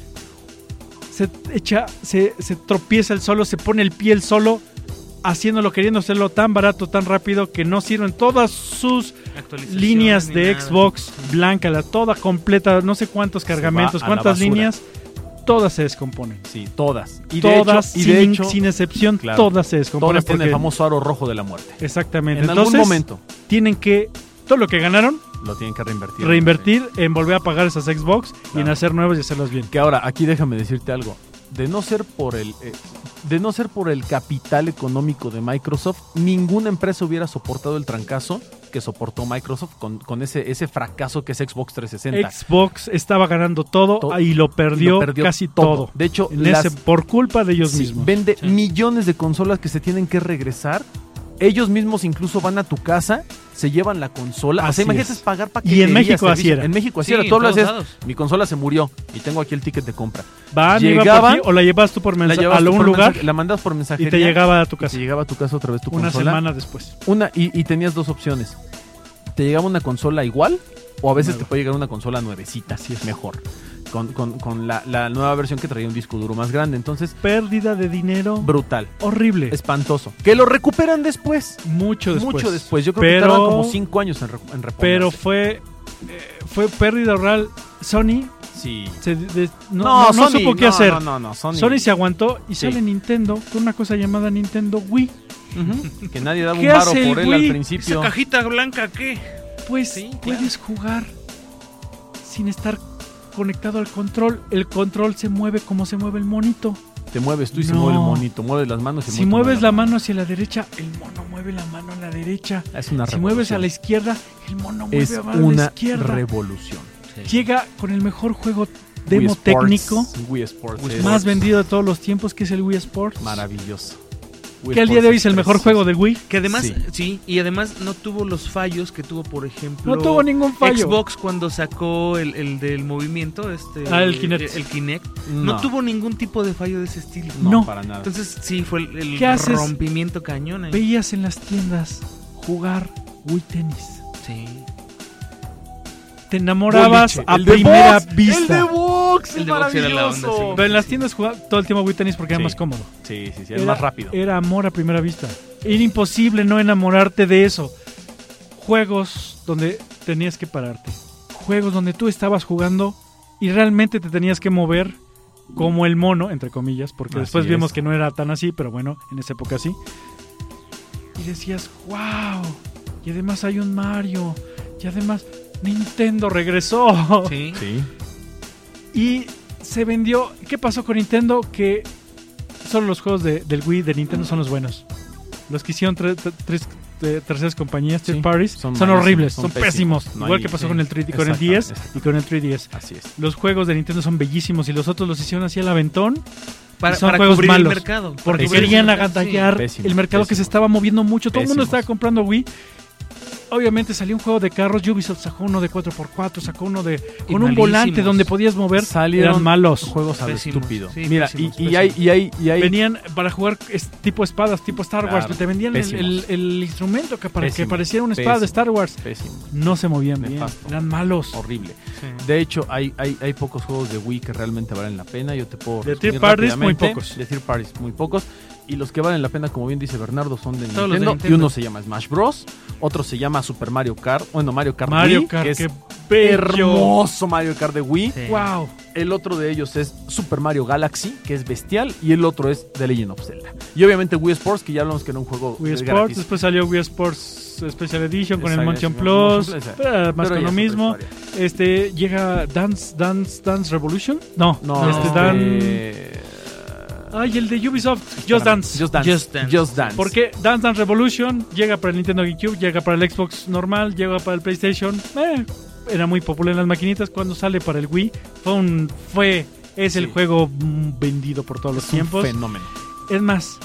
Speaker 2: Se echa, se, se tropieza el solo, se pone el pie el solo, haciéndolo, queriendo hacerlo tan barato, tan rápido, que no sirven todas sus
Speaker 3: Actualizaciones
Speaker 2: líneas
Speaker 3: ni
Speaker 2: de
Speaker 3: nada.
Speaker 2: Xbox blanca, la toda completa, no sé cuántos cargamentos,
Speaker 4: va a la
Speaker 2: cuántas
Speaker 4: basura.
Speaker 2: líneas, todas se descomponen.
Speaker 4: Sí, todas. Y
Speaker 2: todas,
Speaker 4: de hecho, y
Speaker 2: sin,
Speaker 4: de hecho
Speaker 2: sin excepción,
Speaker 4: claro,
Speaker 2: todas se descomponen.
Speaker 4: todas tienen el
Speaker 2: porque-
Speaker 4: famoso aro rojo de la muerte. En
Speaker 2: Exactamente.
Speaker 4: algún
Speaker 2: Entonces,
Speaker 4: momento
Speaker 2: tienen que, todo lo que ganaron,
Speaker 4: lo tienen que reinvertir.
Speaker 2: reinvertir en volver a pagar esas Xbox y en
Speaker 4: Claro.
Speaker 2: hacer nuevas y hacerlas bien.
Speaker 4: Que ahora, aquí déjame decirte algo. De no ser por el. eh, de no ser por el capital económico de Microsoft, ninguna empresa hubiera soportado el trancazo que soportó Microsoft con, con ese, ese fracaso que es Xbox 360.
Speaker 2: Xbox estaba ganando todo
Speaker 4: To-
Speaker 2: y lo perdió,
Speaker 4: Lo perdió
Speaker 2: casi todo.
Speaker 4: De hecho,
Speaker 2: En
Speaker 4: las-
Speaker 2: ese- por culpa de ellos
Speaker 4: sí,
Speaker 2: mismos.
Speaker 4: vende
Speaker 3: Sí.
Speaker 4: millones de consolas que se tienen que regresar. Ellos mismos incluso van a tu casa, se llevan la consola. o
Speaker 2: Así
Speaker 4: sea, imagínate
Speaker 2: es.
Speaker 4: pagar
Speaker 2: Y
Speaker 4: paquetería.
Speaker 2: en México así
Speaker 4: servicio.
Speaker 2: era.
Speaker 4: En México así
Speaker 3: Sí,
Speaker 4: era.
Speaker 3: en
Speaker 4: Tú hablas
Speaker 3: todos
Speaker 4: es,
Speaker 3: lados.
Speaker 4: mi consola se murió y tengo aquí el ticket de compra.
Speaker 2: Van, iba por
Speaker 4: Llegaban-
Speaker 2: ti o la llevas tú por
Speaker 4: La
Speaker 2: mensaje
Speaker 4: llevabas
Speaker 2: a
Speaker 4: tú
Speaker 2: un
Speaker 4: por
Speaker 2: lugar
Speaker 4: mensaje- la mandabas por
Speaker 2: y
Speaker 4: mensajería.
Speaker 2: te llegaba a tu
Speaker 4: te
Speaker 2: casa
Speaker 4: llegaba a tu casa otra vez tu
Speaker 2: una
Speaker 4: consola.
Speaker 2: semana después.
Speaker 4: Una y, y tenías dos opciones. Te llegaba una consola igual o a veces
Speaker 2: Nueva.
Speaker 4: te puede llegar una consola nuevecita,
Speaker 2: Así es.
Speaker 4: mejor. Con, con- con la, la nueva versión que traía un disco duro más grande. Entonces,
Speaker 2: Pérdida de dinero
Speaker 4: brutal,
Speaker 2: horrible.
Speaker 4: espantoso. Que lo recuperan después.
Speaker 2: mucho después.
Speaker 4: Mucho después. Yo creo
Speaker 2: Pero-
Speaker 4: que tardan como cinco años en, re- en reponerse.
Speaker 2: Pero fue eh, fue pérdida real. Sony
Speaker 4: sí.
Speaker 2: se de- no, no- no
Speaker 4: Sony,
Speaker 2: supo qué
Speaker 4: no,
Speaker 2: hacer.
Speaker 4: No, no, no, Sony.
Speaker 2: Sony se aguantó y
Speaker 4: Sí.
Speaker 2: sale Nintendo con una cosa llamada Nintendo Wii.
Speaker 4: Ujú. Que nadie daba un
Speaker 2: ¿Qué
Speaker 4: varo
Speaker 2: hace el
Speaker 4: por él
Speaker 2: Wii?
Speaker 4: al
Speaker 3: ¿Esa
Speaker 4: principio.
Speaker 3: cajita blanca qué?
Speaker 2: Pues
Speaker 3: Sí, claro.
Speaker 2: puedes jugar sin estar conectado al control. El control se mueve como se mueve el monito.
Speaker 4: Te mueves tú y se
Speaker 2: No.
Speaker 4: mueve el monito. Mueves las manos y
Speaker 2: Si
Speaker 4: mueve tu
Speaker 2: mueves la mano hacia la derecha, el mono mueve la mano a la derecha.
Speaker 4: Es una
Speaker 2: Si mueves a la
Speaker 4: revolución.
Speaker 2: izquierda, el mono mueve
Speaker 4: es
Speaker 2: a la
Speaker 4: una
Speaker 2: izquierda.
Speaker 4: revolución.
Speaker 2: Llega con el mejor juego
Speaker 4: Wii
Speaker 2: demo
Speaker 4: Sports,
Speaker 2: técnico Pues
Speaker 4: Wii Sports
Speaker 3: Wii
Speaker 4: es
Speaker 3: Sports.
Speaker 2: más vendido de todos los tiempos, que es el Wii Sports.
Speaker 4: maravilloso. Wii
Speaker 2: Que al día de hoy es el mejor
Speaker 4: precioso.
Speaker 2: juego del Wii.
Speaker 3: Que además,
Speaker 4: Sí.
Speaker 3: sí. y además no tuvo los fallos que tuvo, por ejemplo.
Speaker 2: No tuvo ningún fallo.
Speaker 3: Xbox cuando sacó el, el del movimiento, este.
Speaker 2: Ah, el Kinect.
Speaker 3: el Kinect.
Speaker 4: No,
Speaker 3: No. tuvo ningún tipo de fallo de ese estilo.
Speaker 4: no,
Speaker 2: no.
Speaker 4: para nada.
Speaker 3: Entonces sí, fue el, el
Speaker 2: ¿Qué haces?
Speaker 3: rompimiento cañón. ahí.
Speaker 2: Veías en las tiendas jugar Wii Tennis.
Speaker 3: Sí.
Speaker 2: Te enamorabas
Speaker 4: Boliche,
Speaker 2: a
Speaker 4: el de
Speaker 2: primera
Speaker 4: box,
Speaker 2: vista.
Speaker 4: El de box,
Speaker 3: El de box era la onda,
Speaker 4: maravilloso.
Speaker 3: sí.
Speaker 2: Pero en las tiendas jugaba todo el tiempo Wii Tennis porque era
Speaker 4: Sí.
Speaker 2: más cómodo.
Speaker 4: Sí, sí, sí, es más rápido.
Speaker 2: Era amor a primera vista. Era imposible no enamorarte de eso. Juegos donde tenías que pararte. Juegos donde tú estabas jugando y realmente te tenías que mover como el mono, entre comillas, porque
Speaker 4: Así
Speaker 2: después vimos
Speaker 4: es.
Speaker 2: que no era tan así, pero bueno, en esa época sí. Y decías, wow. Y además hay un Mario. Y además Nintendo regresó.
Speaker 3: Sí.
Speaker 4: Sí.
Speaker 2: Y se vendió. ¿Qué pasó con Nintendo? Que solo los juegos de- del Wii de Nintendo son los buenos. Los que hicieron tre- tre- tres eh, terceras compañías, third
Speaker 4: Sí,
Speaker 2: parties,
Speaker 4: son
Speaker 2: son,
Speaker 4: malísimos,
Speaker 2: horribles,
Speaker 4: son
Speaker 2: son, pésimos.
Speaker 4: pésimos. No
Speaker 2: Igual
Speaker 4: hay-
Speaker 2: que pasó
Speaker 4: sí,
Speaker 2: con el 3D, con el
Speaker 4: exacto,
Speaker 2: 10
Speaker 4: exacto.
Speaker 2: y con el 3DS.
Speaker 4: Así es.
Speaker 2: Los juegos de Nintendo son bellísimos y los otros los hicieron así al aventón
Speaker 3: Para,
Speaker 2: son
Speaker 3: para
Speaker 2: juegos
Speaker 3: cubrir
Speaker 2: malos,
Speaker 3: el mercado. para
Speaker 2: porque
Speaker 3: cubrir el
Speaker 2: querían
Speaker 3: mercado, sí.
Speaker 2: agantallar
Speaker 4: Pésimos,
Speaker 2: el mercado que se
Speaker 4: pésimos.
Speaker 2: estaba moviendo mucho. Todo el mundo
Speaker 4: Pésimos.
Speaker 2: estaba comprando Wii. Obviamente salió un juego de carros, Ubisoft sacó uno de 4x4, sacó uno de con un
Speaker 3: malísimos.
Speaker 2: volante donde podías mover,
Speaker 4: Salieron
Speaker 2: eran malos.
Speaker 4: Juegos a lo
Speaker 3: Pésimos,
Speaker 4: estúpido.
Speaker 3: sí,
Speaker 4: Mira,
Speaker 3: pésimos,
Speaker 4: y, y hay, y hay, y hay-
Speaker 2: Venían para jugar es- tipo espadas, tipo Star Wars.
Speaker 4: Claro,
Speaker 2: Te vendían el,
Speaker 4: pésimos.
Speaker 2: el- el instrumento que para que
Speaker 4: Pésimos,
Speaker 2: pareciera una espada de
Speaker 4: pésimos.
Speaker 2: Star Wars.
Speaker 4: Pésimo,
Speaker 2: No se movían
Speaker 4: Nefasto.
Speaker 2: bien, eran malos.
Speaker 4: horrible.
Speaker 3: Sí.
Speaker 4: De hecho, hay, hay, hay pocos juegos de Wii que realmente valen la pena. Yo te puedo
Speaker 2: De
Speaker 4: resumir
Speaker 2: third parties,
Speaker 4: rápidamente.
Speaker 2: muy pocos.
Speaker 4: De third parties, muy pocos. Y los que valen la pena, como bien dice Bernardo, son de
Speaker 3: Todos
Speaker 4: Nintendo,
Speaker 3: los de
Speaker 4: Y
Speaker 3: Nintendo.
Speaker 4: uno se llama Smash Bros. Otro se llama Super Mario Kart. Bueno, Mario Kart
Speaker 2: Mario
Speaker 4: Wii,
Speaker 2: Kart,
Speaker 4: que es
Speaker 2: qué bello.
Speaker 4: hermoso Mario Kart de Wii.
Speaker 3: Sí.
Speaker 2: Wow.
Speaker 4: El otro de ellos es Super Mario Galaxy, que es bestial. Y el otro es The Legend of Zelda. Y obviamente Wii Sports, que ya hablamos que no un juego
Speaker 2: Wii
Speaker 4: eh,
Speaker 2: Sports,
Speaker 4: gratis.
Speaker 2: después salió Wii Sports Special Edition con el
Speaker 4: Exacto,
Speaker 2: Motion
Speaker 4: sí, Motion
Speaker 2: Plus,
Speaker 4: Plus, exacto.
Speaker 2: pero era más con
Speaker 4: Pero ya
Speaker 2: lo
Speaker 4: es otra
Speaker 2: mismo.
Speaker 4: historia.
Speaker 2: Este llega Dance Dance Dance Revolution? No,
Speaker 4: No,
Speaker 2: este,
Speaker 4: este,
Speaker 2: Dan Ay, el de Ubisoft, Just Dance.
Speaker 4: Just Dance.
Speaker 3: Just Dance.
Speaker 4: Just Dance.
Speaker 2: Porque Dance Dance Revolution llega para el Nintendo GameCube, llega para el Xbox normal, llega para el PlayStation. Eh, era muy popular en las maquinitas. Cuando sale para el Wii, fue un, fue Es el
Speaker 4: Sí.
Speaker 2: juego mm, vendido por todos los
Speaker 4: Es un
Speaker 2: tiempos.
Speaker 4: fenómeno.
Speaker 2: Es más,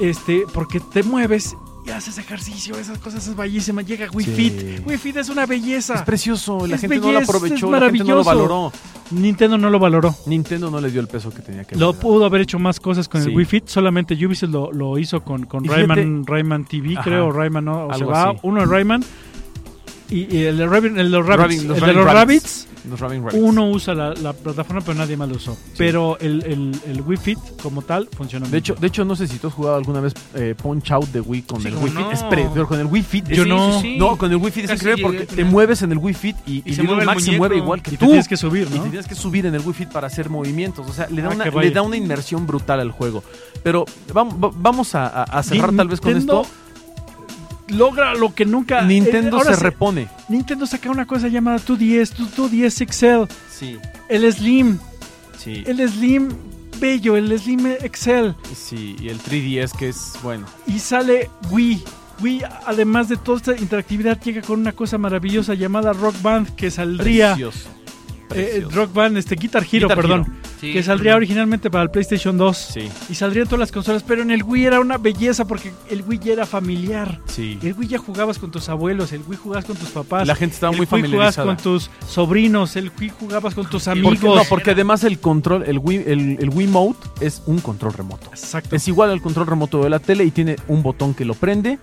Speaker 2: este, porque te mueves y haces ejercicio, esas cosas es bellísima. Llega Wii
Speaker 4: Sí.
Speaker 2: Fit. Wii Fit es una belleza.
Speaker 4: Es precioso, la
Speaker 2: Ah. Es
Speaker 4: gente no lo
Speaker 2: belleza,
Speaker 4: aprovechó,
Speaker 2: es
Speaker 4: la gente no lo
Speaker 2: maravilloso.
Speaker 4: valoró.
Speaker 2: Nintendo no lo valoró.
Speaker 4: Nintendo no le dio el peso que tenía que
Speaker 2: Lo
Speaker 4: darle.
Speaker 2: pudo haber hecho más cosas con
Speaker 4: Sí.
Speaker 2: el Wii Fit, solamente Ubisoft lo, lo hizo con, con
Speaker 4: Y fíjate-
Speaker 2: Rayman, Rayman TV,
Speaker 4: Ajá,
Speaker 2: creo, Rayman no, o se
Speaker 4: algo
Speaker 2: va,
Speaker 4: así.
Speaker 2: uno de Rayman y, y el de Rabbit- el de los Rabbits,
Speaker 4: Rabbids, los
Speaker 2: el de
Speaker 4: Rabbids
Speaker 2: los
Speaker 4: Rabbits.
Speaker 2: Rabbits,
Speaker 4: Los Rabbit Rabbits.
Speaker 2: uno usa la, la plataforma pero nadie más lo usó. Pero el, el, el Wii Fit como tal funciona muy
Speaker 4: De hecho,
Speaker 2: bien.
Speaker 4: de hecho, no sé si tú has jugado alguna vez eh, Punch Out de Wii con
Speaker 3: Sí,
Speaker 4: el
Speaker 3: ¿cómo
Speaker 4: Wii Fit.
Speaker 3: no?
Speaker 4: Es pre- pero con el Wii Fit. es-
Speaker 2: Yo no-
Speaker 4: No, con el Wii Fit es
Speaker 3: Casi
Speaker 4: increíble
Speaker 3: llegué
Speaker 4: porque
Speaker 3: a
Speaker 4: te
Speaker 3: tener-
Speaker 4: mueves en el Wii Fit y,
Speaker 3: Y se
Speaker 4: Little
Speaker 3: mueve el
Speaker 4: Max se
Speaker 3: muñevo.
Speaker 4: mueve igual que
Speaker 2: y te
Speaker 4: tú.
Speaker 2: tienes que subir,
Speaker 4: Y
Speaker 2: ¿no?
Speaker 4: tenías que subir en el Wii Fit para hacer movimientos. O sea, le da,
Speaker 2: Ah,
Speaker 4: una,
Speaker 2: que
Speaker 4: le
Speaker 2: vaya.
Speaker 4: da una inmersión brutal al juego. Pero vam- va- vamos a, a- a cerrar tal vez con
Speaker 2: Nintendo
Speaker 4: esto.
Speaker 2: Logra lo que nunca
Speaker 4: Nintendo
Speaker 2: eh, ahora
Speaker 4: se
Speaker 2: sí,
Speaker 4: repone.
Speaker 2: Nintendo saca una cosa llamada 2DS, 2DS Excel,
Speaker 4: Sí,
Speaker 2: el Slim,
Speaker 4: sí,
Speaker 2: el Slim bello, el Slim Excel.
Speaker 4: sí. Y el 3DS que es, bueno,
Speaker 2: y sale Wii. Wii, además de toda esta interactividad, llega con una cosa maravillosa llamada Rock Band, que saldría.
Speaker 4: precioso.
Speaker 2: eh,
Speaker 4: precioso.
Speaker 2: Rock Band, este Guitar Hero,
Speaker 4: Guitar
Speaker 2: perdón.
Speaker 4: Hero.
Speaker 3: Sí.
Speaker 2: Que saldría originalmente para el PlayStation 2.
Speaker 4: Sí,
Speaker 2: Y saldría en todas las consolas, pero en el Wii era una belleza porque el Wii ya era familiar.
Speaker 4: sí.
Speaker 2: El Wii ya jugabas con tus abuelos, el Wii jugabas con tus papás.
Speaker 4: La gente estaba
Speaker 2: el
Speaker 4: muy
Speaker 2: Wii jugabas
Speaker 4: familiarizada.
Speaker 2: con tus sobrinos, el Wii jugabas con tus
Speaker 4: ¿Por
Speaker 2: amigos.
Speaker 4: qué? no, porque además el control, el Wii, el, el Wiimote es un control remoto.
Speaker 2: Exacto.
Speaker 4: Es igual al control remoto de la tele y tiene un botón que lo prende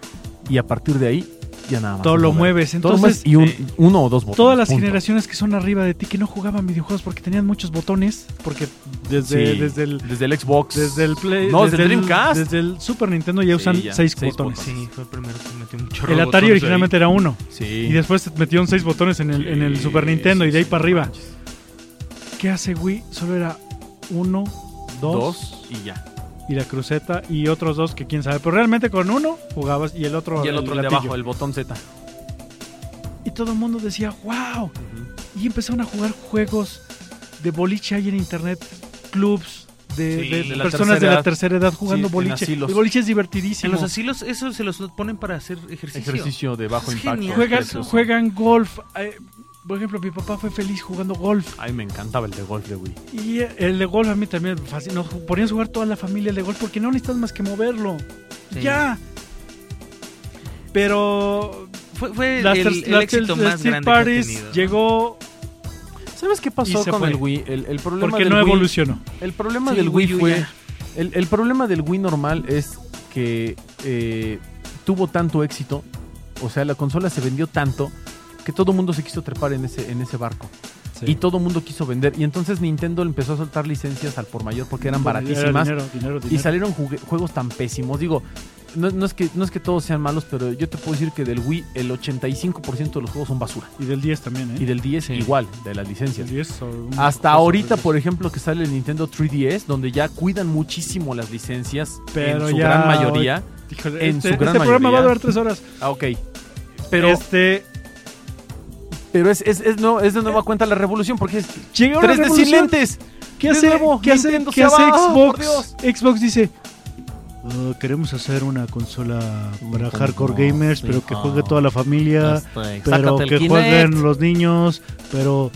Speaker 4: y a partir de ahí ya nada más.
Speaker 2: Todo
Speaker 4: es
Speaker 2: lo
Speaker 4: mover.
Speaker 2: mueves.
Speaker 4: Todo lo
Speaker 2: Entonces, eh,
Speaker 4: mueves y un- uno o dos botones.
Speaker 2: Todas las
Speaker 4: punto.
Speaker 2: generaciones que son arriba de ti que no jugaban videojuegos porque tenían muchos botones, porque desde,
Speaker 4: Sí,
Speaker 2: desde el
Speaker 4: desde el Xbox.
Speaker 2: desde el Play,
Speaker 4: No, desde
Speaker 2: desde
Speaker 4: el Dreamcast.
Speaker 2: desde el Super Nintendo ya
Speaker 4: Sí,
Speaker 2: usan
Speaker 4: ya,
Speaker 2: seis,
Speaker 4: seis
Speaker 2: botones.
Speaker 4: botones.
Speaker 3: Sí, fue el primero que metió un chorro
Speaker 2: El
Speaker 3: de
Speaker 2: Atari
Speaker 3: botones
Speaker 2: originalmente era uno
Speaker 4: Sí.
Speaker 2: y después se metieron seis botones en el, en el
Speaker 4: Sí,
Speaker 2: Super Nintendo y de ahí
Speaker 4: sí,
Speaker 2: para
Speaker 4: sí,
Speaker 2: arriba.
Speaker 4: manches.
Speaker 2: ¿Qué hace Wii? Solo era uno, dos,
Speaker 4: Dos y ya.
Speaker 2: y la cruceta y otros dos que quién sabe. Pero realmente con uno jugabas y el otro
Speaker 4: Y el otro de
Speaker 2: gatillo.
Speaker 4: abajo, el botón Z.
Speaker 2: Y todo el mundo decía, wow. Y empezaron a jugar juegos de boliche ahí en internet, clubs de,
Speaker 3: Sí,
Speaker 2: de
Speaker 4: de la
Speaker 2: personas de
Speaker 4: tercera edad.
Speaker 2: la tercera edad jugando
Speaker 4: Sí, en
Speaker 2: boliche.
Speaker 4: asilos.
Speaker 2: El boliche es
Speaker 3: En
Speaker 2: divertidísimo.
Speaker 3: los asilos, eso se los ponen para hacer ejercicio.
Speaker 4: Ejercicio de bajo
Speaker 3: Es
Speaker 4: impacto.
Speaker 3: genial.
Speaker 2: juegan,
Speaker 4: Precioso.
Speaker 2: juegan golf. eh, por ejemplo, mi papá fue feliz jugando golf.
Speaker 4: Ay, me encantaba el de golf de Wii.
Speaker 2: Y el de golf a mí también me fascinó. Ju- Ponías a jugar toda la familia el de golf porque no necesitas más que moverlo.
Speaker 3: Sí.
Speaker 2: ¡Ya! Pero
Speaker 3: Fue, fue
Speaker 2: las
Speaker 3: el,
Speaker 2: ter-
Speaker 3: el
Speaker 2: las ter-
Speaker 3: éxito
Speaker 2: las
Speaker 3: más
Speaker 2: third
Speaker 3: grande
Speaker 2: parties
Speaker 3: que ha tenido.
Speaker 2: llegó
Speaker 4: ¿Sabes qué
Speaker 2: Y
Speaker 4: pasó
Speaker 2: se
Speaker 4: con
Speaker 2: fue.
Speaker 4: el Wii? El, el problema
Speaker 2: porque
Speaker 4: del
Speaker 2: no
Speaker 4: Wii-
Speaker 2: evolucionó.
Speaker 4: El problema
Speaker 3: Sí,
Speaker 4: del Wii,
Speaker 3: Wii U
Speaker 4: fue.
Speaker 3: ya.
Speaker 4: El, el problema del Wii normal es que eh, tuvo tanto éxito. O sea, la consola se vendió tanto que todo el mundo se quiso trepar en ese, en ese barco. Y todo el mundo quiso vender. Y entonces Nintendo empezó a soltar licencias al por mayor porque eran
Speaker 2: Era
Speaker 4: baratísimas.
Speaker 2: dinero, dinero,
Speaker 4: Y
Speaker 2: dinero.
Speaker 4: salieron jugue- juegos tan pésimos. Digo, no, no es que, no es que todos sean malos, pero yo te puedo decir que del Wii el 85% de los juegos son basura.
Speaker 2: Y del 10 también, ¿eh?
Speaker 4: Y del 10 igual, de las licencias.
Speaker 2: Del 10 o un-
Speaker 4: Hasta
Speaker 2: o
Speaker 4: ahorita,
Speaker 2: sobre-
Speaker 4: por ejemplo, que sale el Nintendo 3DS, donde ya cuidan muchísimo las licencias
Speaker 2: Pero
Speaker 4: en su
Speaker 2: ya
Speaker 4: gran mayoría.
Speaker 2: Híjole,
Speaker 4: en
Speaker 2: este,
Speaker 4: su gran
Speaker 2: este programa
Speaker 4: mayoría.
Speaker 2: va a durar tres horas.
Speaker 4: Ah, ok. Pero,
Speaker 2: este,
Speaker 4: pero es, es, es no, es de nueva cuenta la revolución, porque es
Speaker 2: llega una
Speaker 4: 3D sin
Speaker 2: revolución.
Speaker 4: lentes.
Speaker 2: ¿Qué
Speaker 4: De
Speaker 2: hace,
Speaker 4: nuevo,
Speaker 2: ¿qué hace,
Speaker 4: Nintendo
Speaker 2: qué
Speaker 4: se
Speaker 2: hace
Speaker 4: va, Oh, por
Speaker 2: Xbox?
Speaker 4: Dios.
Speaker 2: Xbox dice: "Ah, Queremos hacer una consola para
Speaker 4: Nintendo,
Speaker 2: hardcore gamers,
Speaker 4: sí,
Speaker 2: pero que
Speaker 4: ah.
Speaker 2: juegue toda la familia, pero
Speaker 4: Sácate el
Speaker 2: que
Speaker 4: Kinect.
Speaker 2: jueguen los niños, pero.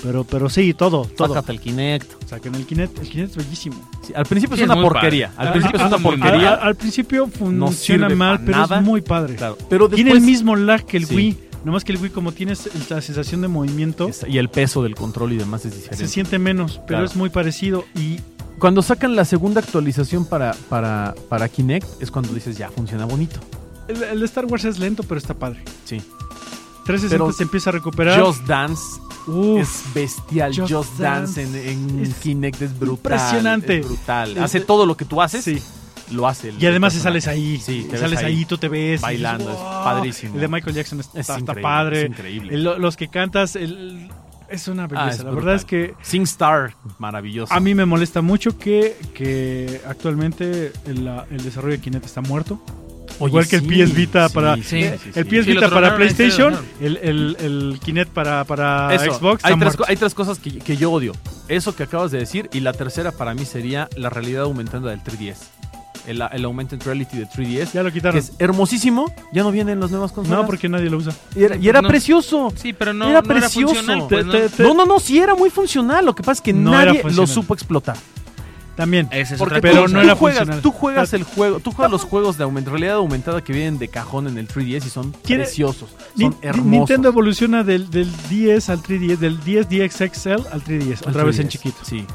Speaker 2: Pero, pero sí, todo, todo.
Speaker 4: el Kinect.
Speaker 2: Saquen el Kinect, el Kinect es bellísimo.
Speaker 4: Sí, al principio
Speaker 3: Sí,
Speaker 4: es
Speaker 3: es
Speaker 4: una
Speaker 3: muy
Speaker 4: porquería.
Speaker 3: padre.
Speaker 4: Al
Speaker 2: Ah,
Speaker 4: principio es
Speaker 3: ah, ah,
Speaker 4: una
Speaker 2: Al,
Speaker 4: porquería.
Speaker 2: al- al principio funciona
Speaker 4: sirve
Speaker 2: mal,
Speaker 4: pa'
Speaker 2: pero
Speaker 4: nada.
Speaker 2: es muy padre.
Speaker 4: claro. Pero
Speaker 2: Tiene el
Speaker 4: después-
Speaker 2: mismo lag que el
Speaker 4: Sí.
Speaker 2: Wii, nomás que el Wii como tienes la sensación de movimiento,
Speaker 4: Y el peso del control y demás es diferente.
Speaker 2: se siente menos, pero
Speaker 4: Claro.
Speaker 2: es muy parecido y
Speaker 4: Cuando sacan la segunda actualización para, para, para Kinect, es cuando dices, ya funciona bonito.
Speaker 2: el, el de Star Wars es lento, pero está padre.
Speaker 4: Sí.
Speaker 2: 360
Speaker 4: Pero
Speaker 2: se empieza a recuperar.
Speaker 4: Just Dance
Speaker 2: Uf,
Speaker 4: es bestial. Just,
Speaker 2: Just Dance
Speaker 4: Dance, en, en
Speaker 2: es
Speaker 4: Kinect es brutal.
Speaker 2: impresionante.
Speaker 4: Es brutal.
Speaker 2: Es-
Speaker 4: hace todo lo que tú haces,
Speaker 2: sí.
Speaker 4: lo hace. el-
Speaker 2: Y además
Speaker 4: el
Speaker 2: se sales
Speaker 4: personaje.
Speaker 2: ahí,
Speaker 4: Sí, te ves
Speaker 2: sales
Speaker 4: ahí
Speaker 2: ahí, tú te ves y
Speaker 4: bailando, es
Speaker 2: "Wow".
Speaker 4: padrísimo.
Speaker 2: El de Michael Jackson está,
Speaker 4: Es
Speaker 2: está
Speaker 4: increíble,
Speaker 2: padre.
Speaker 4: Es increíble. Ah,
Speaker 2: El- los que cantas, el- es una belleza.
Speaker 4: es
Speaker 2: la verdad
Speaker 4: brutal.
Speaker 2: es que
Speaker 4: SingStar, maravilloso.
Speaker 2: a mí me molesta mucho que, que actualmente el, la- el desarrollo de Kinect está muerto.
Speaker 4: Oye,
Speaker 2: igual que el
Speaker 4: sí,
Speaker 2: PS Vita
Speaker 4: sí,
Speaker 2: para-
Speaker 4: sí,
Speaker 3: eh,
Speaker 4: sí,
Speaker 2: El
Speaker 4: sí.
Speaker 2: PS
Speaker 3: Sí, lo
Speaker 2: Vita para
Speaker 3: tronaron, este lo
Speaker 2: PlayStation,
Speaker 3: tronaron.
Speaker 2: el, el, el Kinect para, para
Speaker 4: Eso,
Speaker 2: Xbox. está
Speaker 4: hay tres,
Speaker 2: muerto.
Speaker 4: co- hay tres cosas que, que yo odio. Eso que acabas de decir y la tercera para mí sería la realidad aumentada del 3DS. el, el Augmented Reality de 3DS,
Speaker 2: Ya lo
Speaker 4: que
Speaker 2: quitaron.
Speaker 4: es hermosísimo, ya no vienen las nuevas consolas.
Speaker 2: No, porque nadie lo usa.
Speaker 4: Y era, y era
Speaker 3: No.
Speaker 4: precioso.
Speaker 3: Sí, pero no
Speaker 4: era
Speaker 3: no era
Speaker 4: precioso.
Speaker 3: funcional, pues,
Speaker 2: Te-
Speaker 3: ¿no?
Speaker 2: te- te-
Speaker 4: No, no, no, sí era muy funcional. Lo que pasa es que
Speaker 2: No era
Speaker 4: nadie lo
Speaker 2: funcional.
Speaker 4: supo explotar.
Speaker 2: También.
Speaker 4: Eh,
Speaker 3: Esa es
Speaker 4: Porque
Speaker 3: otra
Speaker 2: pero
Speaker 4: tú,
Speaker 3: cosa.
Speaker 2: no era
Speaker 4: tú juegas,
Speaker 2: funcional.
Speaker 4: tú juegas el juego, tú juegas los juegos de aument- realidad aumentada que vienen de cajón en el 3DS y son
Speaker 2: Quiere-
Speaker 4: preciosos, son
Speaker 2: Nin-
Speaker 4: hermosos.
Speaker 2: Nintendo evoluciona del, del 10 al 3DS, del 10 DXXL al 3DS, otra vez en
Speaker 4: 3DS,
Speaker 2: chiquito.
Speaker 4: Sí.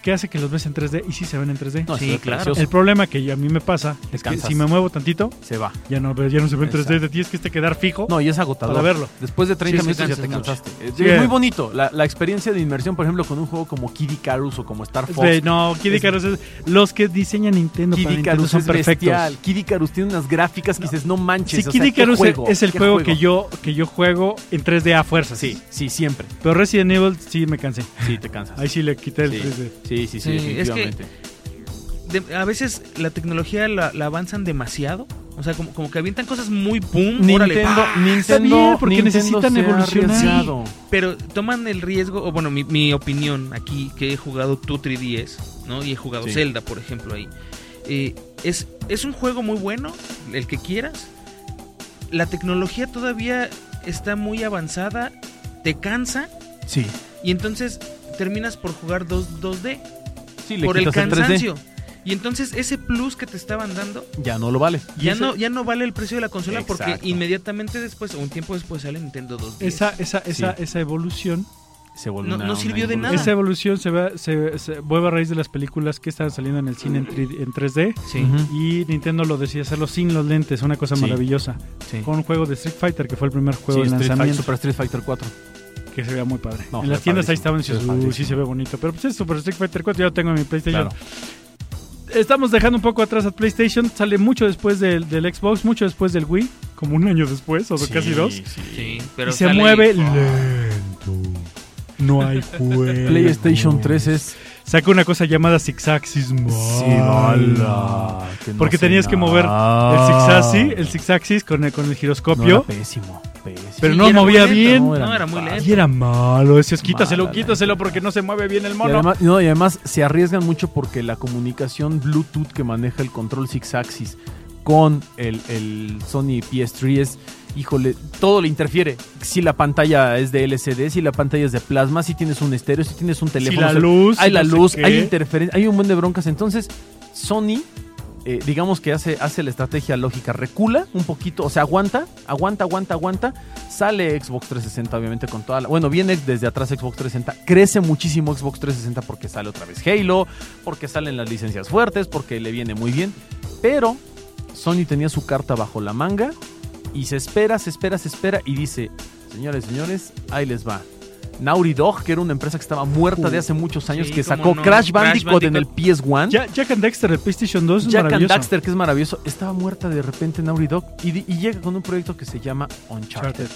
Speaker 2: ¿Qué hace que los ves en 3D y sí se ven en 3D?
Speaker 4: No,
Speaker 3: Sí,
Speaker 4: sí,
Speaker 3: claro.
Speaker 4: claro.
Speaker 2: El problema que a mí me pasa
Speaker 4: Te
Speaker 2: es que
Speaker 4: cansas.
Speaker 2: si me muevo tantito,
Speaker 4: Se va.
Speaker 2: ya no, ya no se ve en 3D,
Speaker 4: Exacto.
Speaker 2: te tienes que este quedar fijo.
Speaker 4: No, y es agotador.
Speaker 2: Para verlo.
Speaker 4: Después de
Speaker 3: Sí,
Speaker 4: 30
Speaker 3: sí,
Speaker 4: minutos ya te
Speaker 3: cansas mucho.
Speaker 4: cansaste. Eh,
Speaker 2: Sí.
Speaker 4: Es muy bonito. La, la experiencia de inmersión, por ejemplo, con un juego como Kid Icarus o como Star Fox.
Speaker 2: Ve, no, Kid
Speaker 4: Es-
Speaker 2: Icarus es- Los que diseñan Nintendo
Speaker 4: Kid
Speaker 2: para Nintendo
Speaker 4: Icarus
Speaker 2: son
Speaker 4: es
Speaker 2: perfectos.
Speaker 4: bestial. Kid Icarus tiene unas gráficas que dices, no
Speaker 2: Sí,
Speaker 4: manches. o
Speaker 2: Kid
Speaker 4: sea, ¿qué
Speaker 2: Icarus es-
Speaker 4: juego?
Speaker 2: es el
Speaker 4: ¿Qué
Speaker 2: juego, que yo que yo juego en 3D a fuerza.
Speaker 4: Sí, sí, siempre.
Speaker 2: Pero Resident Evil sí me cansé.
Speaker 4: Sí, te cansas.
Speaker 2: Ahí sí le quité el
Speaker 4: Sí,
Speaker 2: 3D.
Speaker 4: sí, sí, sí,
Speaker 3: Sí, es que-
Speaker 4: definitivamente.
Speaker 3: De- a veces la tecnología la, la avanzan demasiado. O sea, como, como que avientan cosas muy boom, Mm, órale,
Speaker 4: Nintendo,
Speaker 3: ¡pah!
Speaker 2: Está
Speaker 4: Nintendo,
Speaker 2: bien, porque
Speaker 4: Nintendo
Speaker 2: necesitan
Speaker 4: se ha
Speaker 2: evolucionar.
Speaker 4: arriesgado.
Speaker 3: pero toman el riesgo, o bueno, mi, mi opinión aquí, que he jugado tu 3DS, ¿no? Y he jugado
Speaker 4: Sí.
Speaker 3: Zelda, por ejemplo, ahí. Eh, es, es un juego muy bueno, el que quieras. La tecnología todavía está muy avanzada, te cansa,
Speaker 4: Sí,
Speaker 3: y entonces terminas por jugar 2, 2D
Speaker 4: sí, le
Speaker 3: por el
Speaker 4: quitas el 3D.
Speaker 3: cansancio. Y entonces ese plus que te estaban dando
Speaker 4: Ya no lo vale.
Speaker 3: ya
Speaker 2: ese-
Speaker 3: no, ya no vale el precio de la consola
Speaker 4: Exacto.
Speaker 3: porque inmediatamente después, o un tiempo después, sale Nintendo 2.
Speaker 2: Esa, esa, esa, esa evolución,
Speaker 4: Se volvió
Speaker 3: No-
Speaker 4: una-
Speaker 3: no
Speaker 4: una
Speaker 3: sirvió de
Speaker 4: involución.
Speaker 3: nada.
Speaker 2: esa evolución se, va, se, se vuelve a raíz de las películas que estaban saliendo en el cine en,
Speaker 4: Mm.
Speaker 2: 3D, en 3D,
Speaker 3: Sí.
Speaker 4: Ujú.
Speaker 2: y Nintendo lo decía hacerlo sin los lentes, una cosa
Speaker 4: Sí.
Speaker 2: maravillosa.
Speaker 4: Sí.
Speaker 2: Con un juego de Street Fighter que fue el primer
Speaker 4: Sí,
Speaker 2: juego de
Speaker 4: Street Fighter-
Speaker 2: lanzamiento
Speaker 4: Super Street Fighter 4.
Speaker 2: que se veía muy padre.
Speaker 4: No,
Speaker 2: en
Speaker 4: se
Speaker 2: las
Speaker 4: ve
Speaker 2: tiendas ahí estaban
Speaker 4: padrísimo,
Speaker 2: y
Speaker 4: se ve
Speaker 2: dices, "Uh, sí
Speaker 4: padrísimo".
Speaker 2: se ve bonito, pero pues es Super Street Fighter 4, yo lo tengo en mi PlayStation.
Speaker 4: Claro.
Speaker 2: Estamos dejando un poco atrás a PlayStation, sale mucho después del, del Xbox, mucho después del Wii, como un año después o casi dos.
Speaker 3: Sí, pero
Speaker 2: y se
Speaker 3: sale-
Speaker 2: mueve lento. No hay juego.
Speaker 4: PlayStation 3 es
Speaker 2: Sacó una cosa llamada zigzag sismo. Porque tenías que mover El zigzag sí, el zigzaxis con el, con el giroscopio.
Speaker 4: pésimo, pésimo.
Speaker 2: Pero
Speaker 3: Sí,
Speaker 2: no
Speaker 3: era muy
Speaker 2: movía
Speaker 3: lento,
Speaker 2: bien.
Speaker 3: No, era, muy
Speaker 4: Era
Speaker 2: y
Speaker 3: lento.
Speaker 2: era malo. Decías, quítaselo,
Speaker 4: Mala,
Speaker 2: quítaselo
Speaker 4: neta.
Speaker 2: porque no se mueve bien el
Speaker 4: y
Speaker 2: mono.
Speaker 4: además, no, y además se arriesgan mucho porque la comunicación Bluetooth que maneja el control Six-Axis con el, el Sony PS3 es, híjole, todo le interfiere. Si la pantalla es de LCD, si la pantalla es de plasma, si tienes un estéreo, si tienes un
Speaker 2: Si
Speaker 4: teléfono.
Speaker 2: la
Speaker 4: celular,
Speaker 2: luz.
Speaker 4: hay
Speaker 2: si
Speaker 4: la
Speaker 2: no sé
Speaker 4: luz,
Speaker 2: qué.
Speaker 4: hay interferencia, hay un buen de broncas. Entonces, Sony, eh, digamos que hace, hace la estrategia lógica, recula un poquito, o sea, aguanta, aguanta, aguanta, aguanta. Sale Xbox 360, obviamente, con toda la. Bueno, viene desde atrás Xbox 360, crece muchísimo Xbox 360 porque sale otra vez Halo, porque salen las licencias fuertes, porque le viene muy bien. Pero Sony tenía su carta bajo la manga y se espera, se espera, se espera y dice, señores, señores, ahí les va. Naughty Dog, que era una empresa que estaba muerta de hace muchos años,
Speaker 3: Sí,
Speaker 4: que
Speaker 3: cómo
Speaker 4: sacó
Speaker 3: no. Crash
Speaker 4: Crash, Bandicoot en el
Speaker 3: Bandicoot.
Speaker 4: PS1.
Speaker 2: Ja- Jack and Dexter de PlayStation 2 es
Speaker 4: Jack and
Speaker 2: maravilloso.
Speaker 4: Daxter, que es maravilloso, estaba muerta de repente Naughty Dog y, di- y llega con un proyecto que se llama Uncharted.
Speaker 2: Uncharted.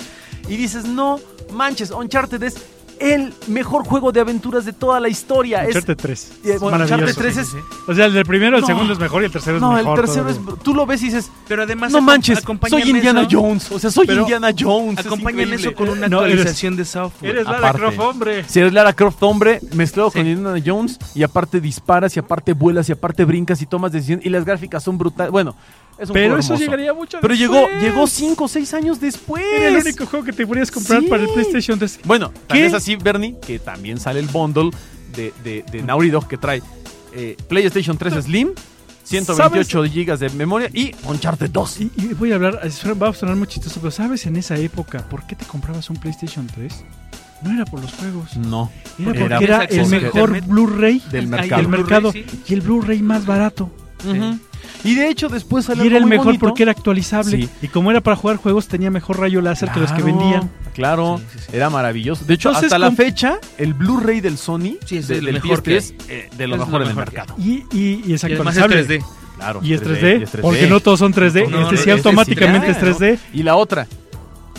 Speaker 4: Y dices, no manches, Uncharted es el mejor juego de aventuras de toda la historia. Es,
Speaker 2: Uncharted 3.
Speaker 4: eh, bueno,
Speaker 2: maravilloso.
Speaker 4: Uncharted 3 es...
Speaker 2: O sea, el del primero, el
Speaker 4: No.
Speaker 2: segundo es mejor y el tercero es
Speaker 4: no,
Speaker 2: mejor.
Speaker 4: el tercero
Speaker 2: todavía.
Speaker 4: es... Tú lo ves y dices,
Speaker 3: Pero además.
Speaker 4: no
Speaker 3: acom-
Speaker 4: manches,
Speaker 3: acompañan
Speaker 4: soy Indiana
Speaker 3: eso-
Speaker 4: Jones. O sea, soy
Speaker 2: Pero
Speaker 4: Indiana Jones. es
Speaker 3: Acompañan
Speaker 4: increíble.
Speaker 3: eso con una
Speaker 2: No, eres-
Speaker 3: actualización de software.
Speaker 2: Eres Lara
Speaker 4: Aparte.
Speaker 2: Croft, hombre.
Speaker 4: Si eres Lara Croft hombre, mezclado
Speaker 3: Sí.
Speaker 4: con Indiana Jones, y aparte disparas, y aparte vuelas, y aparte brincas, y tomas decisiones, y las gráficas son brutales. Bueno, es un
Speaker 2: Pero
Speaker 4: juego
Speaker 2: eso
Speaker 4: hermoso.
Speaker 2: llegaría mucho
Speaker 4: Pero llegó,
Speaker 2: después.
Speaker 4: llegó 5 o 6 años después.
Speaker 2: Era el único juego que te podías comprar
Speaker 4: Sí.
Speaker 2: para el PlayStation 3.
Speaker 4: Bueno, tal
Speaker 2: ¿Qué?
Speaker 4: es así, Bernie, que también sale el bundle de, de, de Naughty Dog que trae eh, PlayStation 3 Slim, 128 GB de memoria y Uncharted 2.
Speaker 2: Y, y voy a hablar, es- va a sonar muy chistoso, pero ¿sabes en esa época por qué te comprabas un PlayStation 3? No era por los juegos,
Speaker 4: No,
Speaker 2: era
Speaker 4: Era
Speaker 2: porque
Speaker 4: por
Speaker 2: era
Speaker 3: acceso
Speaker 2: el
Speaker 4: a
Speaker 2: mejor
Speaker 3: internet.
Speaker 2: Blu-ray
Speaker 4: del
Speaker 3: Ay,
Speaker 4: mercado.
Speaker 2: del mercado
Speaker 3: Blu-ray, sí.
Speaker 2: y el Blu-ray más barato.
Speaker 4: Ujú. Y de hecho, después salió
Speaker 2: Y era el
Speaker 4: algo muy
Speaker 2: mejor
Speaker 4: bonito.
Speaker 2: porque era actualizable.
Speaker 4: Sí.
Speaker 2: Y como era para jugar juegos, tenía mejor rayo láser que los que
Speaker 4: Claro,
Speaker 2: vendían.
Speaker 4: Claro,
Speaker 3: Sí, sí, sí.
Speaker 4: era maravilloso. De hecho,
Speaker 2: Entonces,
Speaker 4: hasta la
Speaker 2: con-
Speaker 4: fecha, el Blu-ray del Sony
Speaker 3: Sí, es
Speaker 4: de-
Speaker 3: el
Speaker 4: del
Speaker 3: mejor que
Speaker 4: PS3, eh, de lo
Speaker 3: Es lo
Speaker 4: mejor en el
Speaker 3: mejor que
Speaker 4: mercado.
Speaker 2: Y, y- y es
Speaker 3: Y además es
Speaker 2: actualizable.
Speaker 3: 3D.
Speaker 4: Claro.
Speaker 2: Y es 3D,
Speaker 4: y es
Speaker 2: porque no todos son 3D.
Speaker 3: No,
Speaker 2: este
Speaker 3: no,
Speaker 2: sí
Speaker 3: este sí,
Speaker 2: automáticamente
Speaker 4: claro.
Speaker 2: es 3D.
Speaker 4: Y la otra,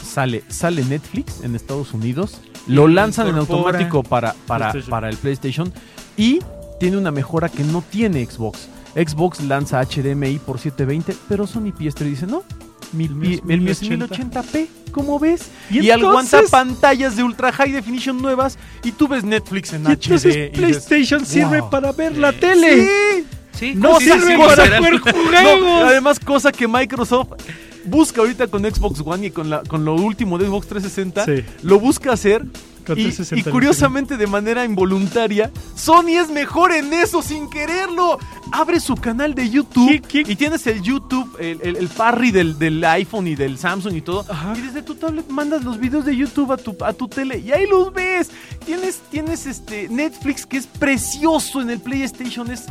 Speaker 4: sale, sale Netflix en Estados Unidos, lo
Speaker 3: Y
Speaker 4: lanzan en
Speaker 3: incorpora
Speaker 4: automático para, para,
Speaker 2: PlayStation.
Speaker 4: para el PlayStation y tiene una mejora que no tiene Xbox. Xbox lanza HDMI por 720, pero Sony PS3 dice, no, mil,
Speaker 2: Mil-
Speaker 4: pi- el mío es
Speaker 2: 1080.
Speaker 4: 1080p, ¿cómo ves?
Speaker 2: Y
Speaker 4: Y,
Speaker 2: entonces-
Speaker 4: aguanta pantallas de ultra high definition nuevas y tú ves Netflix en
Speaker 2: Y
Speaker 4: HD.
Speaker 2: entonces
Speaker 4: y dices,
Speaker 2: PlayStation sirve
Speaker 4: "Wow".
Speaker 2: para ver la
Speaker 3: Sí.
Speaker 2: tele.
Speaker 4: Sí.
Speaker 3: Sí,
Speaker 2: No
Speaker 3: sí, sí,
Speaker 2: sirve
Speaker 3: sí,
Speaker 2: para
Speaker 3: literal.
Speaker 2: jugar
Speaker 4: No,
Speaker 2: juegos.
Speaker 4: además, cosa que Microsoft busca ahorita con Xbox One y con, la, con lo último de Xbox 360,
Speaker 2: Sí.
Speaker 4: lo busca hacer.
Speaker 2: Con
Speaker 4: Y,
Speaker 2: 360
Speaker 4: y curiosamente, de manera involuntaria, Sony es mejor en eso sin quererlo. Abre su canal de YouTube
Speaker 2: ¿Qué- qué-
Speaker 4: y tienes el YouTube, el, el, el parry del, del iPhone y del Samsung y todo.
Speaker 2: Ajá.
Speaker 4: Y desde tu tablet mandas los videos de YouTube a tu, a tu tele y ahí los ves. Tienes, tienes este Netflix que es precioso en el PlayStation. Es,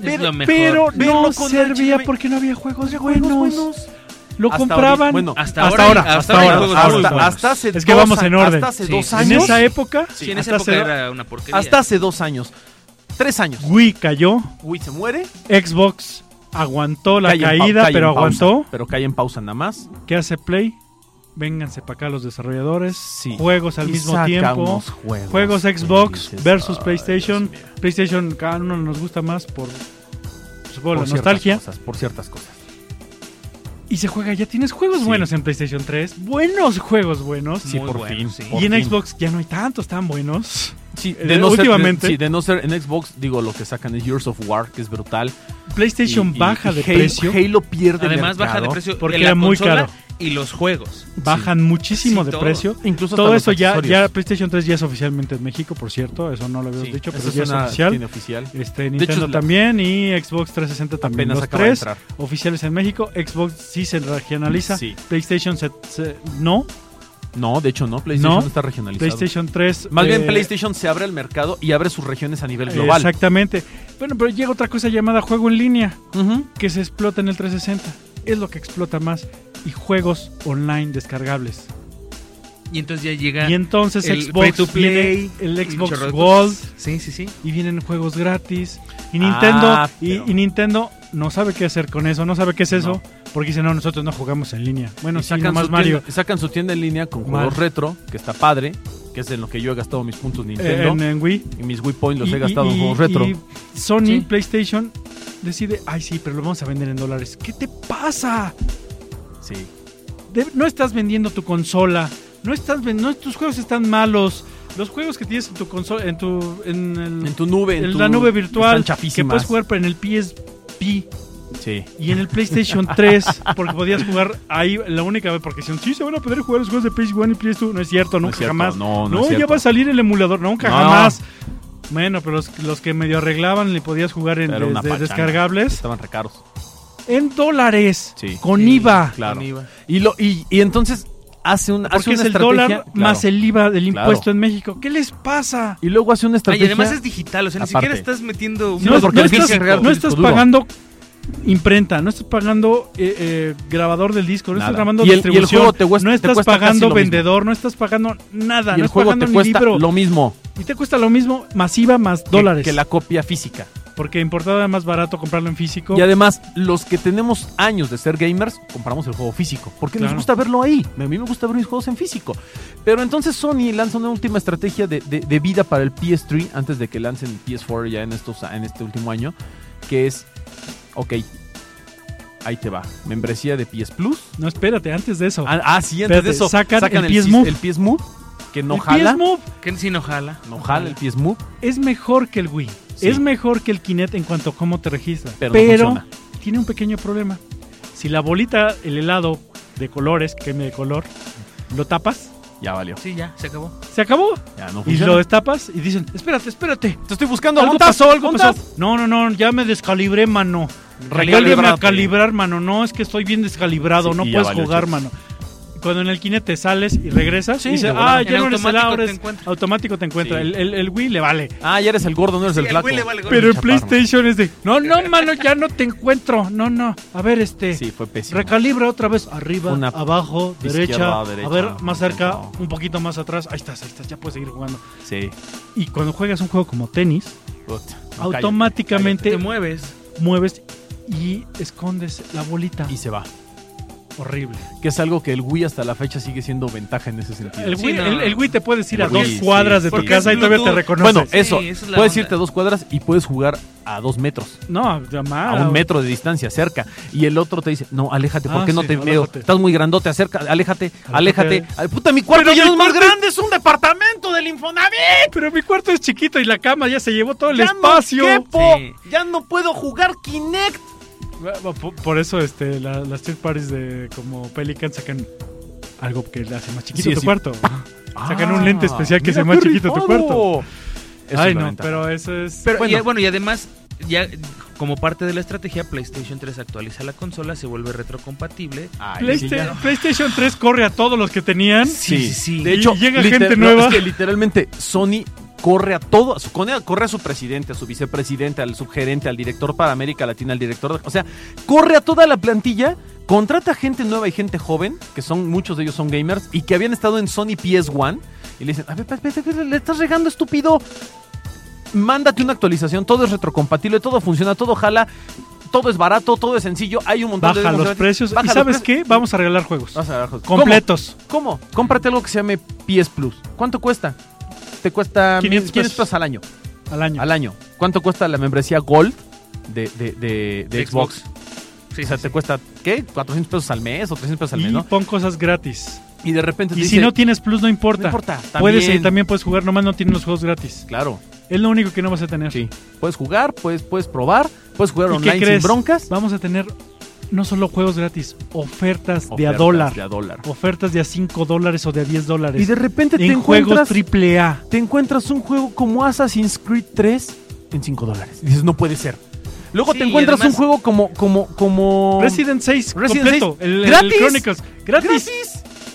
Speaker 3: lo mejor.
Speaker 4: Pero verlo
Speaker 2: No
Speaker 4: con
Speaker 2: servía
Speaker 4: HDMI.
Speaker 2: porque no había juegos
Speaker 4: Juegos
Speaker 2: buenos.
Speaker 4: buenos.
Speaker 2: Lo
Speaker 4: Hasta ahorita-
Speaker 2: compraban.
Speaker 4: bueno,
Speaker 3: hasta ahora, hasta ahora hay juegos
Speaker 4: hasta,
Speaker 3: muy buenos.
Speaker 4: hasta hace
Speaker 2: Es que
Speaker 4: dos
Speaker 2: vamos
Speaker 4: a-
Speaker 2: en orden.
Speaker 4: Hasta hace
Speaker 3: Sí.
Speaker 4: dos
Speaker 3: En
Speaker 4: años.
Speaker 2: En esa época.
Speaker 3: Sí, en esa
Speaker 2: hasta
Speaker 3: época
Speaker 2: hace-
Speaker 3: era una porquería.
Speaker 4: hasta hace dos años. Tres años.
Speaker 2: Wii cayó.
Speaker 4: Wii se muere.
Speaker 2: Xbox aguantó la
Speaker 4: Calle en pau-
Speaker 2: caída,
Speaker 4: calle
Speaker 2: pero
Speaker 4: en pausa,
Speaker 2: aguantó.
Speaker 4: pero cae en pausa nada más.
Speaker 2: ¿Qué hace Play? Vénganse para acá los desarrolladores.
Speaker 4: Sí.
Speaker 2: Juegos Pues al
Speaker 4: Y
Speaker 2: mismo
Speaker 4: saca
Speaker 2: tiempo.
Speaker 4: unos Juegos,
Speaker 2: Juegos
Speaker 4: que
Speaker 2: Xbox
Speaker 4: dices,
Speaker 2: versus
Speaker 4: "Ay,
Speaker 2: PlayStation.
Speaker 4: Dios mío".
Speaker 2: PlayStation cada uno nos gusta más por supongo
Speaker 4: Por
Speaker 2: la
Speaker 4: ciertas
Speaker 2: nostalgia.
Speaker 4: cosas, por ciertas cosas.
Speaker 2: Y se juega, ya tienes juegos
Speaker 4: Sí.
Speaker 2: buenos en PlayStation 3. Buenos juegos buenos.
Speaker 4: Sí,
Speaker 3: Muy
Speaker 4: por
Speaker 3: bueno,
Speaker 4: fin.
Speaker 3: sí.
Speaker 4: por
Speaker 2: y en
Speaker 4: fin.
Speaker 2: Xbox ya no hay tantos tan buenos.
Speaker 4: Sí,
Speaker 2: eh,
Speaker 4: de no ser-
Speaker 2: últimamente.
Speaker 4: sí, de no ser en Xbox, digo, lo que sacan es Years of War, que es brutal.
Speaker 2: PlayStation
Speaker 4: Y- y-
Speaker 2: baja
Speaker 4: y
Speaker 2: de
Speaker 4: Halo-
Speaker 2: precio.
Speaker 4: Halo pierde
Speaker 3: Además baja de
Speaker 4: mercado.
Speaker 3: precio
Speaker 2: porque
Speaker 3: en la
Speaker 2: era muy
Speaker 3: consola
Speaker 2: caro.
Speaker 3: y los juegos.
Speaker 2: bajan muchísimo
Speaker 3: Sí,
Speaker 2: de
Speaker 3: todo.
Speaker 2: precio.
Speaker 4: Incluso hasta
Speaker 2: Todo
Speaker 4: los
Speaker 2: eso ya,
Speaker 4: accesorios.
Speaker 2: ya PlayStation 3 ya es oficialmente en México, por cierto. Eso no lo habíamos
Speaker 4: Sí,
Speaker 2: dicho, pero
Speaker 4: esa
Speaker 2: ya es
Speaker 4: una
Speaker 2: oficial.
Speaker 4: tiene oficial.
Speaker 2: Este, Nintendo
Speaker 4: es la-
Speaker 2: también y Xbox 360 también.
Speaker 4: Apenas
Speaker 2: los
Speaker 4: acaba
Speaker 2: tres
Speaker 4: de entrar.
Speaker 2: oficiales en México. Xbox sí se regionaliza.
Speaker 4: Sí.
Speaker 2: PlayStation se- se- no.
Speaker 4: No, de hecho no, PlayStation
Speaker 2: No.
Speaker 4: está regionalizado.
Speaker 2: PlayStation 3.
Speaker 4: Más bien
Speaker 2: eh,
Speaker 4: PlayStation se abre al mercado y abre sus regiones a nivel global.
Speaker 2: Exactamente. Bueno, pero llega otra cosa llamada juego en línea
Speaker 4: Ujú.
Speaker 2: que se explota en el 360. Es lo que explota más. Y juegos online descargables.
Speaker 3: Y entonces ya llega
Speaker 2: Y entonces
Speaker 3: el
Speaker 2: Xbox
Speaker 3: free to play,
Speaker 2: viene el
Speaker 3: y
Speaker 2: Xbox
Speaker 3: chorro de cosas.
Speaker 2: Gold
Speaker 3: Sí, sí, sí.
Speaker 2: y vienen juegos gratis. Y Nintendo,
Speaker 4: Ah,
Speaker 2: y,
Speaker 4: pero-
Speaker 2: y Nintendo no sabe qué hacer con eso, no sabe qué es eso,
Speaker 4: No.
Speaker 2: porque dicen, no, nosotros no jugamos en línea. Bueno,
Speaker 4: Y
Speaker 2: sí, nomás
Speaker 4: su
Speaker 2: Mario.
Speaker 4: Tienda, sacan su tienda en línea con
Speaker 2: Mal.
Speaker 4: juegos retro, que está padre, que es en lo que yo he gastado mis puntos
Speaker 2: eh,
Speaker 4: Nintendo.
Speaker 2: en, en Wii.
Speaker 4: y mis Wii Points los
Speaker 2: Y-
Speaker 4: he
Speaker 2: y-
Speaker 4: gastado en
Speaker 2: y-
Speaker 4: juegos retro.
Speaker 2: y Sony,
Speaker 3: Sí.
Speaker 2: PlayStation, decide, ay sí, pero lo vamos a vender en dólares. ¿Qué te pasa?
Speaker 4: Sí.
Speaker 2: De- no estás vendiendo tu consola, no estás ven- no, tus juegos están malos. Los juegos que tienes en tu consola, en tu, en el-
Speaker 4: En tu nube, en
Speaker 2: en
Speaker 4: tu-
Speaker 2: la nube virtual,
Speaker 4: están
Speaker 2: que puedes jugar pero en el PSP,
Speaker 4: Sí.
Speaker 2: Y en el PlayStation 3, porque podías jugar ahí la única vez, porque decían, sí, se van a poder jugar los juegos de PS1 y PS2. No es cierto,
Speaker 4: No
Speaker 2: nunca
Speaker 4: es cierto,
Speaker 2: jamás.
Speaker 4: no, no es
Speaker 2: ya
Speaker 4: cierto.
Speaker 2: va a salir el emulador, nunca
Speaker 4: No.
Speaker 2: jamás. Bueno, pero los, los que medio arreglaban le podías jugar en
Speaker 4: Era una
Speaker 2: desde
Speaker 4: pachanga.
Speaker 2: descargables
Speaker 4: Estaban recaros.
Speaker 2: en dólares
Speaker 4: Sí.
Speaker 2: con
Speaker 3: Sí,
Speaker 2: IVA.
Speaker 4: Claro.
Speaker 3: Con IVA.
Speaker 4: Y, lo, y, y entonces hace, un, hace
Speaker 2: Porque
Speaker 4: una
Speaker 2: es el
Speaker 4: estrategia.
Speaker 2: dólar más el IVA del
Speaker 4: Claro.
Speaker 2: impuesto en México. ¿Qué les pasa?
Speaker 4: Y luego hace
Speaker 3: Ah,
Speaker 4: una
Speaker 3: y
Speaker 4: estrategia.
Speaker 3: además es digital, o sea, ni
Speaker 4: Aparte.
Speaker 3: siquiera estás metiendo un
Speaker 4: Sí,
Speaker 2: No,
Speaker 4: porque
Speaker 2: no
Speaker 4: el
Speaker 2: estás,
Speaker 4: físico-
Speaker 2: no estás
Speaker 4: disco duro.
Speaker 2: pagando imprenta, no estás pagando eh, eh, grabador del disco, no
Speaker 4: Nada.
Speaker 2: estás pagando
Speaker 4: Y el- y el
Speaker 2: distribución,
Speaker 4: juego te cuesta-
Speaker 2: no
Speaker 4: te
Speaker 2: estás
Speaker 4: cuesta casi
Speaker 2: pagando
Speaker 4: lo mismo.
Speaker 2: vendedor, no estás pagando nada,
Speaker 4: y
Speaker 2: no
Speaker 4: el
Speaker 2: estás
Speaker 4: juego
Speaker 2: pagando
Speaker 4: te
Speaker 2: ni
Speaker 4: cuesta
Speaker 2: libro.
Speaker 4: lo mismo
Speaker 2: Y te cuesta lo mismo masiva más
Speaker 4: que-
Speaker 2: dólares,
Speaker 4: que la copia física.
Speaker 2: porque importado es más barato comprarlo en físico.
Speaker 4: Y además, los que tenemos años de ser gamers, compramos el juego físico. Porque
Speaker 2: Claro.
Speaker 4: nos gusta verlo ahí. A mí me gusta ver mis juegos en físico. Pero entonces Sony lanza una última estrategia de, de- de vida para el PS3 antes de que lancen el PS4 ya en, estos, en este último año. Que es, ok, ahí te va. Membresía de PS Plus.
Speaker 2: No, espérate, antes de eso.
Speaker 4: Ah, ah,
Speaker 2: Oh.
Speaker 4: sí, antes
Speaker 2: Espérate,
Speaker 4: de eso.
Speaker 2: sacan el PS
Speaker 4: sis-
Speaker 2: Move.
Speaker 4: el PS Move, que no
Speaker 2: el
Speaker 4: jala.
Speaker 2: PS Move
Speaker 3: Que si no jala.
Speaker 4: No jala el PS Move,
Speaker 2: es mejor que el Wii,
Speaker 4: Sí.
Speaker 2: es mejor que el Kinect en cuanto a cómo te registra,
Speaker 4: pero,
Speaker 2: pero,
Speaker 4: no funciona.
Speaker 2: tiene un pequeño problema. Si la bolita, el helado de colores, que cambia de color, lo tapas,
Speaker 4: Ya valió.
Speaker 3: Sí, ya, se acabó.
Speaker 2: se acabó.
Speaker 4: Ya no
Speaker 2: Y
Speaker 4: funciona.
Speaker 2: lo destapas y dicen, espérate, espérate.
Speaker 4: Te estoy buscando.
Speaker 2: algo
Speaker 4: ¿ondas?
Speaker 2: pasó, algo
Speaker 4: ¿ondas?
Speaker 2: pasó. No, no, no, ya me descalibré, mano.
Speaker 4: Recalibrate.
Speaker 2: Vuélveme a calibrar, mano. No, es que estoy bien descalibrado,
Speaker 4: Sí,
Speaker 2: no
Speaker 4: y ya
Speaker 2: puedes
Speaker 4: valió,
Speaker 2: jugar,
Speaker 4: chicos.
Speaker 2: mano. Cuando en el kine te sales y regresas,
Speaker 4: Sí,
Speaker 2: y dices,
Speaker 4: de volada.
Speaker 2: ah, ya
Speaker 3: En
Speaker 2: no eres el
Speaker 3: automático
Speaker 2: ahora
Speaker 3: te
Speaker 2: es-
Speaker 3: encuentra.
Speaker 2: automático te encuentra.
Speaker 4: Sí.
Speaker 2: El, el- el Wii le vale.
Speaker 4: Ah, ya eres el gordo, no eres
Speaker 3: Sí,
Speaker 4: el
Speaker 3: al
Speaker 4: flaco.
Speaker 3: güey le vale gorro.
Speaker 2: Pero el
Speaker 4: chaparro.
Speaker 2: PlayStation es de, no, no, mano, ya no te encuentro. No, no. A ver, este.
Speaker 4: Sí, fue pésimo.
Speaker 2: Recalibra otra vez, arriba,
Speaker 4: Una-
Speaker 2: abajo, derecha,
Speaker 4: izquierda, derecha,
Speaker 2: a ver, más cerca,
Speaker 4: centro.
Speaker 2: un poquito más atrás, ahí estás, ahí estás, ya puedes seguir jugando.
Speaker 4: sí.
Speaker 2: Y cuando juegas un juego como tenis,
Speaker 4: Ut,
Speaker 2: Ah,
Speaker 4: no,
Speaker 2: automáticamente
Speaker 3: Te mueves.
Speaker 2: mueves y escondes la bolita.
Speaker 4: cállate. Y se va.
Speaker 2: horrible.
Speaker 4: que es algo que el Wii hasta la fecha sigue siendo ventaja en ese sentido.
Speaker 2: El
Speaker 3: Sí,
Speaker 2: Wii,
Speaker 3: no,
Speaker 2: el-
Speaker 3: no.
Speaker 2: el Wii te puedes ir a
Speaker 4: El
Speaker 2: dos
Speaker 4: Wii, sí,
Speaker 2: cuadras de
Speaker 4: sí.
Speaker 2: tu
Speaker 4: Porque
Speaker 2: casa
Speaker 3: es
Speaker 2: y todavía te
Speaker 3: Bluetooth.
Speaker 2: reconoces.
Speaker 4: bueno, eso.
Speaker 3: Sí, esa es la
Speaker 4: puedes
Speaker 3: onda.
Speaker 4: irte a dos cuadras y puedes jugar a dos metros.
Speaker 2: no, llamar
Speaker 4: A un metro de distancia, cerca. Y el otro te dice, no, aléjate, ¿por
Speaker 2: Ah,
Speaker 4: qué no
Speaker 2: sí,
Speaker 4: te veo?
Speaker 2: aléjate.
Speaker 4: Estás muy grandote, acerca, aléjate,
Speaker 2: Aléjate.
Speaker 4: aléjate. Ay, puta, mi cuarto ya no es más grande.
Speaker 3: es un departamento del Infonavit.
Speaker 2: Pero mi cuarto es chiquito y la cama ya se llevó todo el
Speaker 4: Ya no
Speaker 2: espacio.
Speaker 4: quepo,
Speaker 3: Sí.
Speaker 4: Ya no puedo jugar Kinect.
Speaker 2: Por- Por eso este, la- las third parties de como Pelican sacan algo que le hace más chiquito
Speaker 4: Sí,
Speaker 2: tu
Speaker 4: sí.
Speaker 2: cuarto. Sacan un
Speaker 4: Ah,
Speaker 2: lente especial que
Speaker 4: mira
Speaker 2: sea más
Speaker 4: qué
Speaker 2: chiquito tu
Speaker 4: rifado.
Speaker 2: cuarto.
Speaker 4: Eso
Speaker 2: Ay,
Speaker 4: es la
Speaker 2: no,
Speaker 4: ventaja.
Speaker 2: pero eso es.
Speaker 3: Pero
Speaker 2: bueno,
Speaker 3: y, bueno, y además, ya como parte de la estrategia, PlayStation 3 actualiza la consola, se vuelve retrocompatible.
Speaker 4: Ay, sí,
Speaker 2: Playsta-
Speaker 4: ya.
Speaker 2: PlayStation 3 corre a todos los que tenían.
Speaker 3: Sí, sí, sí.
Speaker 4: De
Speaker 2: Y
Speaker 4: hecho,
Speaker 2: llega
Speaker 4: liter-
Speaker 2: gente
Speaker 4: no,
Speaker 2: nueva.
Speaker 4: es que literalmente Sony corre a todo, a su- corre a- corre a su presidente, a su vicepresidente, al subgerente, al director para América Latina, al director, de- o sea, corre a toda la plantilla, contrata gente nueva y gente joven, que son muchos de ellos son gamers y que habían estado en Sony PS1 y le dicen, "A ver, espérate, espérate, espérate, le estás regando, estúpido." Mándate una actualización, todo es retrocompatible, todo funciona, todo jala, todo es barato, todo es sencillo, hay un montón de
Speaker 2: Baja
Speaker 4: demos
Speaker 2: los
Speaker 4: gratis.
Speaker 2: precios.
Speaker 4: Baja
Speaker 2: ¿Y
Speaker 4: los
Speaker 2: sabes
Speaker 4: precios.
Speaker 2: qué? Vamos a regalar juegos.
Speaker 4: Vas a ver, ¿cómo?
Speaker 2: Completos.
Speaker 4: ¿Cómo? Cómprate algo que se llame PS Plus. ¿Cuánto cuesta? Te cuesta
Speaker 2: 500
Speaker 4: mil- 500
Speaker 2: pesos.
Speaker 4: pesos al año.
Speaker 2: Al año.
Speaker 4: Al año. ¿Cuánto cuesta la membresía Gold de, de- de- de Xbox?
Speaker 3: Sí,
Speaker 4: O sea,
Speaker 3: sí,
Speaker 4: te
Speaker 3: sí.
Speaker 4: cuesta, ¿qué? 400 pesos al mes o 300 pesos al
Speaker 2: y
Speaker 4: mes, ¿no?
Speaker 2: pon cosas gratis.
Speaker 4: Y de repente te
Speaker 2: Y si
Speaker 4: dice,
Speaker 2: no tienes plus, no importa.
Speaker 4: no importa,
Speaker 2: Puedes, eh,
Speaker 4: también-
Speaker 2: también puedes jugar, nomás no tienes los juegos gratis.
Speaker 4: Claro,
Speaker 2: Es lo único que no vas a tener.
Speaker 4: sí. Puedes jugar, puedes, puedes probar, puedes jugar
Speaker 2: ¿Y qué
Speaker 4: online sin
Speaker 2: crees?
Speaker 4: broncas.
Speaker 2: Vamos a tener no solo juegos gratis, ofertas, de a
Speaker 4: Ofertas
Speaker 2: dólar.
Speaker 4: De a dólar.
Speaker 2: Ofertas de a 5 dólares o de a 10
Speaker 4: Y
Speaker 2: dólares.
Speaker 4: de repente te
Speaker 2: en juegos
Speaker 4: encuentras,
Speaker 2: triple A.
Speaker 4: te encuentras un juego como Assassin's Creed 3 en 5 dólares. Y dices, no puede ser. Luego
Speaker 3: Sí,
Speaker 4: te encuentras
Speaker 3: además-
Speaker 4: un juego como, como, como...
Speaker 2: Resident 6
Speaker 4: Resident
Speaker 2: completo.
Speaker 4: 6,
Speaker 2: el, el
Speaker 4: gratis.
Speaker 2: Chronicles. Gratis,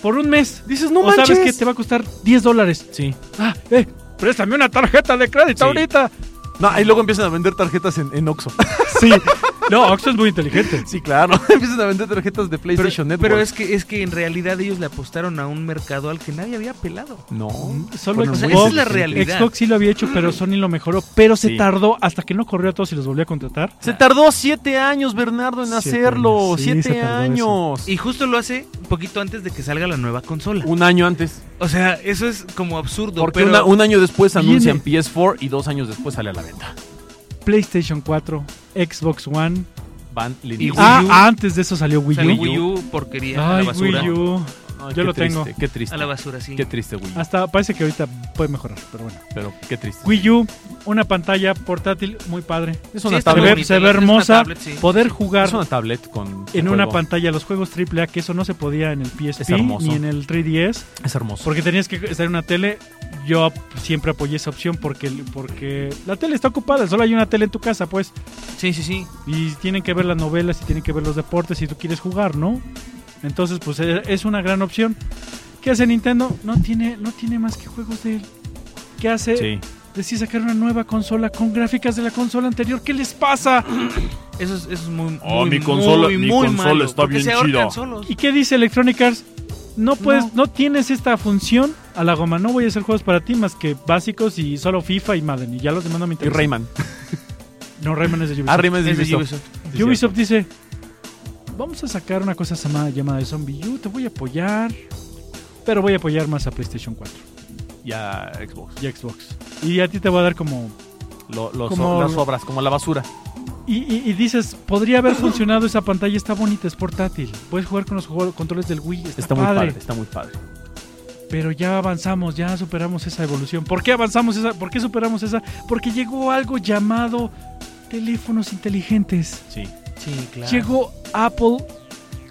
Speaker 2: Por un mes.
Speaker 4: Dices, no
Speaker 2: o
Speaker 4: manches.
Speaker 2: sabes que te va a costar 10 dólares.
Speaker 4: Sí.
Speaker 2: Ah, eh, préstame una tarjeta de crédito
Speaker 4: Sí.
Speaker 2: ahorita.
Speaker 4: No, y luego empiezan a vender tarjetas en, en Oxxo.
Speaker 2: Sí. No, Oxxo es muy inteligente.
Speaker 4: sí, claro. empiezan a vender tarjetas de
Speaker 3: Pero,
Speaker 4: PlayStation Network.
Speaker 3: pero es que es que en realidad ellos le apostaron a un mercado al que nadie había pelado.
Speaker 4: No.
Speaker 2: Solo
Speaker 4: Fueron
Speaker 3: O sea,
Speaker 4: muy
Speaker 3: esa es la
Speaker 4: inteligentes.
Speaker 3: realidad.
Speaker 2: Xbox sí lo había hecho, pero Sony lo mejoró. Pero se
Speaker 4: Sí.
Speaker 2: tardó hasta que no corrió a todos y los volvió a contratar.
Speaker 4: Se tardó siete años, Bernardo, en
Speaker 2: Siete
Speaker 4: hacerlo.
Speaker 2: años, sí, se
Speaker 4: siete
Speaker 2: tardó eso.
Speaker 4: años.
Speaker 3: Y justo lo hace un poquito antes de que salga la nueva consola.
Speaker 4: Un año antes.
Speaker 3: O sea, eso es como absurdo.
Speaker 4: Porque
Speaker 3: pero
Speaker 4: una- un año después
Speaker 2: Viene.
Speaker 4: anuncian PS4 y dos años después sale a la venta.
Speaker 2: PlayStation 4, Xbox One.
Speaker 4: Van
Speaker 3: Y Wii
Speaker 2: Ah,
Speaker 3: U.
Speaker 2: antes de eso salió Wii U.
Speaker 3: sale Wii U porquería a la
Speaker 2: Ay,
Speaker 3: basura.
Speaker 2: Wii U.
Speaker 4: Ay,
Speaker 2: Ah, yo
Speaker 4: qué
Speaker 2: lo
Speaker 4: triste,
Speaker 2: tengo.
Speaker 4: Qué triste.
Speaker 3: A la basura, sí.
Speaker 4: Qué triste, Wii U.
Speaker 2: Hasta parece que ahorita puede mejorar, pero bueno.
Speaker 4: Pero qué triste.
Speaker 2: Wii U, una pantalla portátil muy padre.
Speaker 4: Es
Speaker 3: Sí,
Speaker 4: una
Speaker 3: está
Speaker 2: Se
Speaker 3: muy
Speaker 4: tablet.
Speaker 2: ve,
Speaker 3: bonita,
Speaker 2: se ve
Speaker 3: es una
Speaker 2: hermosa.
Speaker 3: tablet, sí.
Speaker 2: Poder jugar
Speaker 4: Es una tablet con.
Speaker 2: en una
Speaker 4: juego.
Speaker 2: pantalla los juegos AAA, que eso no se podía en el PSP
Speaker 4: Es hermoso.
Speaker 2: ni en el 3DS,
Speaker 4: Es hermoso.
Speaker 2: porque tenías que estar en una tele. Yo siempre apoyé esa opción porque, porque la tele está ocupada, solo hay una tele en tu casa, pues.
Speaker 3: Sí, sí, sí.
Speaker 2: y tienen que ver las novelas y tienen que ver los deportes si tú quieres jugar, ¿no? Entonces, pues e- es una gran opción. ¿Qué hace Nintendo? No tiene, no tiene más que juegos de él. ¿Qué hace?
Speaker 4: Sí.
Speaker 2: Decide sacar una nueva consola con gráficas de la consola anterior. ¿Qué les pasa?
Speaker 3: Eso es, eso es muy,
Speaker 4: Oh,
Speaker 3: muy,
Speaker 4: mi consola-
Speaker 3: muy,
Speaker 4: mi
Speaker 3: muy
Speaker 4: consola
Speaker 3: malo,
Speaker 4: está
Speaker 3: porque
Speaker 4: bien
Speaker 3: se ahorcan
Speaker 4: chida.
Speaker 3: solos.
Speaker 2: ¿Y qué dice Electronic Arts? No puedes, no. tienes esta función a la goma. No voy a hacer juegos para ti más que básicos y solo FIFA y Madden. Y ya los demás no me
Speaker 4: Y
Speaker 2: interesan.
Speaker 4: Rayman.
Speaker 2: No, Rayman es de Ubisoft.
Speaker 4: Ah, Rayman es
Speaker 3: Es
Speaker 4: de
Speaker 3: de
Speaker 4: Ubisoft.
Speaker 3: Ubisoft.
Speaker 4: Sí,
Speaker 2: Ubisoft dice, vamos a sacar una cosa llamada, llamada de Zombie U, te voy a apoyar, pero voy a apoyar más a PlayStation 4
Speaker 4: Y a Xbox.
Speaker 2: y Xbox. Y a ti te voy a dar como...
Speaker 4: Lo- los-
Speaker 2: Como-
Speaker 4: Las obras, como la basura.
Speaker 2: Y, y- y dices, podría haber funcionado esa pantalla, está bonita, es portátil, puedes jugar con los juego- controles del Wii, está,
Speaker 4: Está muy
Speaker 2: padre,
Speaker 4: padre, está muy padre.
Speaker 2: pero ya avanzamos, ya superamos esa evolución. ¿Por qué avanzamos esa? ¿Por qué superamos esa? Porque llegó algo llamado teléfonos inteligentes.
Speaker 4: Sí.
Speaker 3: Sí, claro.
Speaker 2: Llegó Apple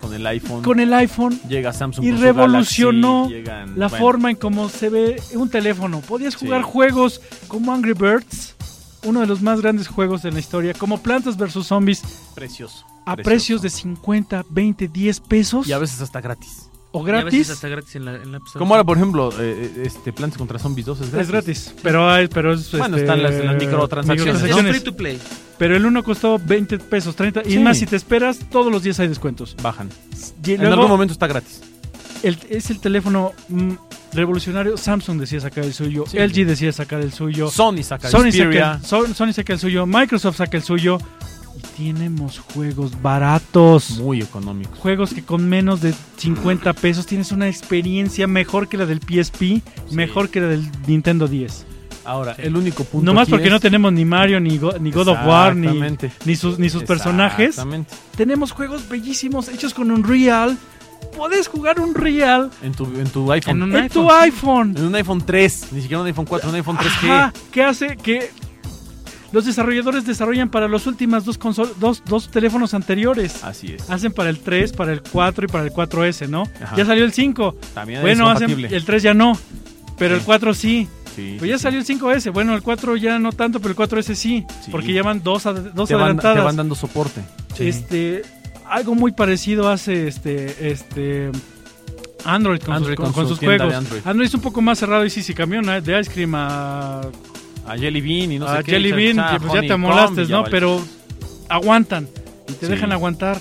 Speaker 4: Con el iPhone.
Speaker 2: con el iPhone
Speaker 4: llega Samsung.
Speaker 2: y
Speaker 4: con su
Speaker 2: revolucionó
Speaker 4: Galaxy, llegan-
Speaker 2: la
Speaker 4: bueno,
Speaker 2: forma en cómo se ve un teléfono. Podías
Speaker 4: Sí.
Speaker 2: jugar juegos como Angry Birds, uno de los más grandes juegos en la historia, como Plantas vs. Zombies,
Speaker 4: Precioso.
Speaker 2: a
Speaker 4: precioso.
Speaker 2: precios de 50, 20, 10 pesos
Speaker 4: Y a veces hasta gratis.
Speaker 2: o
Speaker 3: Y a veces
Speaker 2: gratis.
Speaker 3: hasta gratis en la, en la App Store.
Speaker 4: Como ahora, por ejemplo, eh, eh, este Plants contra Zombies 2 es gratis.
Speaker 2: Es gratis, pero, hay- pero es. este,
Speaker 4: Bueno, están las- las microtransacciones,
Speaker 3: Es
Speaker 4: Transacciones.
Speaker 3: free to play.
Speaker 2: Pero el uno costó 20 pesos, 30. Y
Speaker 4: Sí.
Speaker 2: más, si te esperas, todos los días hay descuentos.
Speaker 4: Bajan.
Speaker 2: Y
Speaker 4: en
Speaker 2: luego,
Speaker 4: algún momento está gratis.
Speaker 2: el- es el teléfono mm, revolucionario. Samsung decía sacar el suyo,
Speaker 4: Sí.
Speaker 2: LG decía sacar el suyo.
Speaker 4: Sony saca
Speaker 2: Sony saca,
Speaker 4: Xperia.
Speaker 2: el, Son- Sony saca el suyo, Microsoft saca el suyo, Y tenemos juegos baratos.
Speaker 4: Muy económicos.
Speaker 2: Juegos que con menos de 50 pesos tienes una experiencia mejor que la del PSP, mejor que la del Nintendo 10.
Speaker 4: Ahora, el único punto.
Speaker 2: Nomás
Speaker 4: aquí
Speaker 2: porque
Speaker 4: es-
Speaker 2: no tenemos ni Mario, ni, Go- ni God of War, ni,
Speaker 4: Exactamente.
Speaker 2: ni sus, ni sus personajes.
Speaker 4: Exactamente.
Speaker 2: Tenemos juegos bellísimos hechos con Unreal. Puedes jugar Unreal
Speaker 4: En tu, en tu iPhone.
Speaker 3: En un
Speaker 2: en tu iPhone.
Speaker 4: En un iPhone 3, ni siquiera un iPhone 4, un iPhone 3G.
Speaker 2: Ajá, ¿Qué hace que los desarrolladores desarrollan para las últimas dos, consol- dos, dos teléfonos anteriores?
Speaker 4: Así es.
Speaker 2: Hacen para el 3, para el 4 y para el 4S, ¿no?
Speaker 4: Ajá.
Speaker 2: Ya salió el 5.
Speaker 4: También
Speaker 2: bueno,
Speaker 4: es
Speaker 2: hacen,
Speaker 4: compatible.
Speaker 2: el 3 ya no, pero
Speaker 4: Sí.
Speaker 2: el 4 sí.
Speaker 4: Sí,
Speaker 2: Pues ya
Speaker 4: sí,
Speaker 2: salió el 5S. Bueno, el 4 ya no tanto, pero el 4S sí.
Speaker 4: Sí.
Speaker 2: Porque ya van dos, ad-
Speaker 4: sí.
Speaker 2: dos
Speaker 4: Te van, te
Speaker 2: adelantadas.
Speaker 4: van dando soporte.
Speaker 2: Este, algo muy parecido hace este, este Android con sus,
Speaker 4: Android
Speaker 2: con-
Speaker 4: con
Speaker 2: con
Speaker 4: su
Speaker 2: sus
Speaker 4: tienda de
Speaker 2: juegos.
Speaker 4: Android.
Speaker 2: Android. es un poco más cerrado y sí, sí, camiona de Ice Cream a,
Speaker 4: A Jelly Bean y no
Speaker 2: a
Speaker 4: sé qué.
Speaker 2: Jelly
Speaker 4: o
Speaker 2: Bean,
Speaker 4: sea,
Speaker 2: que pues ya
Speaker 4: Honey
Speaker 2: te
Speaker 4: Comb y
Speaker 2: amolaste,
Speaker 4: ya
Speaker 2: ¿no?
Speaker 4: vale.
Speaker 2: Pero aguantan y te
Speaker 4: Sí.
Speaker 2: dejan aguantar.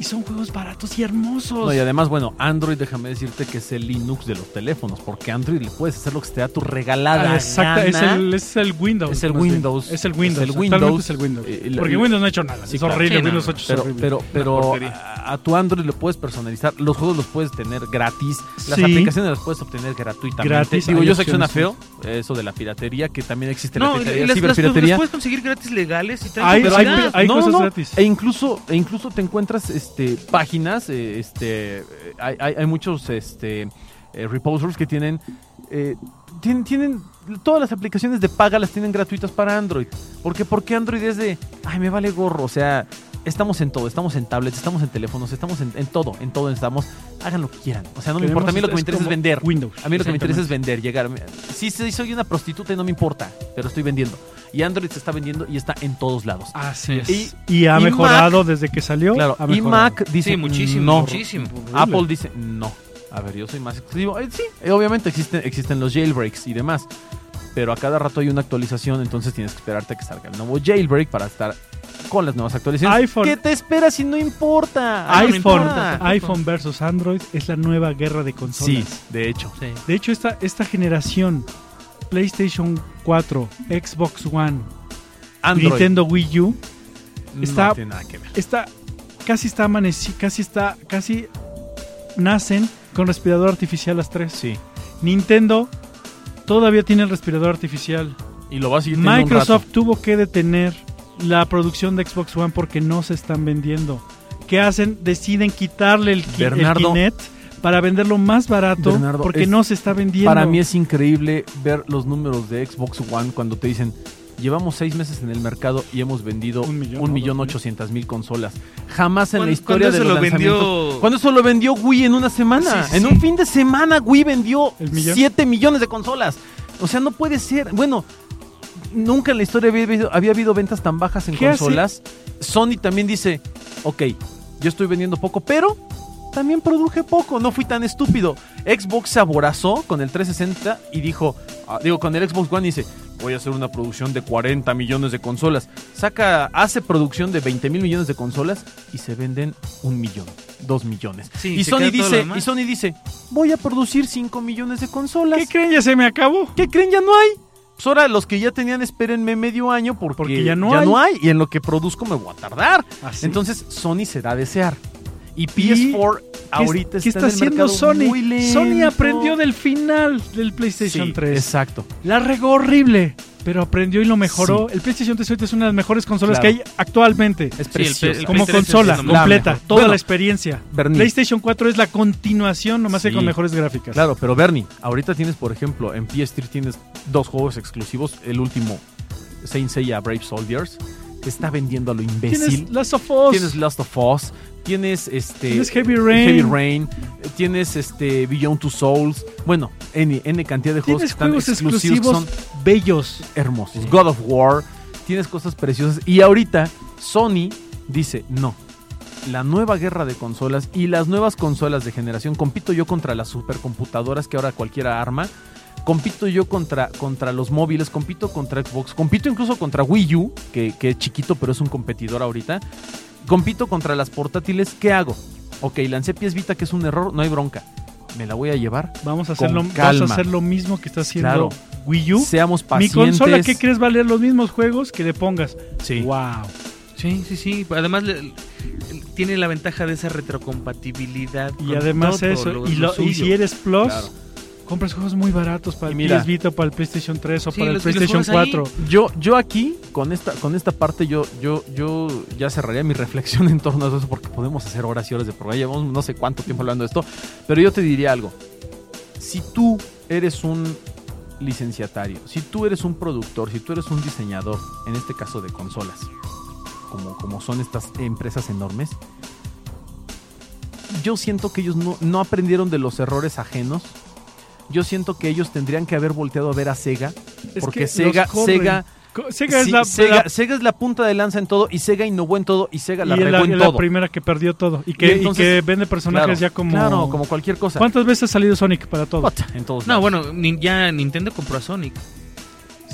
Speaker 2: Y son juegos baratos y hermosos.
Speaker 4: No, y además, bueno, Android, déjame decirte que es el Linux de los teléfonos, porque Android le puedes hacer lo que te da tu regalada.
Speaker 2: Ah, exacta- es
Speaker 4: gana.
Speaker 2: el, es el Windows.
Speaker 4: Es el
Speaker 2: más bien.
Speaker 4: Windows.
Speaker 2: Es el Windows.
Speaker 4: Es el
Speaker 2: totalmente
Speaker 4: Windows.
Speaker 2: es el Windows.
Speaker 4: Eh, la-
Speaker 2: Porque Windows no ha hecho nada.
Speaker 4: Sí,
Speaker 2: es
Speaker 4: claro.
Speaker 2: horrible.
Speaker 3: Sí, no,
Speaker 2: Windows
Speaker 3: no.
Speaker 2: 8 es
Speaker 4: Pero,
Speaker 2: horrible.
Speaker 4: pero, pero
Speaker 3: porquería.
Speaker 4: a, a tu Android le puedes personalizar. Los juegos los puedes tener gratis. Las
Speaker 2: Sí.
Speaker 4: aplicaciones las puedes obtener gratuitamente.
Speaker 2: Gratis,
Speaker 4: Digo,
Speaker 2: hay
Speaker 4: yo sé que suena feo
Speaker 2: opciones,
Speaker 4: eso de la piratería, que también existe la
Speaker 3: No, y
Speaker 4: piratería,
Speaker 3: las, las-
Speaker 4: ciberpiratería.
Speaker 3: las puedes conseguir gratis legales y tal.
Speaker 2: Hay-
Speaker 4: pero hay,
Speaker 2: hay-
Speaker 4: no,
Speaker 2: cosas
Speaker 4: no,
Speaker 2: gratis.
Speaker 4: E incluso, e incluso te encuentras este, páginas, eh, este, eh, hay, hay- hay muchos este, eh, reposers que tienen, eh, tienen, tienen todas las aplicaciones de paga las tienen gratuitas para Android. Porque porque Android es de, ay, me vale gorro, o sea, estamos en todo, estamos en tablets, estamos en teléfonos, estamos en, en todo, en todo estamos, hagan lo que quieran. O sea, no me importa, a mí lo que me interesa es vender.
Speaker 2: Windows.
Speaker 4: A mí lo que me interesa es vender, llegar. Sí, sí, soy una prostituta y no me importa, pero estoy vendiendo. Y Android se está vendiendo y está en todos lados.
Speaker 2: Así es.
Speaker 4: Y-
Speaker 2: Y, ha
Speaker 4: y
Speaker 2: mejorado desde que salió.
Speaker 4: Claro,
Speaker 2: ha
Speaker 4: y
Speaker 2: mejorado.
Speaker 4: Mac dice
Speaker 3: Sí, muchísimo,
Speaker 4: no.
Speaker 3: muchísimo.
Speaker 4: Apple dice no. A ver, yo soy más exclusivo. Eh, sí, eh, obviamente existen, existen los jailbreaks y demás. Pero a cada rato hay una actualización, entonces tienes que esperarte a que salga el nuevo jailbreak para estar con las nuevas actualizaciones.
Speaker 2: iPhone.
Speaker 4: ¿Qué te esperas si no ah, importa?
Speaker 3: Ay, no me
Speaker 2: iPhone,
Speaker 3: importa.
Speaker 2: iPhone versus Android es la nueva guerra de
Speaker 4: Sí,
Speaker 2: consolas.
Speaker 4: de hecho.
Speaker 3: Sí.
Speaker 2: De hecho, esta, esta generación, PlayStation 4, Xbox One,
Speaker 4: Android
Speaker 2: Nintendo Wii U,
Speaker 4: no
Speaker 2: está-
Speaker 4: tiene nada que ver.
Speaker 2: está casi está amaneci casi está, casi nacen con respirador artificial las tres.
Speaker 4: Sí.
Speaker 2: Nintendo todavía tiene el respirador artificial.
Speaker 4: Y lo va a seguir teniendo un rato.
Speaker 2: Microsoft tuvo que detener la producción de Xbox One porque no se están vendiendo. ¿Qué hacen? Deciden quitarle el, ki- el
Speaker 4: Bernardo.
Speaker 2: Kinect para venderlo más barato
Speaker 4: Bernardo,
Speaker 2: porque
Speaker 4: es-
Speaker 2: no se está vendiendo.
Speaker 4: Para mí es increíble ver los números de Xbox One cuando te dicen llevamos seis meses en el mercado y hemos vendido
Speaker 2: Un millón,
Speaker 4: un
Speaker 2: ¿no?
Speaker 4: millón
Speaker 2: Dos
Speaker 4: ochocientas mil consolas. Jamás en la
Speaker 3: ¿Cuándo-
Speaker 4: historia
Speaker 3: cuándo
Speaker 4: de
Speaker 3: se
Speaker 4: los
Speaker 3: lo
Speaker 4: lanzamientos.
Speaker 3: vendió?
Speaker 4: ¿Cuándo se lo vendió Wii en una semana?
Speaker 3: Sí, sí,
Speaker 4: en
Speaker 3: sí.
Speaker 4: un fin de semana Wii vendió
Speaker 2: ¿El millón?
Speaker 4: 7 millones de consolas. O sea, no puede ser. Bueno, nunca en la historia había habido, había habido ventas tan bajas en
Speaker 2: ¿Qué hace?
Speaker 4: consolas. Sony también dice, ok, yo estoy vendiendo poco, pero también produje poco, no fui tan estúpido. Xbox se aborazó con el 360 y dijo, ah, digo, con el Xbox One dice, voy a hacer una producción de 40 millones de consolas. Saca, hace producción de 20 mil millones de consolas y se venden un millón, dos millones.
Speaker 3: Sí,
Speaker 4: y,
Speaker 3: se
Speaker 4: Sony
Speaker 3: queda todo lo
Speaker 4: dice,
Speaker 3: demás.
Speaker 4: y Sony dice, voy a producir 5 millones de consolas.
Speaker 2: ¿Qué creen? Ya se me acabó.
Speaker 4: ¿Qué creen? Ya no hay. Pues ahora los que ya tenían, espérenme medio año porque,
Speaker 2: Porque ya no hay.
Speaker 4: Y en lo que produzco me voy a tardar.
Speaker 2: Así.
Speaker 4: Entonces Sony se da a desear. Y PS4
Speaker 2: ¿Qué,
Speaker 4: ahorita
Speaker 2: qué está,
Speaker 4: en el
Speaker 2: haciendo
Speaker 4: mercado
Speaker 2: Sony?
Speaker 4: muy lento.
Speaker 2: Sony aprendió del final del PlayStation
Speaker 4: Sí,
Speaker 2: 3.
Speaker 4: Exacto.
Speaker 2: La regó horrible, pero aprendió y lo mejoró. El PlayStation 3 ahorita es una de las mejores consolas
Speaker 4: Claro.
Speaker 2: que hay actualmente.
Speaker 4: Es
Speaker 3: Sí, el P-
Speaker 4: precioso.
Speaker 3: el
Speaker 2: Como
Speaker 3: PlayStation
Speaker 2: consola
Speaker 3: es la
Speaker 2: completa,
Speaker 4: mejor.
Speaker 2: toda
Speaker 4: Bueno,
Speaker 2: la experiencia.
Speaker 4: Bernie.
Speaker 2: PlayStation 4 es la continuación, nomás que
Speaker 4: Sí.
Speaker 2: con mejores gráficas.
Speaker 4: Claro, pero Bernie, ahorita tienes, por ejemplo, en PS3 tienes dos juegos exclusivos. El último, Saint Seiya Brave Soldiers, que está vendiendo a lo imbécil.
Speaker 2: Tienes Last of Us,
Speaker 4: Tienes
Speaker 2: tienes,
Speaker 4: Last of Us, tienes este
Speaker 2: Heavy Rain,
Speaker 4: Heavy Rain, eh, tienes este Beyond Two Souls, bueno, N, N cantidad de juegos que
Speaker 2: tienes
Speaker 4: están
Speaker 2: juegos
Speaker 4: exclusivos, que
Speaker 2: exclusivos
Speaker 4: son
Speaker 2: bellos.
Speaker 4: hermosos. God of War, tienes cosas preciosas y ahorita Sony dice, "No, la nueva guerra de consolas y las nuevas consolas de generación compito yo contra las supercomputadoras que ahora cualquiera arma." Compito yo contra, contra los móviles, compito contra Xbox, compito incluso contra Wii U, que, que es chiquito pero es un competidor ahorita compito contra las portátiles, ¿qué hago? Ok, lancé pies Vita, que es un error, no hay bronca. Me la voy a llevar.
Speaker 2: Vamos a, hacerlo,
Speaker 4: Con
Speaker 2: vamos a
Speaker 4: calma.
Speaker 2: hacer lo mismo que está haciendo
Speaker 4: Claro.
Speaker 2: Wii U.
Speaker 4: Seamos
Speaker 2: Mi
Speaker 4: pacientes.
Speaker 2: consola, ¿qué crees? Va a leer los mismos juegos que le pongas.
Speaker 4: Sí.
Speaker 2: ¡Wow!
Speaker 3: Sí, sí, sí. Además, le- le- tiene la ventaja de esa retrocompatibilidad.
Speaker 2: Y
Speaker 3: con
Speaker 2: además
Speaker 3: todo
Speaker 2: eso,
Speaker 3: lo-
Speaker 2: y,
Speaker 3: lo
Speaker 2: lo- y
Speaker 3: suyo.
Speaker 2: si eres Plus,
Speaker 4: Claro.
Speaker 2: compras juegos muy baratos para
Speaker 4: Y
Speaker 2: el
Speaker 4: mira.
Speaker 2: PS Vita, para el PlayStation 3 o
Speaker 3: Sí,
Speaker 2: para el
Speaker 3: los- y los
Speaker 2: PlayStation
Speaker 3: juegas ahí.
Speaker 2: 4.
Speaker 4: Yo, yo aquí, con esta, con esta parte, yo, yo, yo ya cerraría mi reflexión en torno a eso porque podemos hacer horas y horas de programa. Llevamos no sé cuánto tiempo hablando de esto, pero yo te diría algo. Si tú eres un licenciatario, si tú eres un productor, si tú eres un diseñador, en este caso de consolas, como, como son estas empresas enormes, yo siento que ellos no, no aprendieron de los errores ajenos. Yo siento que ellos tendrían que haber volteado a ver a Sega,
Speaker 2: Es
Speaker 4: porque
Speaker 2: que
Speaker 4: Sega,
Speaker 2: los corren.
Speaker 4: Sega,
Speaker 2: Co- Sega es
Speaker 4: Sí,
Speaker 2: la,
Speaker 4: Sega-
Speaker 2: la-
Speaker 4: Sega es la punta de lanza en todo y Sega innovó en todo y Sega la
Speaker 2: y es la-
Speaker 4: regó en
Speaker 2: es la
Speaker 4: todo.
Speaker 2: primera que perdió todo. Y que,
Speaker 4: Y
Speaker 2: y
Speaker 4: entonces-
Speaker 2: que vende personajes ya como...
Speaker 4: Claro, como cualquier cosa.
Speaker 2: ¿Cuántas veces ha salido Sonic para todo?
Speaker 4: Puta, En todos
Speaker 3: No,
Speaker 4: lados.
Speaker 3: bueno, ni- ya Nintendo compró a Sonic.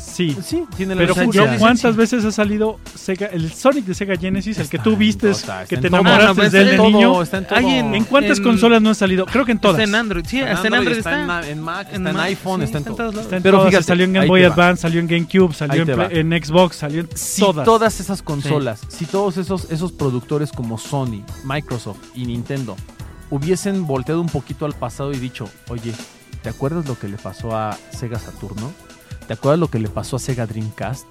Speaker 2: Sí.
Speaker 4: Sí, tiene la
Speaker 2: Pero
Speaker 3: sea,
Speaker 4: licencia.
Speaker 2: yo,
Speaker 3: ya-
Speaker 2: ¿cuántas veces ha salido Sega, el Sonic de Sega Genesis, el que
Speaker 4: Está
Speaker 2: tú
Speaker 4: en
Speaker 2: vistes,
Speaker 4: todo, está- está
Speaker 2: que
Speaker 4: en
Speaker 2: te
Speaker 4: todo.
Speaker 3: Ah, no,
Speaker 2: enamoraste
Speaker 3: pero
Speaker 2: de él
Speaker 3: está
Speaker 2: de
Speaker 3: en
Speaker 2: niño?
Speaker 4: todo, está en todo.
Speaker 3: Hay en-
Speaker 2: ¿En cuántas
Speaker 3: en-
Speaker 2: consolas no ha salido? Creo que en todas.
Speaker 3: Está en Android. Sí, hasta en Android está.
Speaker 4: en, en Mac, está en
Speaker 3: Android,
Speaker 4: iPhone,
Speaker 3: sí,
Speaker 4: está en todo.
Speaker 3: todos lados.
Speaker 2: Está en
Speaker 4: Pero
Speaker 2: todas,
Speaker 4: fíjate,
Speaker 2: salió en Game
Speaker 4: ahí
Speaker 2: Boy
Speaker 4: te va.
Speaker 2: Advance, salió en GameCube,
Speaker 4: Ahí
Speaker 2: salió en,
Speaker 4: te
Speaker 2: Play- en Xbox, salió en
Speaker 4: Si
Speaker 2: todas.
Speaker 4: todas. esas consolas, si todos esos, esos productores como Sony, Microsoft y Nintendo hubiesen volteado un poquito al pasado y dicho, oye, ¿te acuerdas lo que le pasó a Sega Saturno? ¿Te acuerdas lo que le pasó a Sega Dreamcast?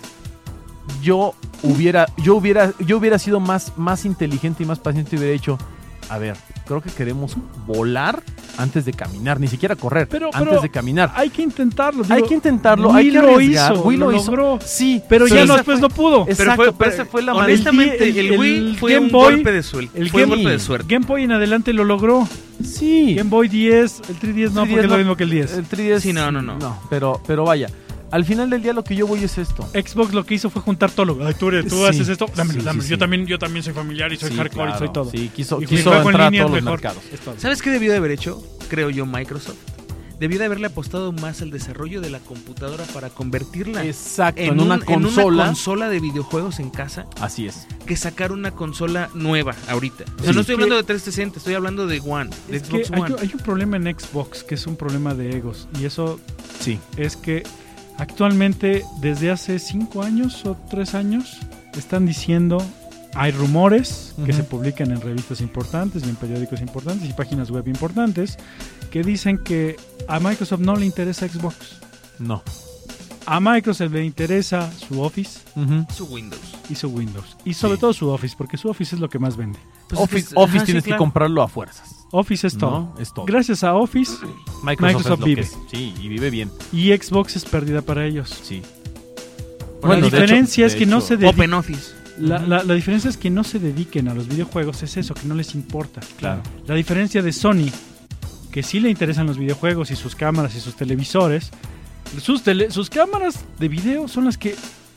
Speaker 4: Yo hubiera, yo hubiera, yo hubiera sido más, más inteligente y más paciente y hubiera dicho, a ver, creo que queremos volar antes de caminar, ni siquiera correr,
Speaker 2: Pero-
Speaker 4: antes
Speaker 2: pero-
Speaker 4: de caminar.
Speaker 2: Hay que intentarlo.
Speaker 4: hay
Speaker 2: digo,
Speaker 4: que intentarlo, hay
Speaker 2: Wii
Speaker 4: que
Speaker 2: lo
Speaker 4: arriesgar.
Speaker 2: hizo,
Speaker 4: Wii lo
Speaker 2: lo
Speaker 4: hizo.
Speaker 2: logró.
Speaker 4: Sí,
Speaker 2: Pero ya no-
Speaker 4: sí.
Speaker 2: pues después no pudo.
Speaker 4: Es-
Speaker 3: Pero
Speaker 4: Exacto,
Speaker 3: fue,
Speaker 4: pero
Speaker 3: pero
Speaker 4: esa fue la
Speaker 3: honestamente,
Speaker 2: maldita-
Speaker 3: el,
Speaker 2: el-
Speaker 3: Wii
Speaker 2: el
Speaker 3: fue
Speaker 2: Game
Speaker 3: un
Speaker 2: Boy-
Speaker 3: golpe de suerte.
Speaker 2: el
Speaker 3: fue un
Speaker 4: Game-
Speaker 3: golpe de suerte.
Speaker 2: Game Boy en adelante lo logró.
Speaker 4: Sí.
Speaker 2: Game Boy 10, el 3DS no,
Speaker 4: 3DS
Speaker 2: porque es
Speaker 4: no-
Speaker 2: lo mismo que el 10.
Speaker 4: El 3DS.
Speaker 3: Sí, no, no, no.
Speaker 4: pero, pero vaya. Al final del día lo que yo voy es esto.
Speaker 2: Xbox lo que hizo fue juntar todo. lo- Ay, tú, eres- tú
Speaker 4: Eh, Sí,
Speaker 2: haces esto, dámelo,
Speaker 4: sí,
Speaker 2: dámelo.
Speaker 4: sí,
Speaker 2: yo,
Speaker 4: sí.
Speaker 2: También, yo también soy familiar y soy
Speaker 4: Sí,
Speaker 2: hardcore
Speaker 4: claro,
Speaker 2: y soy todo.
Speaker 4: Sí, quiso,
Speaker 2: Y
Speaker 4: quiso
Speaker 2: juego en
Speaker 4: entrar a
Speaker 2: línea
Speaker 4: todos los
Speaker 2: es mejor.
Speaker 4: mercados.
Speaker 2: Es todo.
Speaker 3: ¿Sabes qué debió de haber hecho? Creo yo, Microsoft. Debió de haberle apostado más al desarrollo de la computadora para convertirla
Speaker 4: Exacto, en,
Speaker 3: en,
Speaker 4: una
Speaker 3: un- en
Speaker 4: consola.
Speaker 3: consola de videojuegos en casa
Speaker 4: Así es.
Speaker 3: que sacar una consola nueva ahorita. O sea,
Speaker 4: Sí.
Speaker 3: no estoy hablando de 360, estoy hablando de One, de
Speaker 2: Es que
Speaker 3: Xbox
Speaker 2: hay,
Speaker 3: One.
Speaker 2: hay un problema en Xbox que es un problema de egos. Y eso
Speaker 4: Sí.
Speaker 2: es que actualmente, desde hace 5 años o 3 años, están diciendo, hay rumores que
Speaker 4: Ujú.
Speaker 2: se publican en revistas importantes y en periódicos importantes y páginas web importantes, que dicen que a Microsoft no le interesa Xbox.
Speaker 4: No.
Speaker 2: A Microsoft le interesa su Office
Speaker 3: Su Windows.
Speaker 2: y su Windows. Y sobre
Speaker 4: Sí.
Speaker 2: todo su Office, porque su Office es lo que más vende.
Speaker 3: Pues es que
Speaker 4: Office,
Speaker 3: es-
Speaker 4: Office
Speaker 3: ajá, sí,
Speaker 4: tienes que
Speaker 3: claro.
Speaker 4: comprarlo a fuerzas.
Speaker 2: Office es todo.
Speaker 4: ¿no? Es todo.
Speaker 2: Gracias a Office Microsoft
Speaker 4: es lo que
Speaker 2: vive.
Speaker 4: es. Sí, y vive bien.
Speaker 2: y Xbox es pérdida para ellos.
Speaker 4: Sí.
Speaker 2: la
Speaker 4: Bueno, de
Speaker 2: diferencia
Speaker 4: hecho-
Speaker 2: es
Speaker 4: de
Speaker 2: que no
Speaker 4: hecho-
Speaker 2: se dediquen.
Speaker 3: Open Office.
Speaker 2: La, la- la diferencia es que no se dediquen a los videojuegos, es eso, que no les importa.
Speaker 4: Claro.
Speaker 2: La diferencia de Sony, que sí le interesan los videojuegos y sus cámaras y sus televisores, sus, tele- sus cámaras de video son las que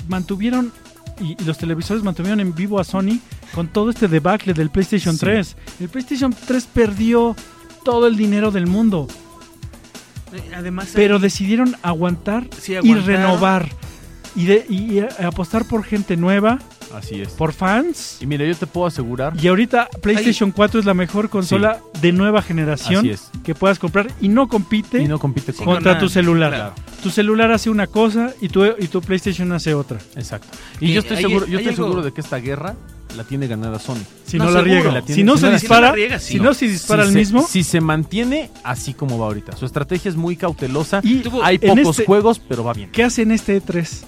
Speaker 2: mantuvieron y, y los televisores mantuvieron en vivo a Sony con todo este debacle del PlayStation
Speaker 4: Sí.
Speaker 2: 3. El PlayStation 3 perdió todo el dinero del mundo,
Speaker 3: Eh, Además,
Speaker 2: pero decidieron aguantar
Speaker 3: Sí,
Speaker 2: y
Speaker 3: aguantaron.
Speaker 2: renovar y, de- y eh, apostar por gente nueva,
Speaker 4: Así es.
Speaker 2: por fans.
Speaker 4: Y mira, yo te puedo asegurar.
Speaker 2: Y ahorita PlayStation 4 es la mejor consola de nueva generación
Speaker 4: Así es.
Speaker 2: que puedas comprar y no compite
Speaker 4: Y no compite con.
Speaker 3: con-
Speaker 2: contra
Speaker 3: nada,
Speaker 2: tu celular.
Speaker 3: claro.
Speaker 2: Tu celular hace una cosa y tu, y tu PlayStation hace otra.
Speaker 4: Exacto.
Speaker 3: Y
Speaker 4: Y yo estoy
Speaker 3: hay- e-
Speaker 4: seguro, yo
Speaker 3: hay
Speaker 4: estoy
Speaker 3: algo-
Speaker 4: seguro de que esta guerra la tiene ganada Sony.
Speaker 2: Si
Speaker 3: No,
Speaker 2: no, la
Speaker 3: seguro.
Speaker 2: riega.
Speaker 4: La tiene-
Speaker 2: si no
Speaker 4: si
Speaker 2: se
Speaker 4: no la-
Speaker 2: dispara,
Speaker 3: si no la riega, sí.
Speaker 2: si no se dispara
Speaker 4: si
Speaker 2: el
Speaker 4: se-
Speaker 2: mismo.
Speaker 4: Si se mantiene así como va ahorita. Su estrategia es muy cautelosa.
Speaker 2: y
Speaker 3: tuvo-
Speaker 4: Hay
Speaker 2: en
Speaker 4: pocos
Speaker 2: este-
Speaker 4: juegos, pero va bien.
Speaker 2: ¿Qué hace en este E3?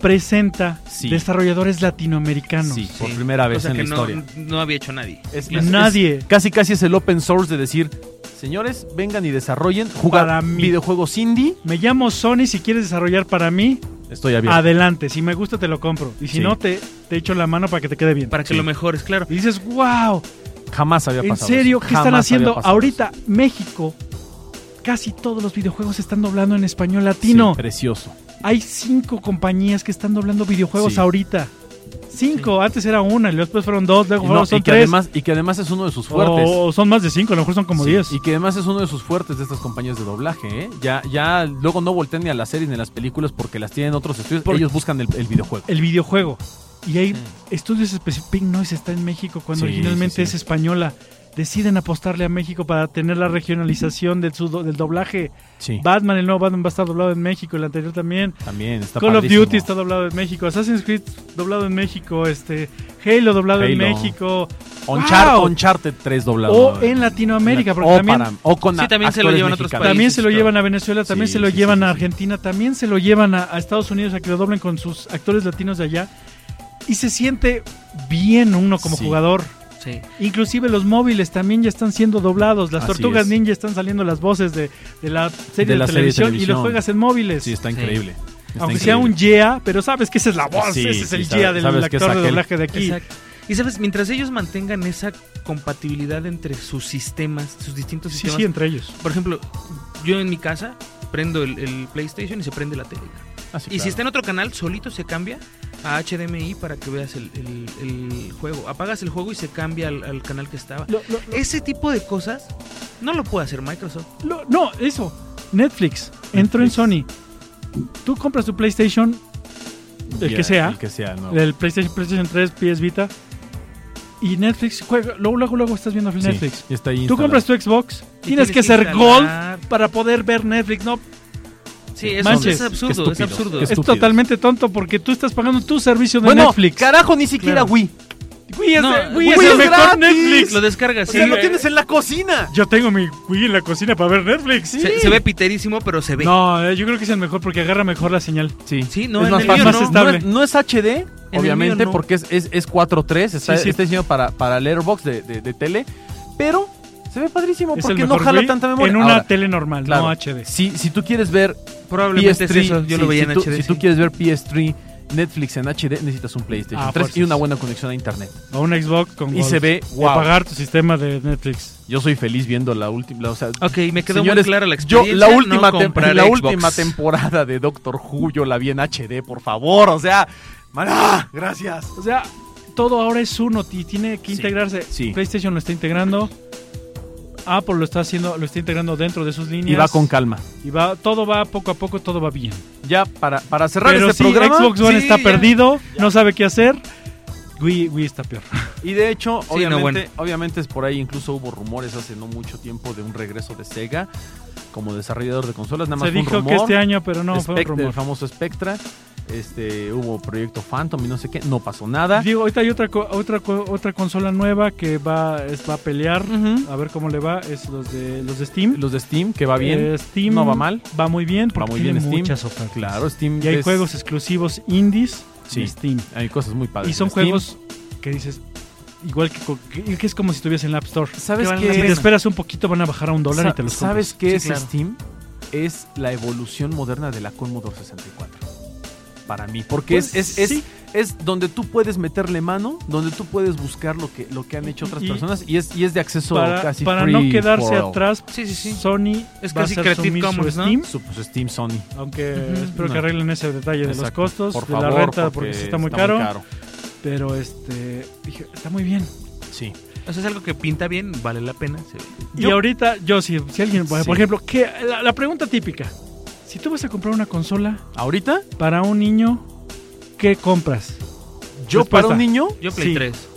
Speaker 2: Presenta
Speaker 4: Sí.
Speaker 2: desarrolladores latinoamericanos.
Speaker 4: Sí, por
Speaker 3: Sí.
Speaker 4: primera vez
Speaker 3: cosa
Speaker 4: en
Speaker 3: que
Speaker 4: la
Speaker 3: no,
Speaker 4: historia.
Speaker 3: no había hecho nadie.
Speaker 4: Es-
Speaker 2: Y
Speaker 4: es-
Speaker 2: nadie.
Speaker 4: es- casi casi es el open source de decir, señores, vengan y desarrollen
Speaker 2: Para
Speaker 4: jugar
Speaker 2: mí.
Speaker 4: videojuegos indie.
Speaker 2: Me llamo Sony, si quieres desarrollar para mí,
Speaker 4: Estoy abierto.
Speaker 2: adelante. Si me gusta te lo compro. Y si
Speaker 4: Sí.
Speaker 2: no, te, te echo la mano para que te quede bien.
Speaker 3: Para que
Speaker 4: Sí.
Speaker 3: lo mejores, claro.
Speaker 2: Y dices, wow,
Speaker 4: Jamás había
Speaker 2: ¿En
Speaker 4: pasado.
Speaker 2: serio?
Speaker 4: eso.
Speaker 2: ¿Qué están
Speaker 4: Jamás había
Speaker 2: haciendo?
Speaker 4: pasado
Speaker 2: Ahorita México, casi todos los videojuegos están doblando en español
Speaker 4: eso. Sí,
Speaker 2: latino.
Speaker 4: precioso.
Speaker 2: Hay cinco compañías que están doblando videojuegos
Speaker 4: Sí.
Speaker 2: ahorita. Cinco, antes era una, y después fueron dos, luego
Speaker 4: Y,
Speaker 2: fueron
Speaker 4: no,
Speaker 2: son
Speaker 4: y que
Speaker 2: tres.
Speaker 4: además, y que además es uno de sus fuertes.
Speaker 2: O son más de cinco, a lo mejor son como
Speaker 4: Sí,
Speaker 2: diez.
Speaker 4: Y que además es uno de sus fuertes de estas compañías de doblaje, ¿eh? Ya, ya luego no voltean ni a las series ni a las películas porque las tienen otros estudios.
Speaker 2: Porque-
Speaker 4: Ellos buscan el, el videojuego.
Speaker 2: El videojuego. Y hay
Speaker 4: Sí.
Speaker 2: estudios específicos. Pink Noise está en México cuando
Speaker 4: Sí,
Speaker 2: originalmente
Speaker 4: sí, sí.
Speaker 2: es española. deciden apostarle a México para tener la regionalización del, su- del doblaje.
Speaker 4: Sí,
Speaker 2: Batman, el nuevo Batman va a estar doblado en México, el anterior también.
Speaker 4: también está
Speaker 2: Call
Speaker 4: padrísimo.
Speaker 2: of Duty está doblado en México, Assassin's Creed doblado en México, este Halo doblado en
Speaker 4: Halo.
Speaker 2: México
Speaker 4: Onchar-
Speaker 2: ¡Wow!
Speaker 4: Uncharted 3 doblado.
Speaker 2: o en Latinoamérica, porque
Speaker 4: o
Speaker 2: también,
Speaker 4: para- o con
Speaker 3: Sí, también se lo
Speaker 4: actores
Speaker 3: llevan a otros
Speaker 4: mexicanos.
Speaker 2: también
Speaker 3: países,
Speaker 2: se lo
Speaker 3: claro.
Speaker 2: llevan a Venezuela, también
Speaker 4: Sí,
Speaker 2: se lo
Speaker 4: sí, sí,
Speaker 2: llevan
Speaker 4: sí,
Speaker 2: a
Speaker 4: sí.
Speaker 2: Argentina, también se lo llevan a, a Estados Unidos a que lo doblen con sus actores latinos de allá y se siente bien uno como
Speaker 4: Sí.
Speaker 2: jugador.
Speaker 3: Sí.
Speaker 2: Inclusive los móviles también ya están siendo doblados. Las
Speaker 4: Así
Speaker 2: tortugas
Speaker 4: es.
Speaker 2: ninja están saliendo las voces de, de la serie de,
Speaker 4: De la serie de
Speaker 2: televisión, y lo
Speaker 4: televisión.
Speaker 2: juegas en móviles.
Speaker 4: Sí, está
Speaker 3: Sí.
Speaker 4: increíble. Está
Speaker 2: Aunque
Speaker 4: increíble.
Speaker 2: sea un yeah, pero sabes que esa es la voz, ese
Speaker 4: Sí,
Speaker 2: es
Speaker 4: sí,
Speaker 2: el
Speaker 4: sabes-
Speaker 2: yeah del
Speaker 4: sabes que es
Speaker 2: actor de
Speaker 4: aquel.
Speaker 2: doblaje de aquí.
Speaker 3: Exacto. Y sabes, mientras ellos mantengan esa compatibilidad entre sus sistemas, sus distintos
Speaker 2: Sí,
Speaker 3: sistemas.
Speaker 2: sí, entre ellos.
Speaker 3: Por ejemplo, yo en mi casa prendo el, el PlayStation y se prende la tele.
Speaker 4: Ah, sí,
Speaker 3: y si
Speaker 4: claro.
Speaker 3: está en otro canal, solito se cambia a HDMI para que veas el, el- el juego. Apagas el juego y se cambia al, al canal que estaba.
Speaker 2: Lo- lo-
Speaker 3: Ese tipo de cosas no lo puede hacer Microsoft.
Speaker 2: lo- no, eso. Netflix entró en Sony. Tú compras tu PlayStation, el
Speaker 4: Ya,
Speaker 2: que sea,
Speaker 4: El que sea, no.
Speaker 2: el PlayStation, PlayStation 3, PS Vita, y Netflix juega. Luego, luego, luego estás viendo
Speaker 4: Sí,
Speaker 2: Netflix.
Speaker 4: está ahí
Speaker 2: Tú
Speaker 4: instalado.
Speaker 2: compras tu Xbox,
Speaker 3: Y
Speaker 2: tienes, que ser Gold
Speaker 3: instalar.
Speaker 2: para poder ver Netflix. No,
Speaker 3: Sí, eso
Speaker 2: Manches,
Speaker 3: es
Speaker 4: qué
Speaker 3: absurdo,
Speaker 4: estúpido.
Speaker 3: es absurdo.
Speaker 4: Qué
Speaker 2: es
Speaker 4: Estúpidos.
Speaker 2: totalmente tonto porque tú estás pagando tu servicio de
Speaker 4: Bueno,
Speaker 2: Netflix.
Speaker 4: carajo, ni siquiera
Speaker 2: Claro.
Speaker 4: Wii.
Speaker 2: Wii es,
Speaker 3: No,
Speaker 2: Wii
Speaker 3: Wii
Speaker 2: es
Speaker 4: es
Speaker 2: el mejor
Speaker 4: gratis.
Speaker 2: Netflix.
Speaker 3: Lo descargas.
Speaker 4: O
Speaker 3: sí.
Speaker 4: sea, lo tienes en la cocina.
Speaker 2: Yo tengo mi Wii en la cocina para ver Netflix.
Speaker 3: se, se ve piterísimo, pero se ve.
Speaker 2: No, eh, yo creo que es el mejor porque agarra mejor la señal.
Speaker 4: Sí.
Speaker 3: Sí, no,
Speaker 4: es
Speaker 3: en
Speaker 4: más
Speaker 3: el
Speaker 4: fácil.
Speaker 2: mío no.
Speaker 4: No es- no es HD,
Speaker 3: mío
Speaker 4: obviamente,
Speaker 3: no.
Speaker 4: porque es, es, es 4.3. Está,
Speaker 2: Sí, sí.
Speaker 4: está diseñado para, para Letterbox de, de, de tele. Pero se ve padrísimo
Speaker 2: Es el
Speaker 4: porque no
Speaker 2: mejor
Speaker 4: jala
Speaker 2: Wii
Speaker 4: tanta memoria.
Speaker 2: En una
Speaker 4: Ahora,
Speaker 2: tele normal,
Speaker 4: claro,
Speaker 2: no HD.
Speaker 4: si, si tú quieres ver
Speaker 3: Probablemente
Speaker 4: PS3,
Speaker 3: es eso. Yo
Speaker 4: sí,
Speaker 3: lo veía
Speaker 4: si,
Speaker 3: en
Speaker 4: tú,
Speaker 3: HD.
Speaker 4: si tú
Speaker 3: sí.
Speaker 4: quieres ver PS3, Netflix en HD, necesitas un PlayStation
Speaker 2: Ah,
Speaker 4: 3 y
Speaker 2: fuerzas.
Speaker 4: una buena conexión a internet.
Speaker 2: O un Xbox con
Speaker 4: Y
Speaker 2: Gold.
Speaker 4: se ve
Speaker 2: O
Speaker 4: guau.
Speaker 2: pagar tu sistema de Netflix.
Speaker 4: Yo soy feliz viendo la última, o sea,
Speaker 3: Ok, me quedó
Speaker 4: Señores,
Speaker 3: muy clara la
Speaker 4: yo
Speaker 3: experiencia.
Speaker 4: la última,
Speaker 3: no
Speaker 4: tem-
Speaker 3: comprar
Speaker 4: la
Speaker 3: Xbox.
Speaker 4: última temporada de Doctor Who yo la vi en HD, por favor, o sea, maná, gracias.
Speaker 2: O sea, todo ahora es uno y tiene que
Speaker 4: Sí,
Speaker 2: integrarse.
Speaker 4: sí.
Speaker 2: PlayStation lo está integrando. Apple lo está haciendo, lo está integrando dentro de sus líneas.
Speaker 4: Y va con calma.
Speaker 2: Y va, todo va poco a poco, todo va bien.
Speaker 4: Ya para, para cerrar
Speaker 2: Pero
Speaker 4: este
Speaker 2: sí,
Speaker 4: programa
Speaker 2: Xbox One
Speaker 3: sí,
Speaker 2: está
Speaker 3: ya.
Speaker 2: perdido, no sabe qué hacer. Wii, Wii está peor.
Speaker 4: y de hecho,
Speaker 3: no,
Speaker 4: obviamente,
Speaker 3: bueno.
Speaker 4: obviamente es por ahí incluso hubo rumores hace no mucho tiempo de un regreso de Sega como desarrollador de consolas, nada más
Speaker 2: Se
Speaker 4: fue un
Speaker 2: dijo
Speaker 4: rumor.
Speaker 2: que este año, pero no, fue un
Speaker 4: Spectre,
Speaker 2: rumor.
Speaker 4: el famoso Spectra, este hubo proyecto Phantom y no sé qué, no pasó nada.
Speaker 2: Digo, ahorita hay otra co- otra co- otra consola nueva que va es- va a pelear,
Speaker 4: Ujú.
Speaker 2: a ver cómo le va, es los de los de Steam.
Speaker 4: Los de Steam que va bien,
Speaker 2: Eh, Steam
Speaker 4: no va mal.
Speaker 2: Va muy bien porque
Speaker 4: muy
Speaker 2: tiene
Speaker 4: bien Steam.
Speaker 2: muchas ofertas.
Speaker 4: Claro, Steam
Speaker 2: Y hay
Speaker 4: es-
Speaker 2: juegos exclusivos indies de
Speaker 4: Sí.
Speaker 2: Steam.
Speaker 4: hay cosas muy padres.
Speaker 2: Y son
Speaker 4: en Steam.
Speaker 2: juegos que dices igual que, co- que que es como si estuvieras en la App Store.
Speaker 4: ¿Sabes
Speaker 2: que
Speaker 4: qué?
Speaker 2: si te esperas un poquito van a bajar a un dólar y
Speaker 4: Sa-
Speaker 2: te los
Speaker 4: ¿Sabes qué
Speaker 3: Sí,
Speaker 4: es
Speaker 3: claro.
Speaker 4: Steam? Es la evolución moderna de la Commodore 64. Para mí, porque
Speaker 2: compras.
Speaker 4: es, es,
Speaker 2: Pues
Speaker 4: es,
Speaker 2: sí,
Speaker 4: es donde tú puedes meterle mano, donde tú puedes buscar lo que, lo que han hecho otras
Speaker 2: Y-
Speaker 4: personas y es, y es de acceso
Speaker 2: para,
Speaker 4: casi
Speaker 2: para
Speaker 4: free
Speaker 2: no quedarse
Speaker 4: for all.
Speaker 2: atrás
Speaker 3: Sí, sí, sí.
Speaker 2: Sony
Speaker 3: Es
Speaker 2: va a
Speaker 3: casi
Speaker 2: ser
Speaker 3: Creative
Speaker 2: sumiso a
Speaker 3: Commons, ¿no?
Speaker 2: Steam,
Speaker 4: Su- pues, Steam Sony.
Speaker 2: aunque
Speaker 3: Ujú.
Speaker 2: espero que
Speaker 4: No.
Speaker 2: arreglen ese detalle de los
Speaker 4: Exacto.
Speaker 2: costos,
Speaker 4: Por
Speaker 2: de la
Speaker 4: favor,
Speaker 2: renta, porque, sí está muy caro. Pero este, dije, está muy bien.
Speaker 4: Sí.
Speaker 3: O sea, es algo que pinta bien, vale la pena. se ve.
Speaker 2: y
Speaker 4: Yo-
Speaker 2: ahorita, yo, si, si alguien, por
Speaker 4: Sí.
Speaker 2: ejemplo, que la, la pregunta típica: si tú vas a comprar una consola
Speaker 4: Ahorita,
Speaker 2: para un niño, ¿qué compras?
Speaker 4: yo
Speaker 2: Respuesta.
Speaker 4: para un niño,
Speaker 3: Yo Play
Speaker 2: Sí.
Speaker 3: 3.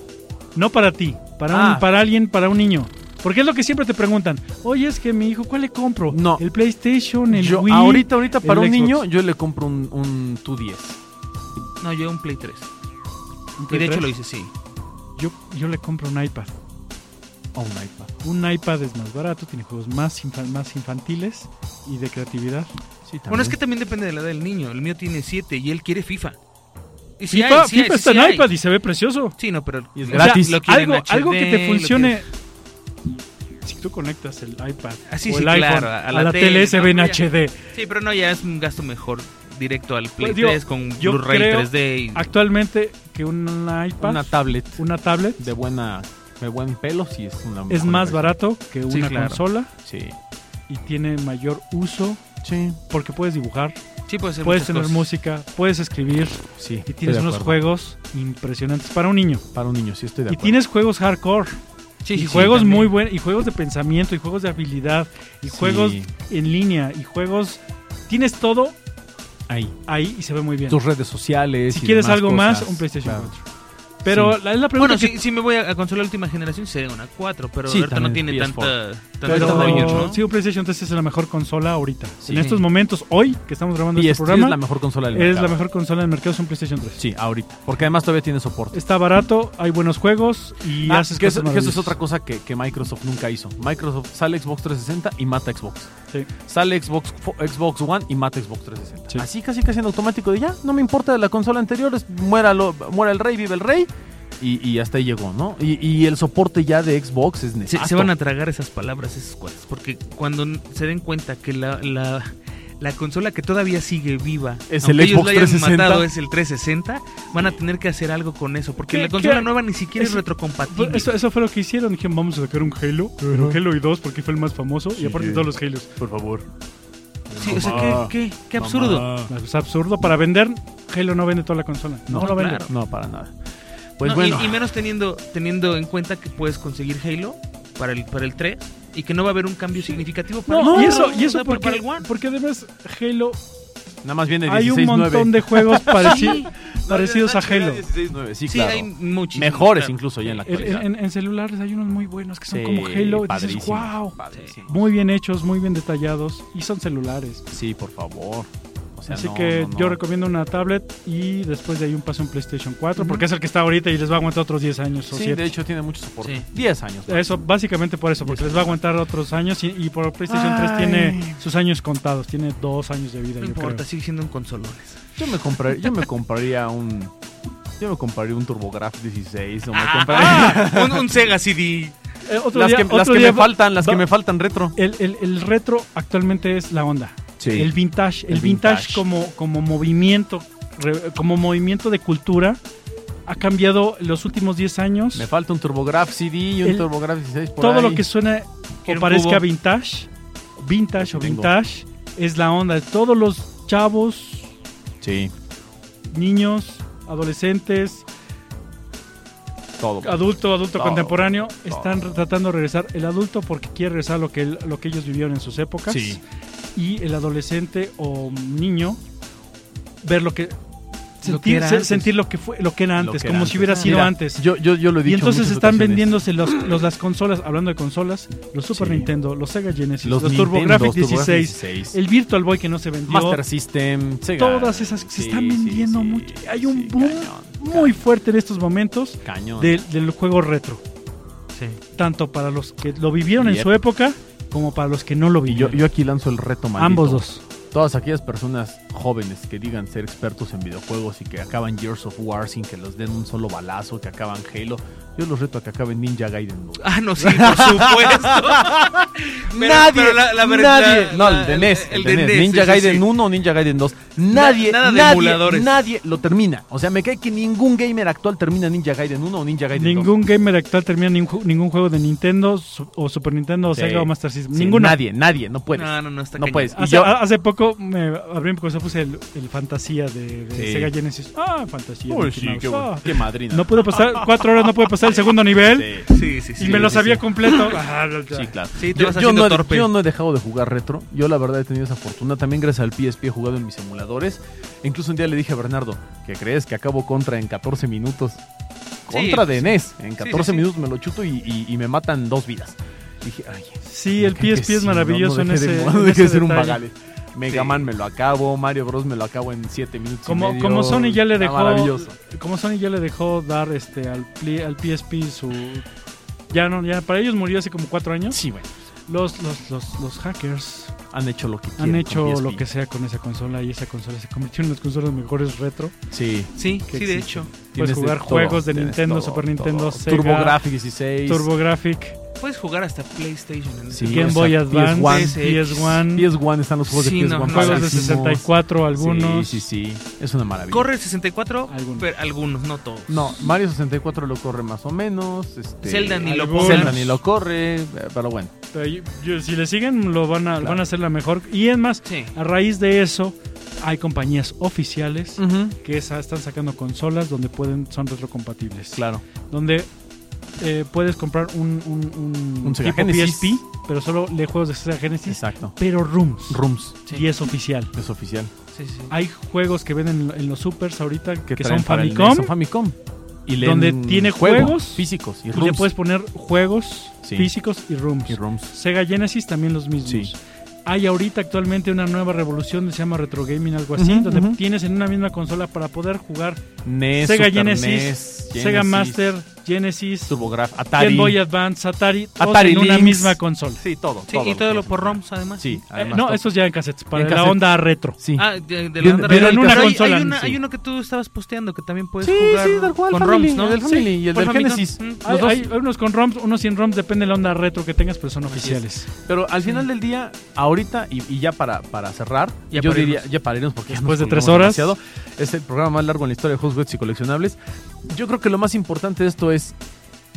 Speaker 2: No para ti, para, un,
Speaker 4: Ah.
Speaker 2: para alguien, para un niño. Porque es lo que siempre te preguntan. Oye, es que mi hijo, ¿cuál le compro?
Speaker 4: No.
Speaker 2: ¿El PlayStation? ¿El
Speaker 4: yo
Speaker 2: Wii?
Speaker 4: ahorita, ahorita para un
Speaker 2: el
Speaker 4: niño,
Speaker 2: Xbox.
Speaker 4: yo le compro un, un 210.
Speaker 3: No, yo un Play 3.
Speaker 2: ¿Un
Speaker 3: Y de
Speaker 2: Play
Speaker 3: hecho
Speaker 2: tres?
Speaker 3: lo hice, sí.
Speaker 2: Yo, yo le compro un iPad.
Speaker 4: O un iPad.
Speaker 2: Un iPad es más barato, tiene juegos más, infa- más infantiles y de creatividad.
Speaker 4: Sí,
Speaker 3: Bueno, es
Speaker 4: también.
Speaker 3: que también depende de la edad del niño. El mío tiene 7 y él quiere FIFA. Y sí
Speaker 2: FIFA,
Speaker 3: hay, sí hay,
Speaker 2: FIFA
Speaker 3: sí,
Speaker 2: está
Speaker 3: sí
Speaker 2: en
Speaker 3: hay.
Speaker 2: iPad y se ve precioso.
Speaker 3: Sí, no, pero
Speaker 4: Y es
Speaker 3: o sea,
Speaker 4: gratis.
Speaker 3: lo quiere en
Speaker 2: algo, algo que
Speaker 3: HD,
Speaker 2: te
Speaker 3: lo
Speaker 2: funcione.
Speaker 3: quiere-
Speaker 2: Si tú conectas el iPad
Speaker 3: Ah, sí,
Speaker 2: o
Speaker 3: sí,
Speaker 2: el
Speaker 3: claro,
Speaker 2: iPhone a, la, tele, se
Speaker 3: ¿no?
Speaker 2: ve en
Speaker 3: Ya.
Speaker 2: HD.
Speaker 3: Sí, pero no, ya es un gasto mejor directo al Play
Speaker 2: Pues, digo,
Speaker 3: 3 con
Speaker 2: yo
Speaker 3: Blu-ray
Speaker 2: creo-
Speaker 3: 3D. y-
Speaker 2: Actualmente, que un iPad,
Speaker 4: una
Speaker 2: una,
Speaker 4: tablet
Speaker 2: tablet,
Speaker 4: de buena de buen pelo, sí es una
Speaker 2: es
Speaker 4: mejor
Speaker 2: más
Speaker 4: inversión.
Speaker 2: barato que
Speaker 3: Sí,
Speaker 2: una
Speaker 3: claro.
Speaker 2: consola
Speaker 4: Sí.
Speaker 2: y tiene mayor uso
Speaker 4: Sí.
Speaker 2: porque puedes dibujar,
Speaker 3: Sí, puede ser
Speaker 2: puedes
Speaker 3: muchas
Speaker 2: tener
Speaker 3: cosas.
Speaker 2: música, puedes escribir
Speaker 4: Sí.
Speaker 2: y
Speaker 4: estoy
Speaker 2: tienes
Speaker 4: de
Speaker 2: unos
Speaker 4: acuerdo.
Speaker 2: juegos impresionantes para un niño.
Speaker 4: para un niño, sí estoy de
Speaker 2: Y
Speaker 4: acuerdo.
Speaker 2: tienes juegos hardcore.
Speaker 3: Sí,
Speaker 2: y
Speaker 3: sí, sí,
Speaker 2: juegos
Speaker 3: también.
Speaker 2: muy buenos, y juegos de pensamiento, y juegos de habilidad, y
Speaker 4: Sí.
Speaker 2: juegos en línea, y juegos... Tienes todo
Speaker 4: ahí
Speaker 2: ahí y se ve muy bien.
Speaker 4: tus redes sociales
Speaker 2: si
Speaker 4: y
Speaker 2: quieres
Speaker 4: demás
Speaker 2: algo más,
Speaker 4: cosas.
Speaker 2: un PlayStation
Speaker 4: Claro.
Speaker 2: 4. Pero la- es la pregunta
Speaker 3: bueno,
Speaker 2: que-
Speaker 3: si, si me voy a, a consola última generación, sería una 4, pero
Speaker 4: Sí,
Speaker 3: ahorita no
Speaker 4: también
Speaker 3: tiene tanta,
Speaker 4: PS4.
Speaker 3: tantos
Speaker 2: pero-
Speaker 3: daños, ¿no?
Speaker 2: sí, PlayStation 3 es la mejor consola ahorita.
Speaker 4: Sí.
Speaker 2: En estos momentos, hoy que estamos grabando
Speaker 4: Y
Speaker 2: este
Speaker 4: este es
Speaker 2: programa,
Speaker 4: la mejor consola del
Speaker 2: es la
Speaker 4: mercado.
Speaker 2: mejor consola del mercado, es un PlayStation 3.
Speaker 4: Sí, ahorita. Porque además todavía tiene soporte.
Speaker 2: Está barato, hay buenos juegos y
Speaker 4: Ah,
Speaker 2: haces
Speaker 4: que eso,
Speaker 2: cosas
Speaker 4: que eso es
Speaker 2: maravillosas.
Speaker 4: otra cosa que, que Microsoft nunca hizo. Microsoft sale Xbox 360 y mata Xbox.
Speaker 2: Sí.
Speaker 4: Sale Xbox, fo- Xbox One y mata Xbox 360.
Speaker 2: Sí.
Speaker 4: Así casi casi en automático de ya, no me importa de la consola anterior, es- muera, lo- muera el rey, vive el rey. Y, y hasta ahí llegó, ¿no? Y, y el soporte ya de Xbox es
Speaker 3: Se,
Speaker 4: nefasto.
Speaker 3: se van a tragar esas palabras, esas cuates, porque cuando n- se den cuenta que la, la, la consola que todavía sigue viva,
Speaker 4: Es
Speaker 3: aunque
Speaker 4: el
Speaker 3: ellos
Speaker 4: Xbox
Speaker 3: la hayan
Speaker 4: 360.
Speaker 3: matado, es el 360, van a tener que hacer algo con eso, porque
Speaker 2: ¿Qué-
Speaker 3: la consola
Speaker 2: qué-
Speaker 3: nueva ni siquiera es
Speaker 2: eso-
Speaker 3: retrocompatible.
Speaker 2: Pues, Eso, eso fue lo que hicieron. Dijeron, vamos a sacar un Halo. Pero Halo y 2 porque fue el más famoso. y
Speaker 4: Sí.
Speaker 2: aparte todos los Halos.
Speaker 4: Por favor.
Speaker 3: Sí, o sea, qué, qué- qué absurdo.
Speaker 2: Es absurdo. Para vender, Halo no vende toda la consola. No,
Speaker 4: No,
Speaker 2: lo vende.
Speaker 3: claro.
Speaker 4: No, para nada. Pues
Speaker 3: No, y-
Speaker 4: bueno.
Speaker 3: y, menos teniendo, teniendo en cuenta que puedes conseguir Halo para el, para el 3 y que no va a haber un cambio significativo para
Speaker 2: No,
Speaker 3: el
Speaker 2: y
Speaker 3: cuatro,
Speaker 2: eso, y
Speaker 3: o
Speaker 2: eso
Speaker 3: sea, para-
Speaker 2: porque,
Speaker 3: para el One.
Speaker 2: porque además Halo
Speaker 4: Nada más viene 16.9.
Speaker 2: hay un montón de juegos pareci- parecidos a Halo.
Speaker 4: sí,
Speaker 3: Sí,
Speaker 4: claro.
Speaker 3: hay muchísimos.
Speaker 4: Mejores
Speaker 3: claro.
Speaker 4: incluso ya en la
Speaker 2: En,
Speaker 4: actualidad.
Speaker 2: en- en celulares hay unos muy buenos que son
Speaker 4: Sí,
Speaker 2: como Halo. y dices,
Speaker 4: padrísimo,
Speaker 2: wow.
Speaker 4: padrísimo.
Speaker 2: Muy bien hechos, muy bien detallados y son celulares.
Speaker 4: Sí, por favor. O sea,
Speaker 2: Así
Speaker 4: no,
Speaker 2: que
Speaker 4: no, no.
Speaker 2: yo recomiendo una tablet y después de ahí un paso en PlayStation 4 porque es el que está ahorita y les va a aguantar otros 10 años o
Speaker 4: Sí,
Speaker 2: 7.
Speaker 4: de hecho tiene mucho soporte.
Speaker 3: Sí.
Speaker 4: 10 años. más.
Speaker 2: Eso, básicamente por eso, porque les va a aguantar otros años y, y por PlayStation 3
Speaker 4: Ay.
Speaker 2: tiene sus años contados, tiene dos años de vida,
Speaker 3: No
Speaker 2: yo
Speaker 3: importa,
Speaker 2: creo.
Speaker 3: sigue siendo un consolones.
Speaker 4: Yo me compraría, yo me compraría un yo me compraría un TurboGrafx 16 o me compraría
Speaker 3: Ah, un, un Sega CD.
Speaker 2: Eh, otro
Speaker 4: las
Speaker 2: día-
Speaker 4: que, las
Speaker 2: otro
Speaker 4: que
Speaker 2: día
Speaker 4: me
Speaker 2: va-
Speaker 4: faltan, las que
Speaker 2: va-
Speaker 4: me faltan retro.
Speaker 2: El, el- el retro actualmente es la onda.
Speaker 4: Sí.
Speaker 2: El vintage, el,
Speaker 4: El
Speaker 2: vintage,
Speaker 4: vintage.
Speaker 2: como, como movimiento, re- como movimiento de cultura ha cambiado los últimos 10 años.
Speaker 4: Me falta un TurboGrafx CD y un
Speaker 2: El-
Speaker 4: TurboGrafx 16 por
Speaker 2: Todo lo
Speaker 4: ahí.
Speaker 2: que suena o
Speaker 3: Quiero un
Speaker 2: parezca
Speaker 3: cubo.
Speaker 2: vintage, vintage o
Speaker 4: Tengo.
Speaker 2: vintage es la onda. Todos los chavos,
Speaker 4: Sí,
Speaker 2: niños, adolescentes,
Speaker 4: todo.
Speaker 2: adulto, adulto
Speaker 4: Todo,
Speaker 2: contemporáneo,
Speaker 4: todo.
Speaker 2: están tratando de regresar el adulto porque quiere regresar a lo que, él- lo que ellos vivieron en sus épocas
Speaker 4: Sí.
Speaker 2: y el adolescente o niño ver lo que
Speaker 3: Lo
Speaker 2: sentir
Speaker 3: que
Speaker 2: se-
Speaker 3: era
Speaker 2: sentir lo que,
Speaker 3: antes.
Speaker 2: fue lo que era
Speaker 4: Lo
Speaker 2: antes,
Speaker 4: que era
Speaker 2: como si
Speaker 4: antes.
Speaker 2: hubiera sido
Speaker 4: Mira,
Speaker 2: antes.
Speaker 4: Yo, yo, yo lo he
Speaker 2: y
Speaker 4: dicho. en
Speaker 2: entonces
Speaker 4: muchas
Speaker 2: están
Speaker 4: ocasiones.
Speaker 2: vendiéndose los, los- las consolas, hablando de consolas, los Super
Speaker 4: Sí.
Speaker 2: Nintendo, los Sega Genesis, los,
Speaker 4: los,
Speaker 2: TurboGrafx
Speaker 4: TurboGrafx
Speaker 2: 16, el Virtual Boy que no se vendió.
Speaker 4: Master System, Sega.
Speaker 2: Todas esas que se están vendiendo mucho. Hay un
Speaker 4: sí,
Speaker 2: boom
Speaker 4: cañón,
Speaker 2: Muy fuerte en estos momentos
Speaker 4: cañón.
Speaker 2: del, del juego retro.
Speaker 3: Sí.
Speaker 2: tanto para los que lo vivieron en
Speaker 4: Yep.
Speaker 2: su época como para los que no lo
Speaker 4: Y yo,
Speaker 2: vivieron.
Speaker 4: yo aquí lanzo el reto maldito.
Speaker 2: Ambos dos.
Speaker 4: Todas aquellas personas jóvenes que digan ser expertos en videojuegos y que acaban Gears of War sin que los den un solo balazo, que acaban Halo, yo los reto a que acaben Ninja Gaiden. dos.
Speaker 3: Ah, no, sí, por supuesto. Pero-
Speaker 4: nadie,
Speaker 3: pero la- la verdad-
Speaker 4: nadie, no,
Speaker 3: la-
Speaker 4: el de NES,
Speaker 3: el
Speaker 4: el
Speaker 3: de
Speaker 4: de NES,
Speaker 3: NES,
Speaker 4: Ninja
Speaker 3: ese
Speaker 4: Gaiden
Speaker 3: sí.
Speaker 4: 1 o Ninja Gaiden 2, nadie,
Speaker 3: nada de
Speaker 4: nadie,
Speaker 3: emuladores.
Speaker 4: nadie lo termina. O sea, me cae que ningún gamer actual termina Ninja Gaiden 1 o Ninja Gaiden 2.
Speaker 2: Ningún gamer actual termina ningún, ningún juego de Nintendo su- o Super Nintendo o
Speaker 4: Sí.
Speaker 2: Sega o Master System.
Speaker 4: Sí,
Speaker 2: Ninguno.
Speaker 4: Nadie, nadie, no puedes.
Speaker 3: No, no, no, está
Speaker 4: No
Speaker 3: cañón.
Speaker 4: puedes. Y
Speaker 2: Hace,
Speaker 4: yo-
Speaker 2: a- hace poco me abrí mi cosa, puse el, el Fantasía de, de
Speaker 4: Sí.
Speaker 2: Sega Genesis. Ah, Fantasía.
Speaker 4: Uy,
Speaker 2: Mickey
Speaker 4: sí,
Speaker 2: Mouse.
Speaker 4: qué,
Speaker 2: Ah.
Speaker 4: bueno. Qué madrina.
Speaker 2: No pude pasar, cuatro horas no pude pasar el segundo nivel
Speaker 4: Sí.
Speaker 3: Sí, sí, sí.
Speaker 2: y me lo
Speaker 4: sí,
Speaker 2: sabía
Speaker 4: sí.
Speaker 2: completo. Ah, ya.
Speaker 4: Sí, claro.
Speaker 3: Sí, te
Speaker 4: yo,
Speaker 3: vas
Speaker 4: yo
Speaker 3: haciendo
Speaker 4: no he,
Speaker 3: torpe.
Speaker 4: yo no he dejado de jugar retro. Yo la verdad he tenido esa fortuna. También gracias al PSP he jugado en mis emuladores. Incluso un día le dije a Bernardo, ¿qué crees que acabo contra en 14 minutos? Contra
Speaker 3: Sí,
Speaker 4: de
Speaker 3: sí.
Speaker 4: NES. En 14
Speaker 3: sí.
Speaker 4: minutos me lo chuto y, y- y me matan dos vidas. Dije, ay,
Speaker 2: Sí, el
Speaker 4: me cae que
Speaker 2: PSP es
Speaker 4: sí,
Speaker 2: maravilloso
Speaker 4: no, no
Speaker 2: en
Speaker 4: dejé de-
Speaker 2: ese.
Speaker 4: no
Speaker 2: en
Speaker 4: dejé de
Speaker 2: ese
Speaker 4: ser un
Speaker 2: detalle.
Speaker 4: bagale. Mega Man me lo acabo, Mario Bros me lo acabo en 7 minutos. y
Speaker 2: Como,
Speaker 4: medio.
Speaker 2: como Sony ya le
Speaker 4: Está
Speaker 2: dejó.
Speaker 4: Maravilloso.
Speaker 2: Como Sony ya le dejó dar este al, pli- al PSP su. Ya no, ya para ellos murió hace como cuatro años.
Speaker 4: Sí, bueno.
Speaker 2: Los, los, los, los hackers
Speaker 4: Han hecho lo que quieren.
Speaker 2: han
Speaker 4: con
Speaker 2: hecho
Speaker 4: PSP.
Speaker 2: lo que sea con esa consola y esa consola se convirtió en las consolas mejores retro.
Speaker 4: Sí.
Speaker 3: Sí,
Speaker 2: Que
Speaker 3: sí, de
Speaker 2: existe.
Speaker 3: hecho.
Speaker 2: Puedes
Speaker 4: Tienes
Speaker 2: jugar juegos de
Speaker 4: tienes
Speaker 2: Nintendo, Super Nintendo, Sega,
Speaker 4: TurboGrafx 16,
Speaker 2: TurboGrafx,
Speaker 3: Puedes jugar hasta PlayStation. en-
Speaker 4: Sí,
Speaker 2: Game
Speaker 4: o sea,
Speaker 2: Boy Advance, PS1,
Speaker 3: PS1,
Speaker 4: PS1 están los juegos
Speaker 3: Sí,
Speaker 4: de
Speaker 3: no,
Speaker 4: PS1
Speaker 3: no,
Speaker 2: juegos de
Speaker 4: padrísimos.
Speaker 2: 64, algunos.
Speaker 4: Sí, sí, sí, es una maravilla.
Speaker 3: Corre 64,
Speaker 2: Algunos.
Speaker 3: pero algunos, no todos.
Speaker 4: No, Mario 64 lo corre más o menos, este
Speaker 3: Zelda ni lo
Speaker 2: algunos.
Speaker 3: pongas.
Speaker 4: Zelda ni lo corre, eh, pero bueno.
Speaker 2: Eh, yo- Si le siguen, lo van a,
Speaker 4: Claro.
Speaker 2: van a hacer la mejor. Y es más,
Speaker 3: Sí.
Speaker 2: a raíz de eso, hay compañías oficiales
Speaker 4: Ujú,
Speaker 2: que esa- están sacando consolas donde pueden son retrocompatibles.
Speaker 4: Claro.
Speaker 2: Donde eh, puedes comprar un, un, un
Speaker 4: Un Sega
Speaker 2: tipo
Speaker 4: Genesis.
Speaker 2: PSP, pero solo le juegos de Sega Genesis,
Speaker 4: Exacto.
Speaker 2: pero rooms.
Speaker 4: Rooms
Speaker 3: Sí.
Speaker 2: Y es oficial.
Speaker 4: es oficial.
Speaker 3: Sí, sí.
Speaker 2: Hay juegos que venden en los supers ahorita que,
Speaker 4: traen
Speaker 2: son
Speaker 4: para el
Speaker 2: Famicom
Speaker 4: NES o Famicom. Y leen
Speaker 2: donde tiene
Speaker 4: juego,
Speaker 2: juegos
Speaker 4: físicos y
Speaker 2: Y le
Speaker 4: rooms.
Speaker 2: puedes poner juegos
Speaker 4: Sí.
Speaker 2: físicos y rooms.
Speaker 4: Y rooms.
Speaker 2: Sega Genesis también los mismos.
Speaker 4: Sí.
Speaker 2: Hay ahorita actualmente una nueva revolución que se llama Retro Gaming, algo así,
Speaker 4: Ujú,
Speaker 2: donde
Speaker 4: ujú.
Speaker 2: tienes en una misma consola para poder jugar
Speaker 4: NES,
Speaker 2: Sega
Speaker 4: Super
Speaker 2: Genesis,
Speaker 4: NES,
Speaker 2: Sega
Speaker 4: Genesis,
Speaker 2: Master, Genesis,
Speaker 4: TurboGraf, Atari.
Speaker 2: Game Boy Advance, Atari, todos
Speaker 4: Atari
Speaker 2: en una
Speaker 4: Lynx.
Speaker 2: misma consola.
Speaker 4: Sí, todo.
Speaker 3: Sí, y
Speaker 4: lo
Speaker 3: todo
Speaker 4: que
Speaker 3: lo
Speaker 4: es.
Speaker 3: por ROMs, además.
Speaker 4: Sí,
Speaker 2: Eh,
Speaker 4: además,
Speaker 2: no,
Speaker 4: todo.
Speaker 2: esos ya en cassettes, para
Speaker 4: En
Speaker 2: la
Speaker 4: cassette.
Speaker 2: onda retro.
Speaker 4: Sí.
Speaker 3: Ah, de, de la
Speaker 4: Bien-
Speaker 3: onda
Speaker 4: bien
Speaker 3: retro.
Speaker 2: en una
Speaker 3: Pero hay-
Speaker 2: consola,
Speaker 3: Hay, una-
Speaker 2: sí.
Speaker 3: hay uno que tú estabas posteando que también puedes
Speaker 4: Sí,
Speaker 3: jugar
Speaker 4: sí, tal cual,
Speaker 3: con
Speaker 4: Family,
Speaker 3: ROMs, ¿no?
Speaker 4: el del
Speaker 3: Sí,
Speaker 4: Family y el
Speaker 3: por
Speaker 4: del
Speaker 3: Famicom.
Speaker 4: Genesis.
Speaker 3: Mm.
Speaker 2: Hay,
Speaker 4: Los dos.
Speaker 2: hay unos con ROMs, unos sin ROMs, depende de la onda retro que tengas, pero son oficiales.
Speaker 4: Pero al final del día, ahorita, y, y ya para, para cerrar,
Speaker 3: Ya
Speaker 4: yo
Speaker 3: para
Speaker 4: diría,
Speaker 3: irnos.
Speaker 4: ya para irnos porque ya
Speaker 2: Después
Speaker 4: nos
Speaker 2: de tres
Speaker 4: colgamos
Speaker 2: horas.
Speaker 4: demasiado. Es el programa más largo en la historia de juegos y coleccionables. Yo creo que lo más importante de esto es,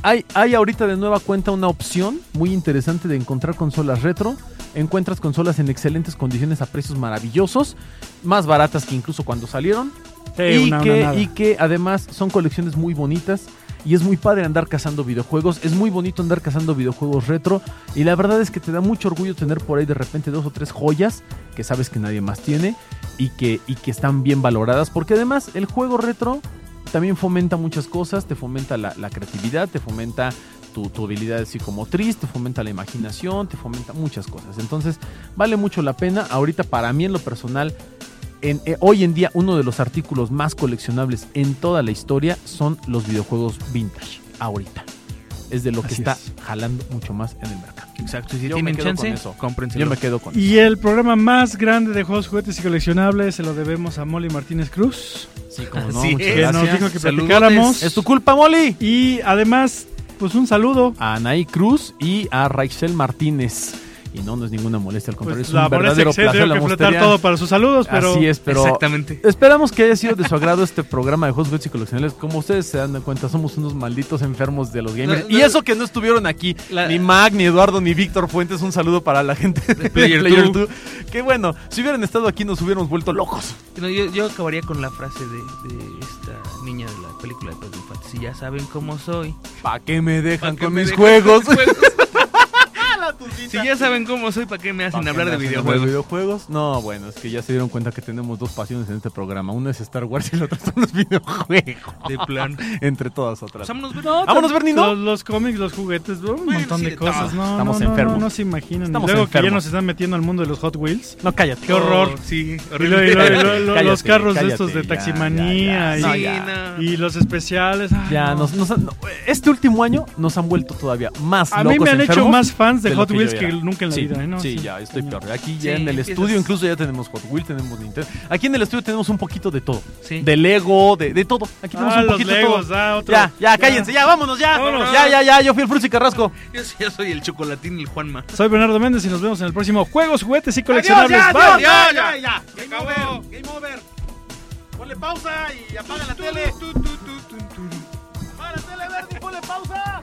Speaker 4: hay, hay ahorita de nueva cuenta una opción muy interesante de encontrar consolas retro. Encuentras consolas en excelentes condiciones a precios maravillosos, más baratas que incluso cuando salieron.
Speaker 2: Sí,
Speaker 4: y,
Speaker 2: Este, una- una
Speaker 4: que,
Speaker 2: nada.
Speaker 4: y que además son colecciones muy bonitas. Y es muy padre andar cazando videojuegos. Es muy bonito andar cazando videojuegos retro. Y la verdad es que te da mucho orgullo tener por ahí de repente dos o tres joyas que sabes que nadie más tiene y que, y que están bien valoradas. Porque además el juego retro también fomenta muchas cosas. Te fomenta la, la creatividad, te fomenta tu, tu habilidad psicomotriz, te fomenta la imaginación, te fomenta muchas cosas. Entonces vale mucho la pena. Ahorita para mí en lo personal en- eh, hoy en día uno de los artículos más coleccionables en toda la historia son los videojuegos vintage, ahorita. Es de lo que
Speaker 2: Así
Speaker 4: está
Speaker 2: es.
Speaker 4: jalando mucho más en el mercado.
Speaker 3: Exacto, y si
Speaker 4: Yo me
Speaker 3: tienen
Speaker 4: quedo con
Speaker 3: chance,
Speaker 4: eso.
Speaker 3: cómprenselo.
Speaker 4: Yo me quedo con
Speaker 2: Y el programa más grande de juegos, juguetes y coleccionables se lo debemos a Molly Martínez Cruz,
Speaker 4: Sí,
Speaker 3: como no,
Speaker 4: no,
Speaker 3: Así muchas
Speaker 4: muchas
Speaker 3: es.
Speaker 2: que nos
Speaker 4: gracias.
Speaker 2: dijo que
Speaker 3: Saludotes.
Speaker 2: platicáramos.
Speaker 4: ¡Es tu culpa, Molly!
Speaker 2: Y además, pues un saludo.
Speaker 4: A Anaí Cruz y a Rachel Martínez. Y no, no es ninguna molestia, al contrario,
Speaker 2: Pues,
Speaker 4: es
Speaker 2: la
Speaker 4: un
Speaker 2: molestia
Speaker 4: verdadero
Speaker 2: que se
Speaker 4: placer
Speaker 2: tiene
Speaker 4: la
Speaker 2: que flotar
Speaker 4: monstería.
Speaker 2: todo para sus saludos, pero
Speaker 4: Así es, pero
Speaker 3: Exactamente.
Speaker 4: Esperamos que haya sido de su agrado este programa de juegos, juguetes y coleccionables. Como ustedes se dan cuenta, somos unos malditos enfermos de los gamers.
Speaker 3: La-
Speaker 4: y
Speaker 3: la-
Speaker 4: eso que no estuvieron aquí,
Speaker 3: La-
Speaker 4: ni Mac, ni Eduardo, ni Víctor Fuentes. Un saludo para la gente de
Speaker 3: Player
Speaker 4: Player,
Speaker 3: Two.
Speaker 4: 2. Que bueno, si hubieran estado aquí, nos hubiéramos vuelto locos.
Speaker 3: No, yo, yo acabaría con la frase de, de esta niña de la película de Pedro Infante. Si ya saben cómo soy,
Speaker 4: ¿Para qué me
Speaker 3: ¿pa'
Speaker 4: dejan
Speaker 3: qué
Speaker 4: con
Speaker 3: me
Speaker 4: mis
Speaker 3: dejan
Speaker 4: juegos?
Speaker 3: con mis juegos?
Speaker 4: ¡Hala, tucita!
Speaker 3: si ya saben cómo soy, ¿para qué me
Speaker 4: ¿Pa'
Speaker 3: hacen
Speaker 4: qué
Speaker 3: hablar
Speaker 4: me
Speaker 3: de
Speaker 4: hacen
Speaker 3: videojuegos?
Speaker 4: videojuegos? No, bueno, es que ya se dieron cuenta que tenemos dos pasiones en este programa. Una es Star Wars y la otra son los videojuegos.
Speaker 3: De plan.
Speaker 4: Entre todas otras.
Speaker 3: Vámonos, ver.
Speaker 4: Vámonos, Bernie, ¿no?
Speaker 2: Los, los cómics, los juguetes, un montón
Speaker 3: sí,
Speaker 2: de
Speaker 3: de
Speaker 2: cosas.
Speaker 3: todo.
Speaker 2: No,
Speaker 4: Estamos
Speaker 2: no, no,
Speaker 4: enfermos.
Speaker 2: No, no se imaginan.
Speaker 4: Estamos
Speaker 2: Luego que ya
Speaker 4: enfermos.
Speaker 2: nos están metiendo al mundo de los Hot Wheels.
Speaker 4: No, cállate.
Speaker 2: Qué horror.
Speaker 3: Sí,
Speaker 2: Y lo- y
Speaker 3: horrible.
Speaker 2: lo- y lo-
Speaker 4: Cállate,
Speaker 2: lo- los
Speaker 4: cállate,
Speaker 2: carros
Speaker 4: cállate,
Speaker 2: estos de
Speaker 4: ya,
Speaker 2: taximanía
Speaker 4: ya, ya,
Speaker 2: y-
Speaker 4: sí,
Speaker 3: no.
Speaker 2: y, los especiales. ay,
Speaker 4: Ya,
Speaker 2: no.
Speaker 4: nos, nos han- no, este último año nos han vuelto todavía más
Speaker 2: A
Speaker 4: locos
Speaker 2: mí me han hecho
Speaker 4: enfermos
Speaker 2: más fans de,
Speaker 4: lo
Speaker 2: Hot
Speaker 4: yo
Speaker 2: Wheels
Speaker 4: era.
Speaker 2: que nunca en la
Speaker 4: sí,
Speaker 2: vida. ¿eh? No,
Speaker 4: sí,
Speaker 2: sí.
Speaker 4: ya estoy
Speaker 2: Cañón.
Speaker 4: peor. Aquí ya
Speaker 3: Sí,
Speaker 4: en el
Speaker 3: empiezas-
Speaker 4: estudio incluso ya tenemos Hot Wheels, tenemos Nintendo. Aquí en el estudio tenemos un poquito de todo.
Speaker 3: Sí.
Speaker 4: De Lego, de, de todo. Aquí tenemos
Speaker 2: Ah,
Speaker 4: un
Speaker 2: los
Speaker 4: poquito de
Speaker 2: Legos,
Speaker 4: todo.
Speaker 2: ah, otro.
Speaker 4: Ya, ya, cállense, ya, vámonos, ya.
Speaker 2: Vámonos.
Speaker 4: Ya, ya, ya, yo fui el Fruits y Carrasco.
Speaker 3: Yo, sí- yo soy el chocolatín y el Juanma.
Speaker 2: Soy Bernardo Méndez y nos vemos en el próximo Juegos, Juguetes y Coleccionables. Bye.
Speaker 3: adiós, ya, Ah, ya,
Speaker 4: Se acabó. Game over. Ponle pausa y apaga la tele. Apaga la tele, Verdi, ponle pausa.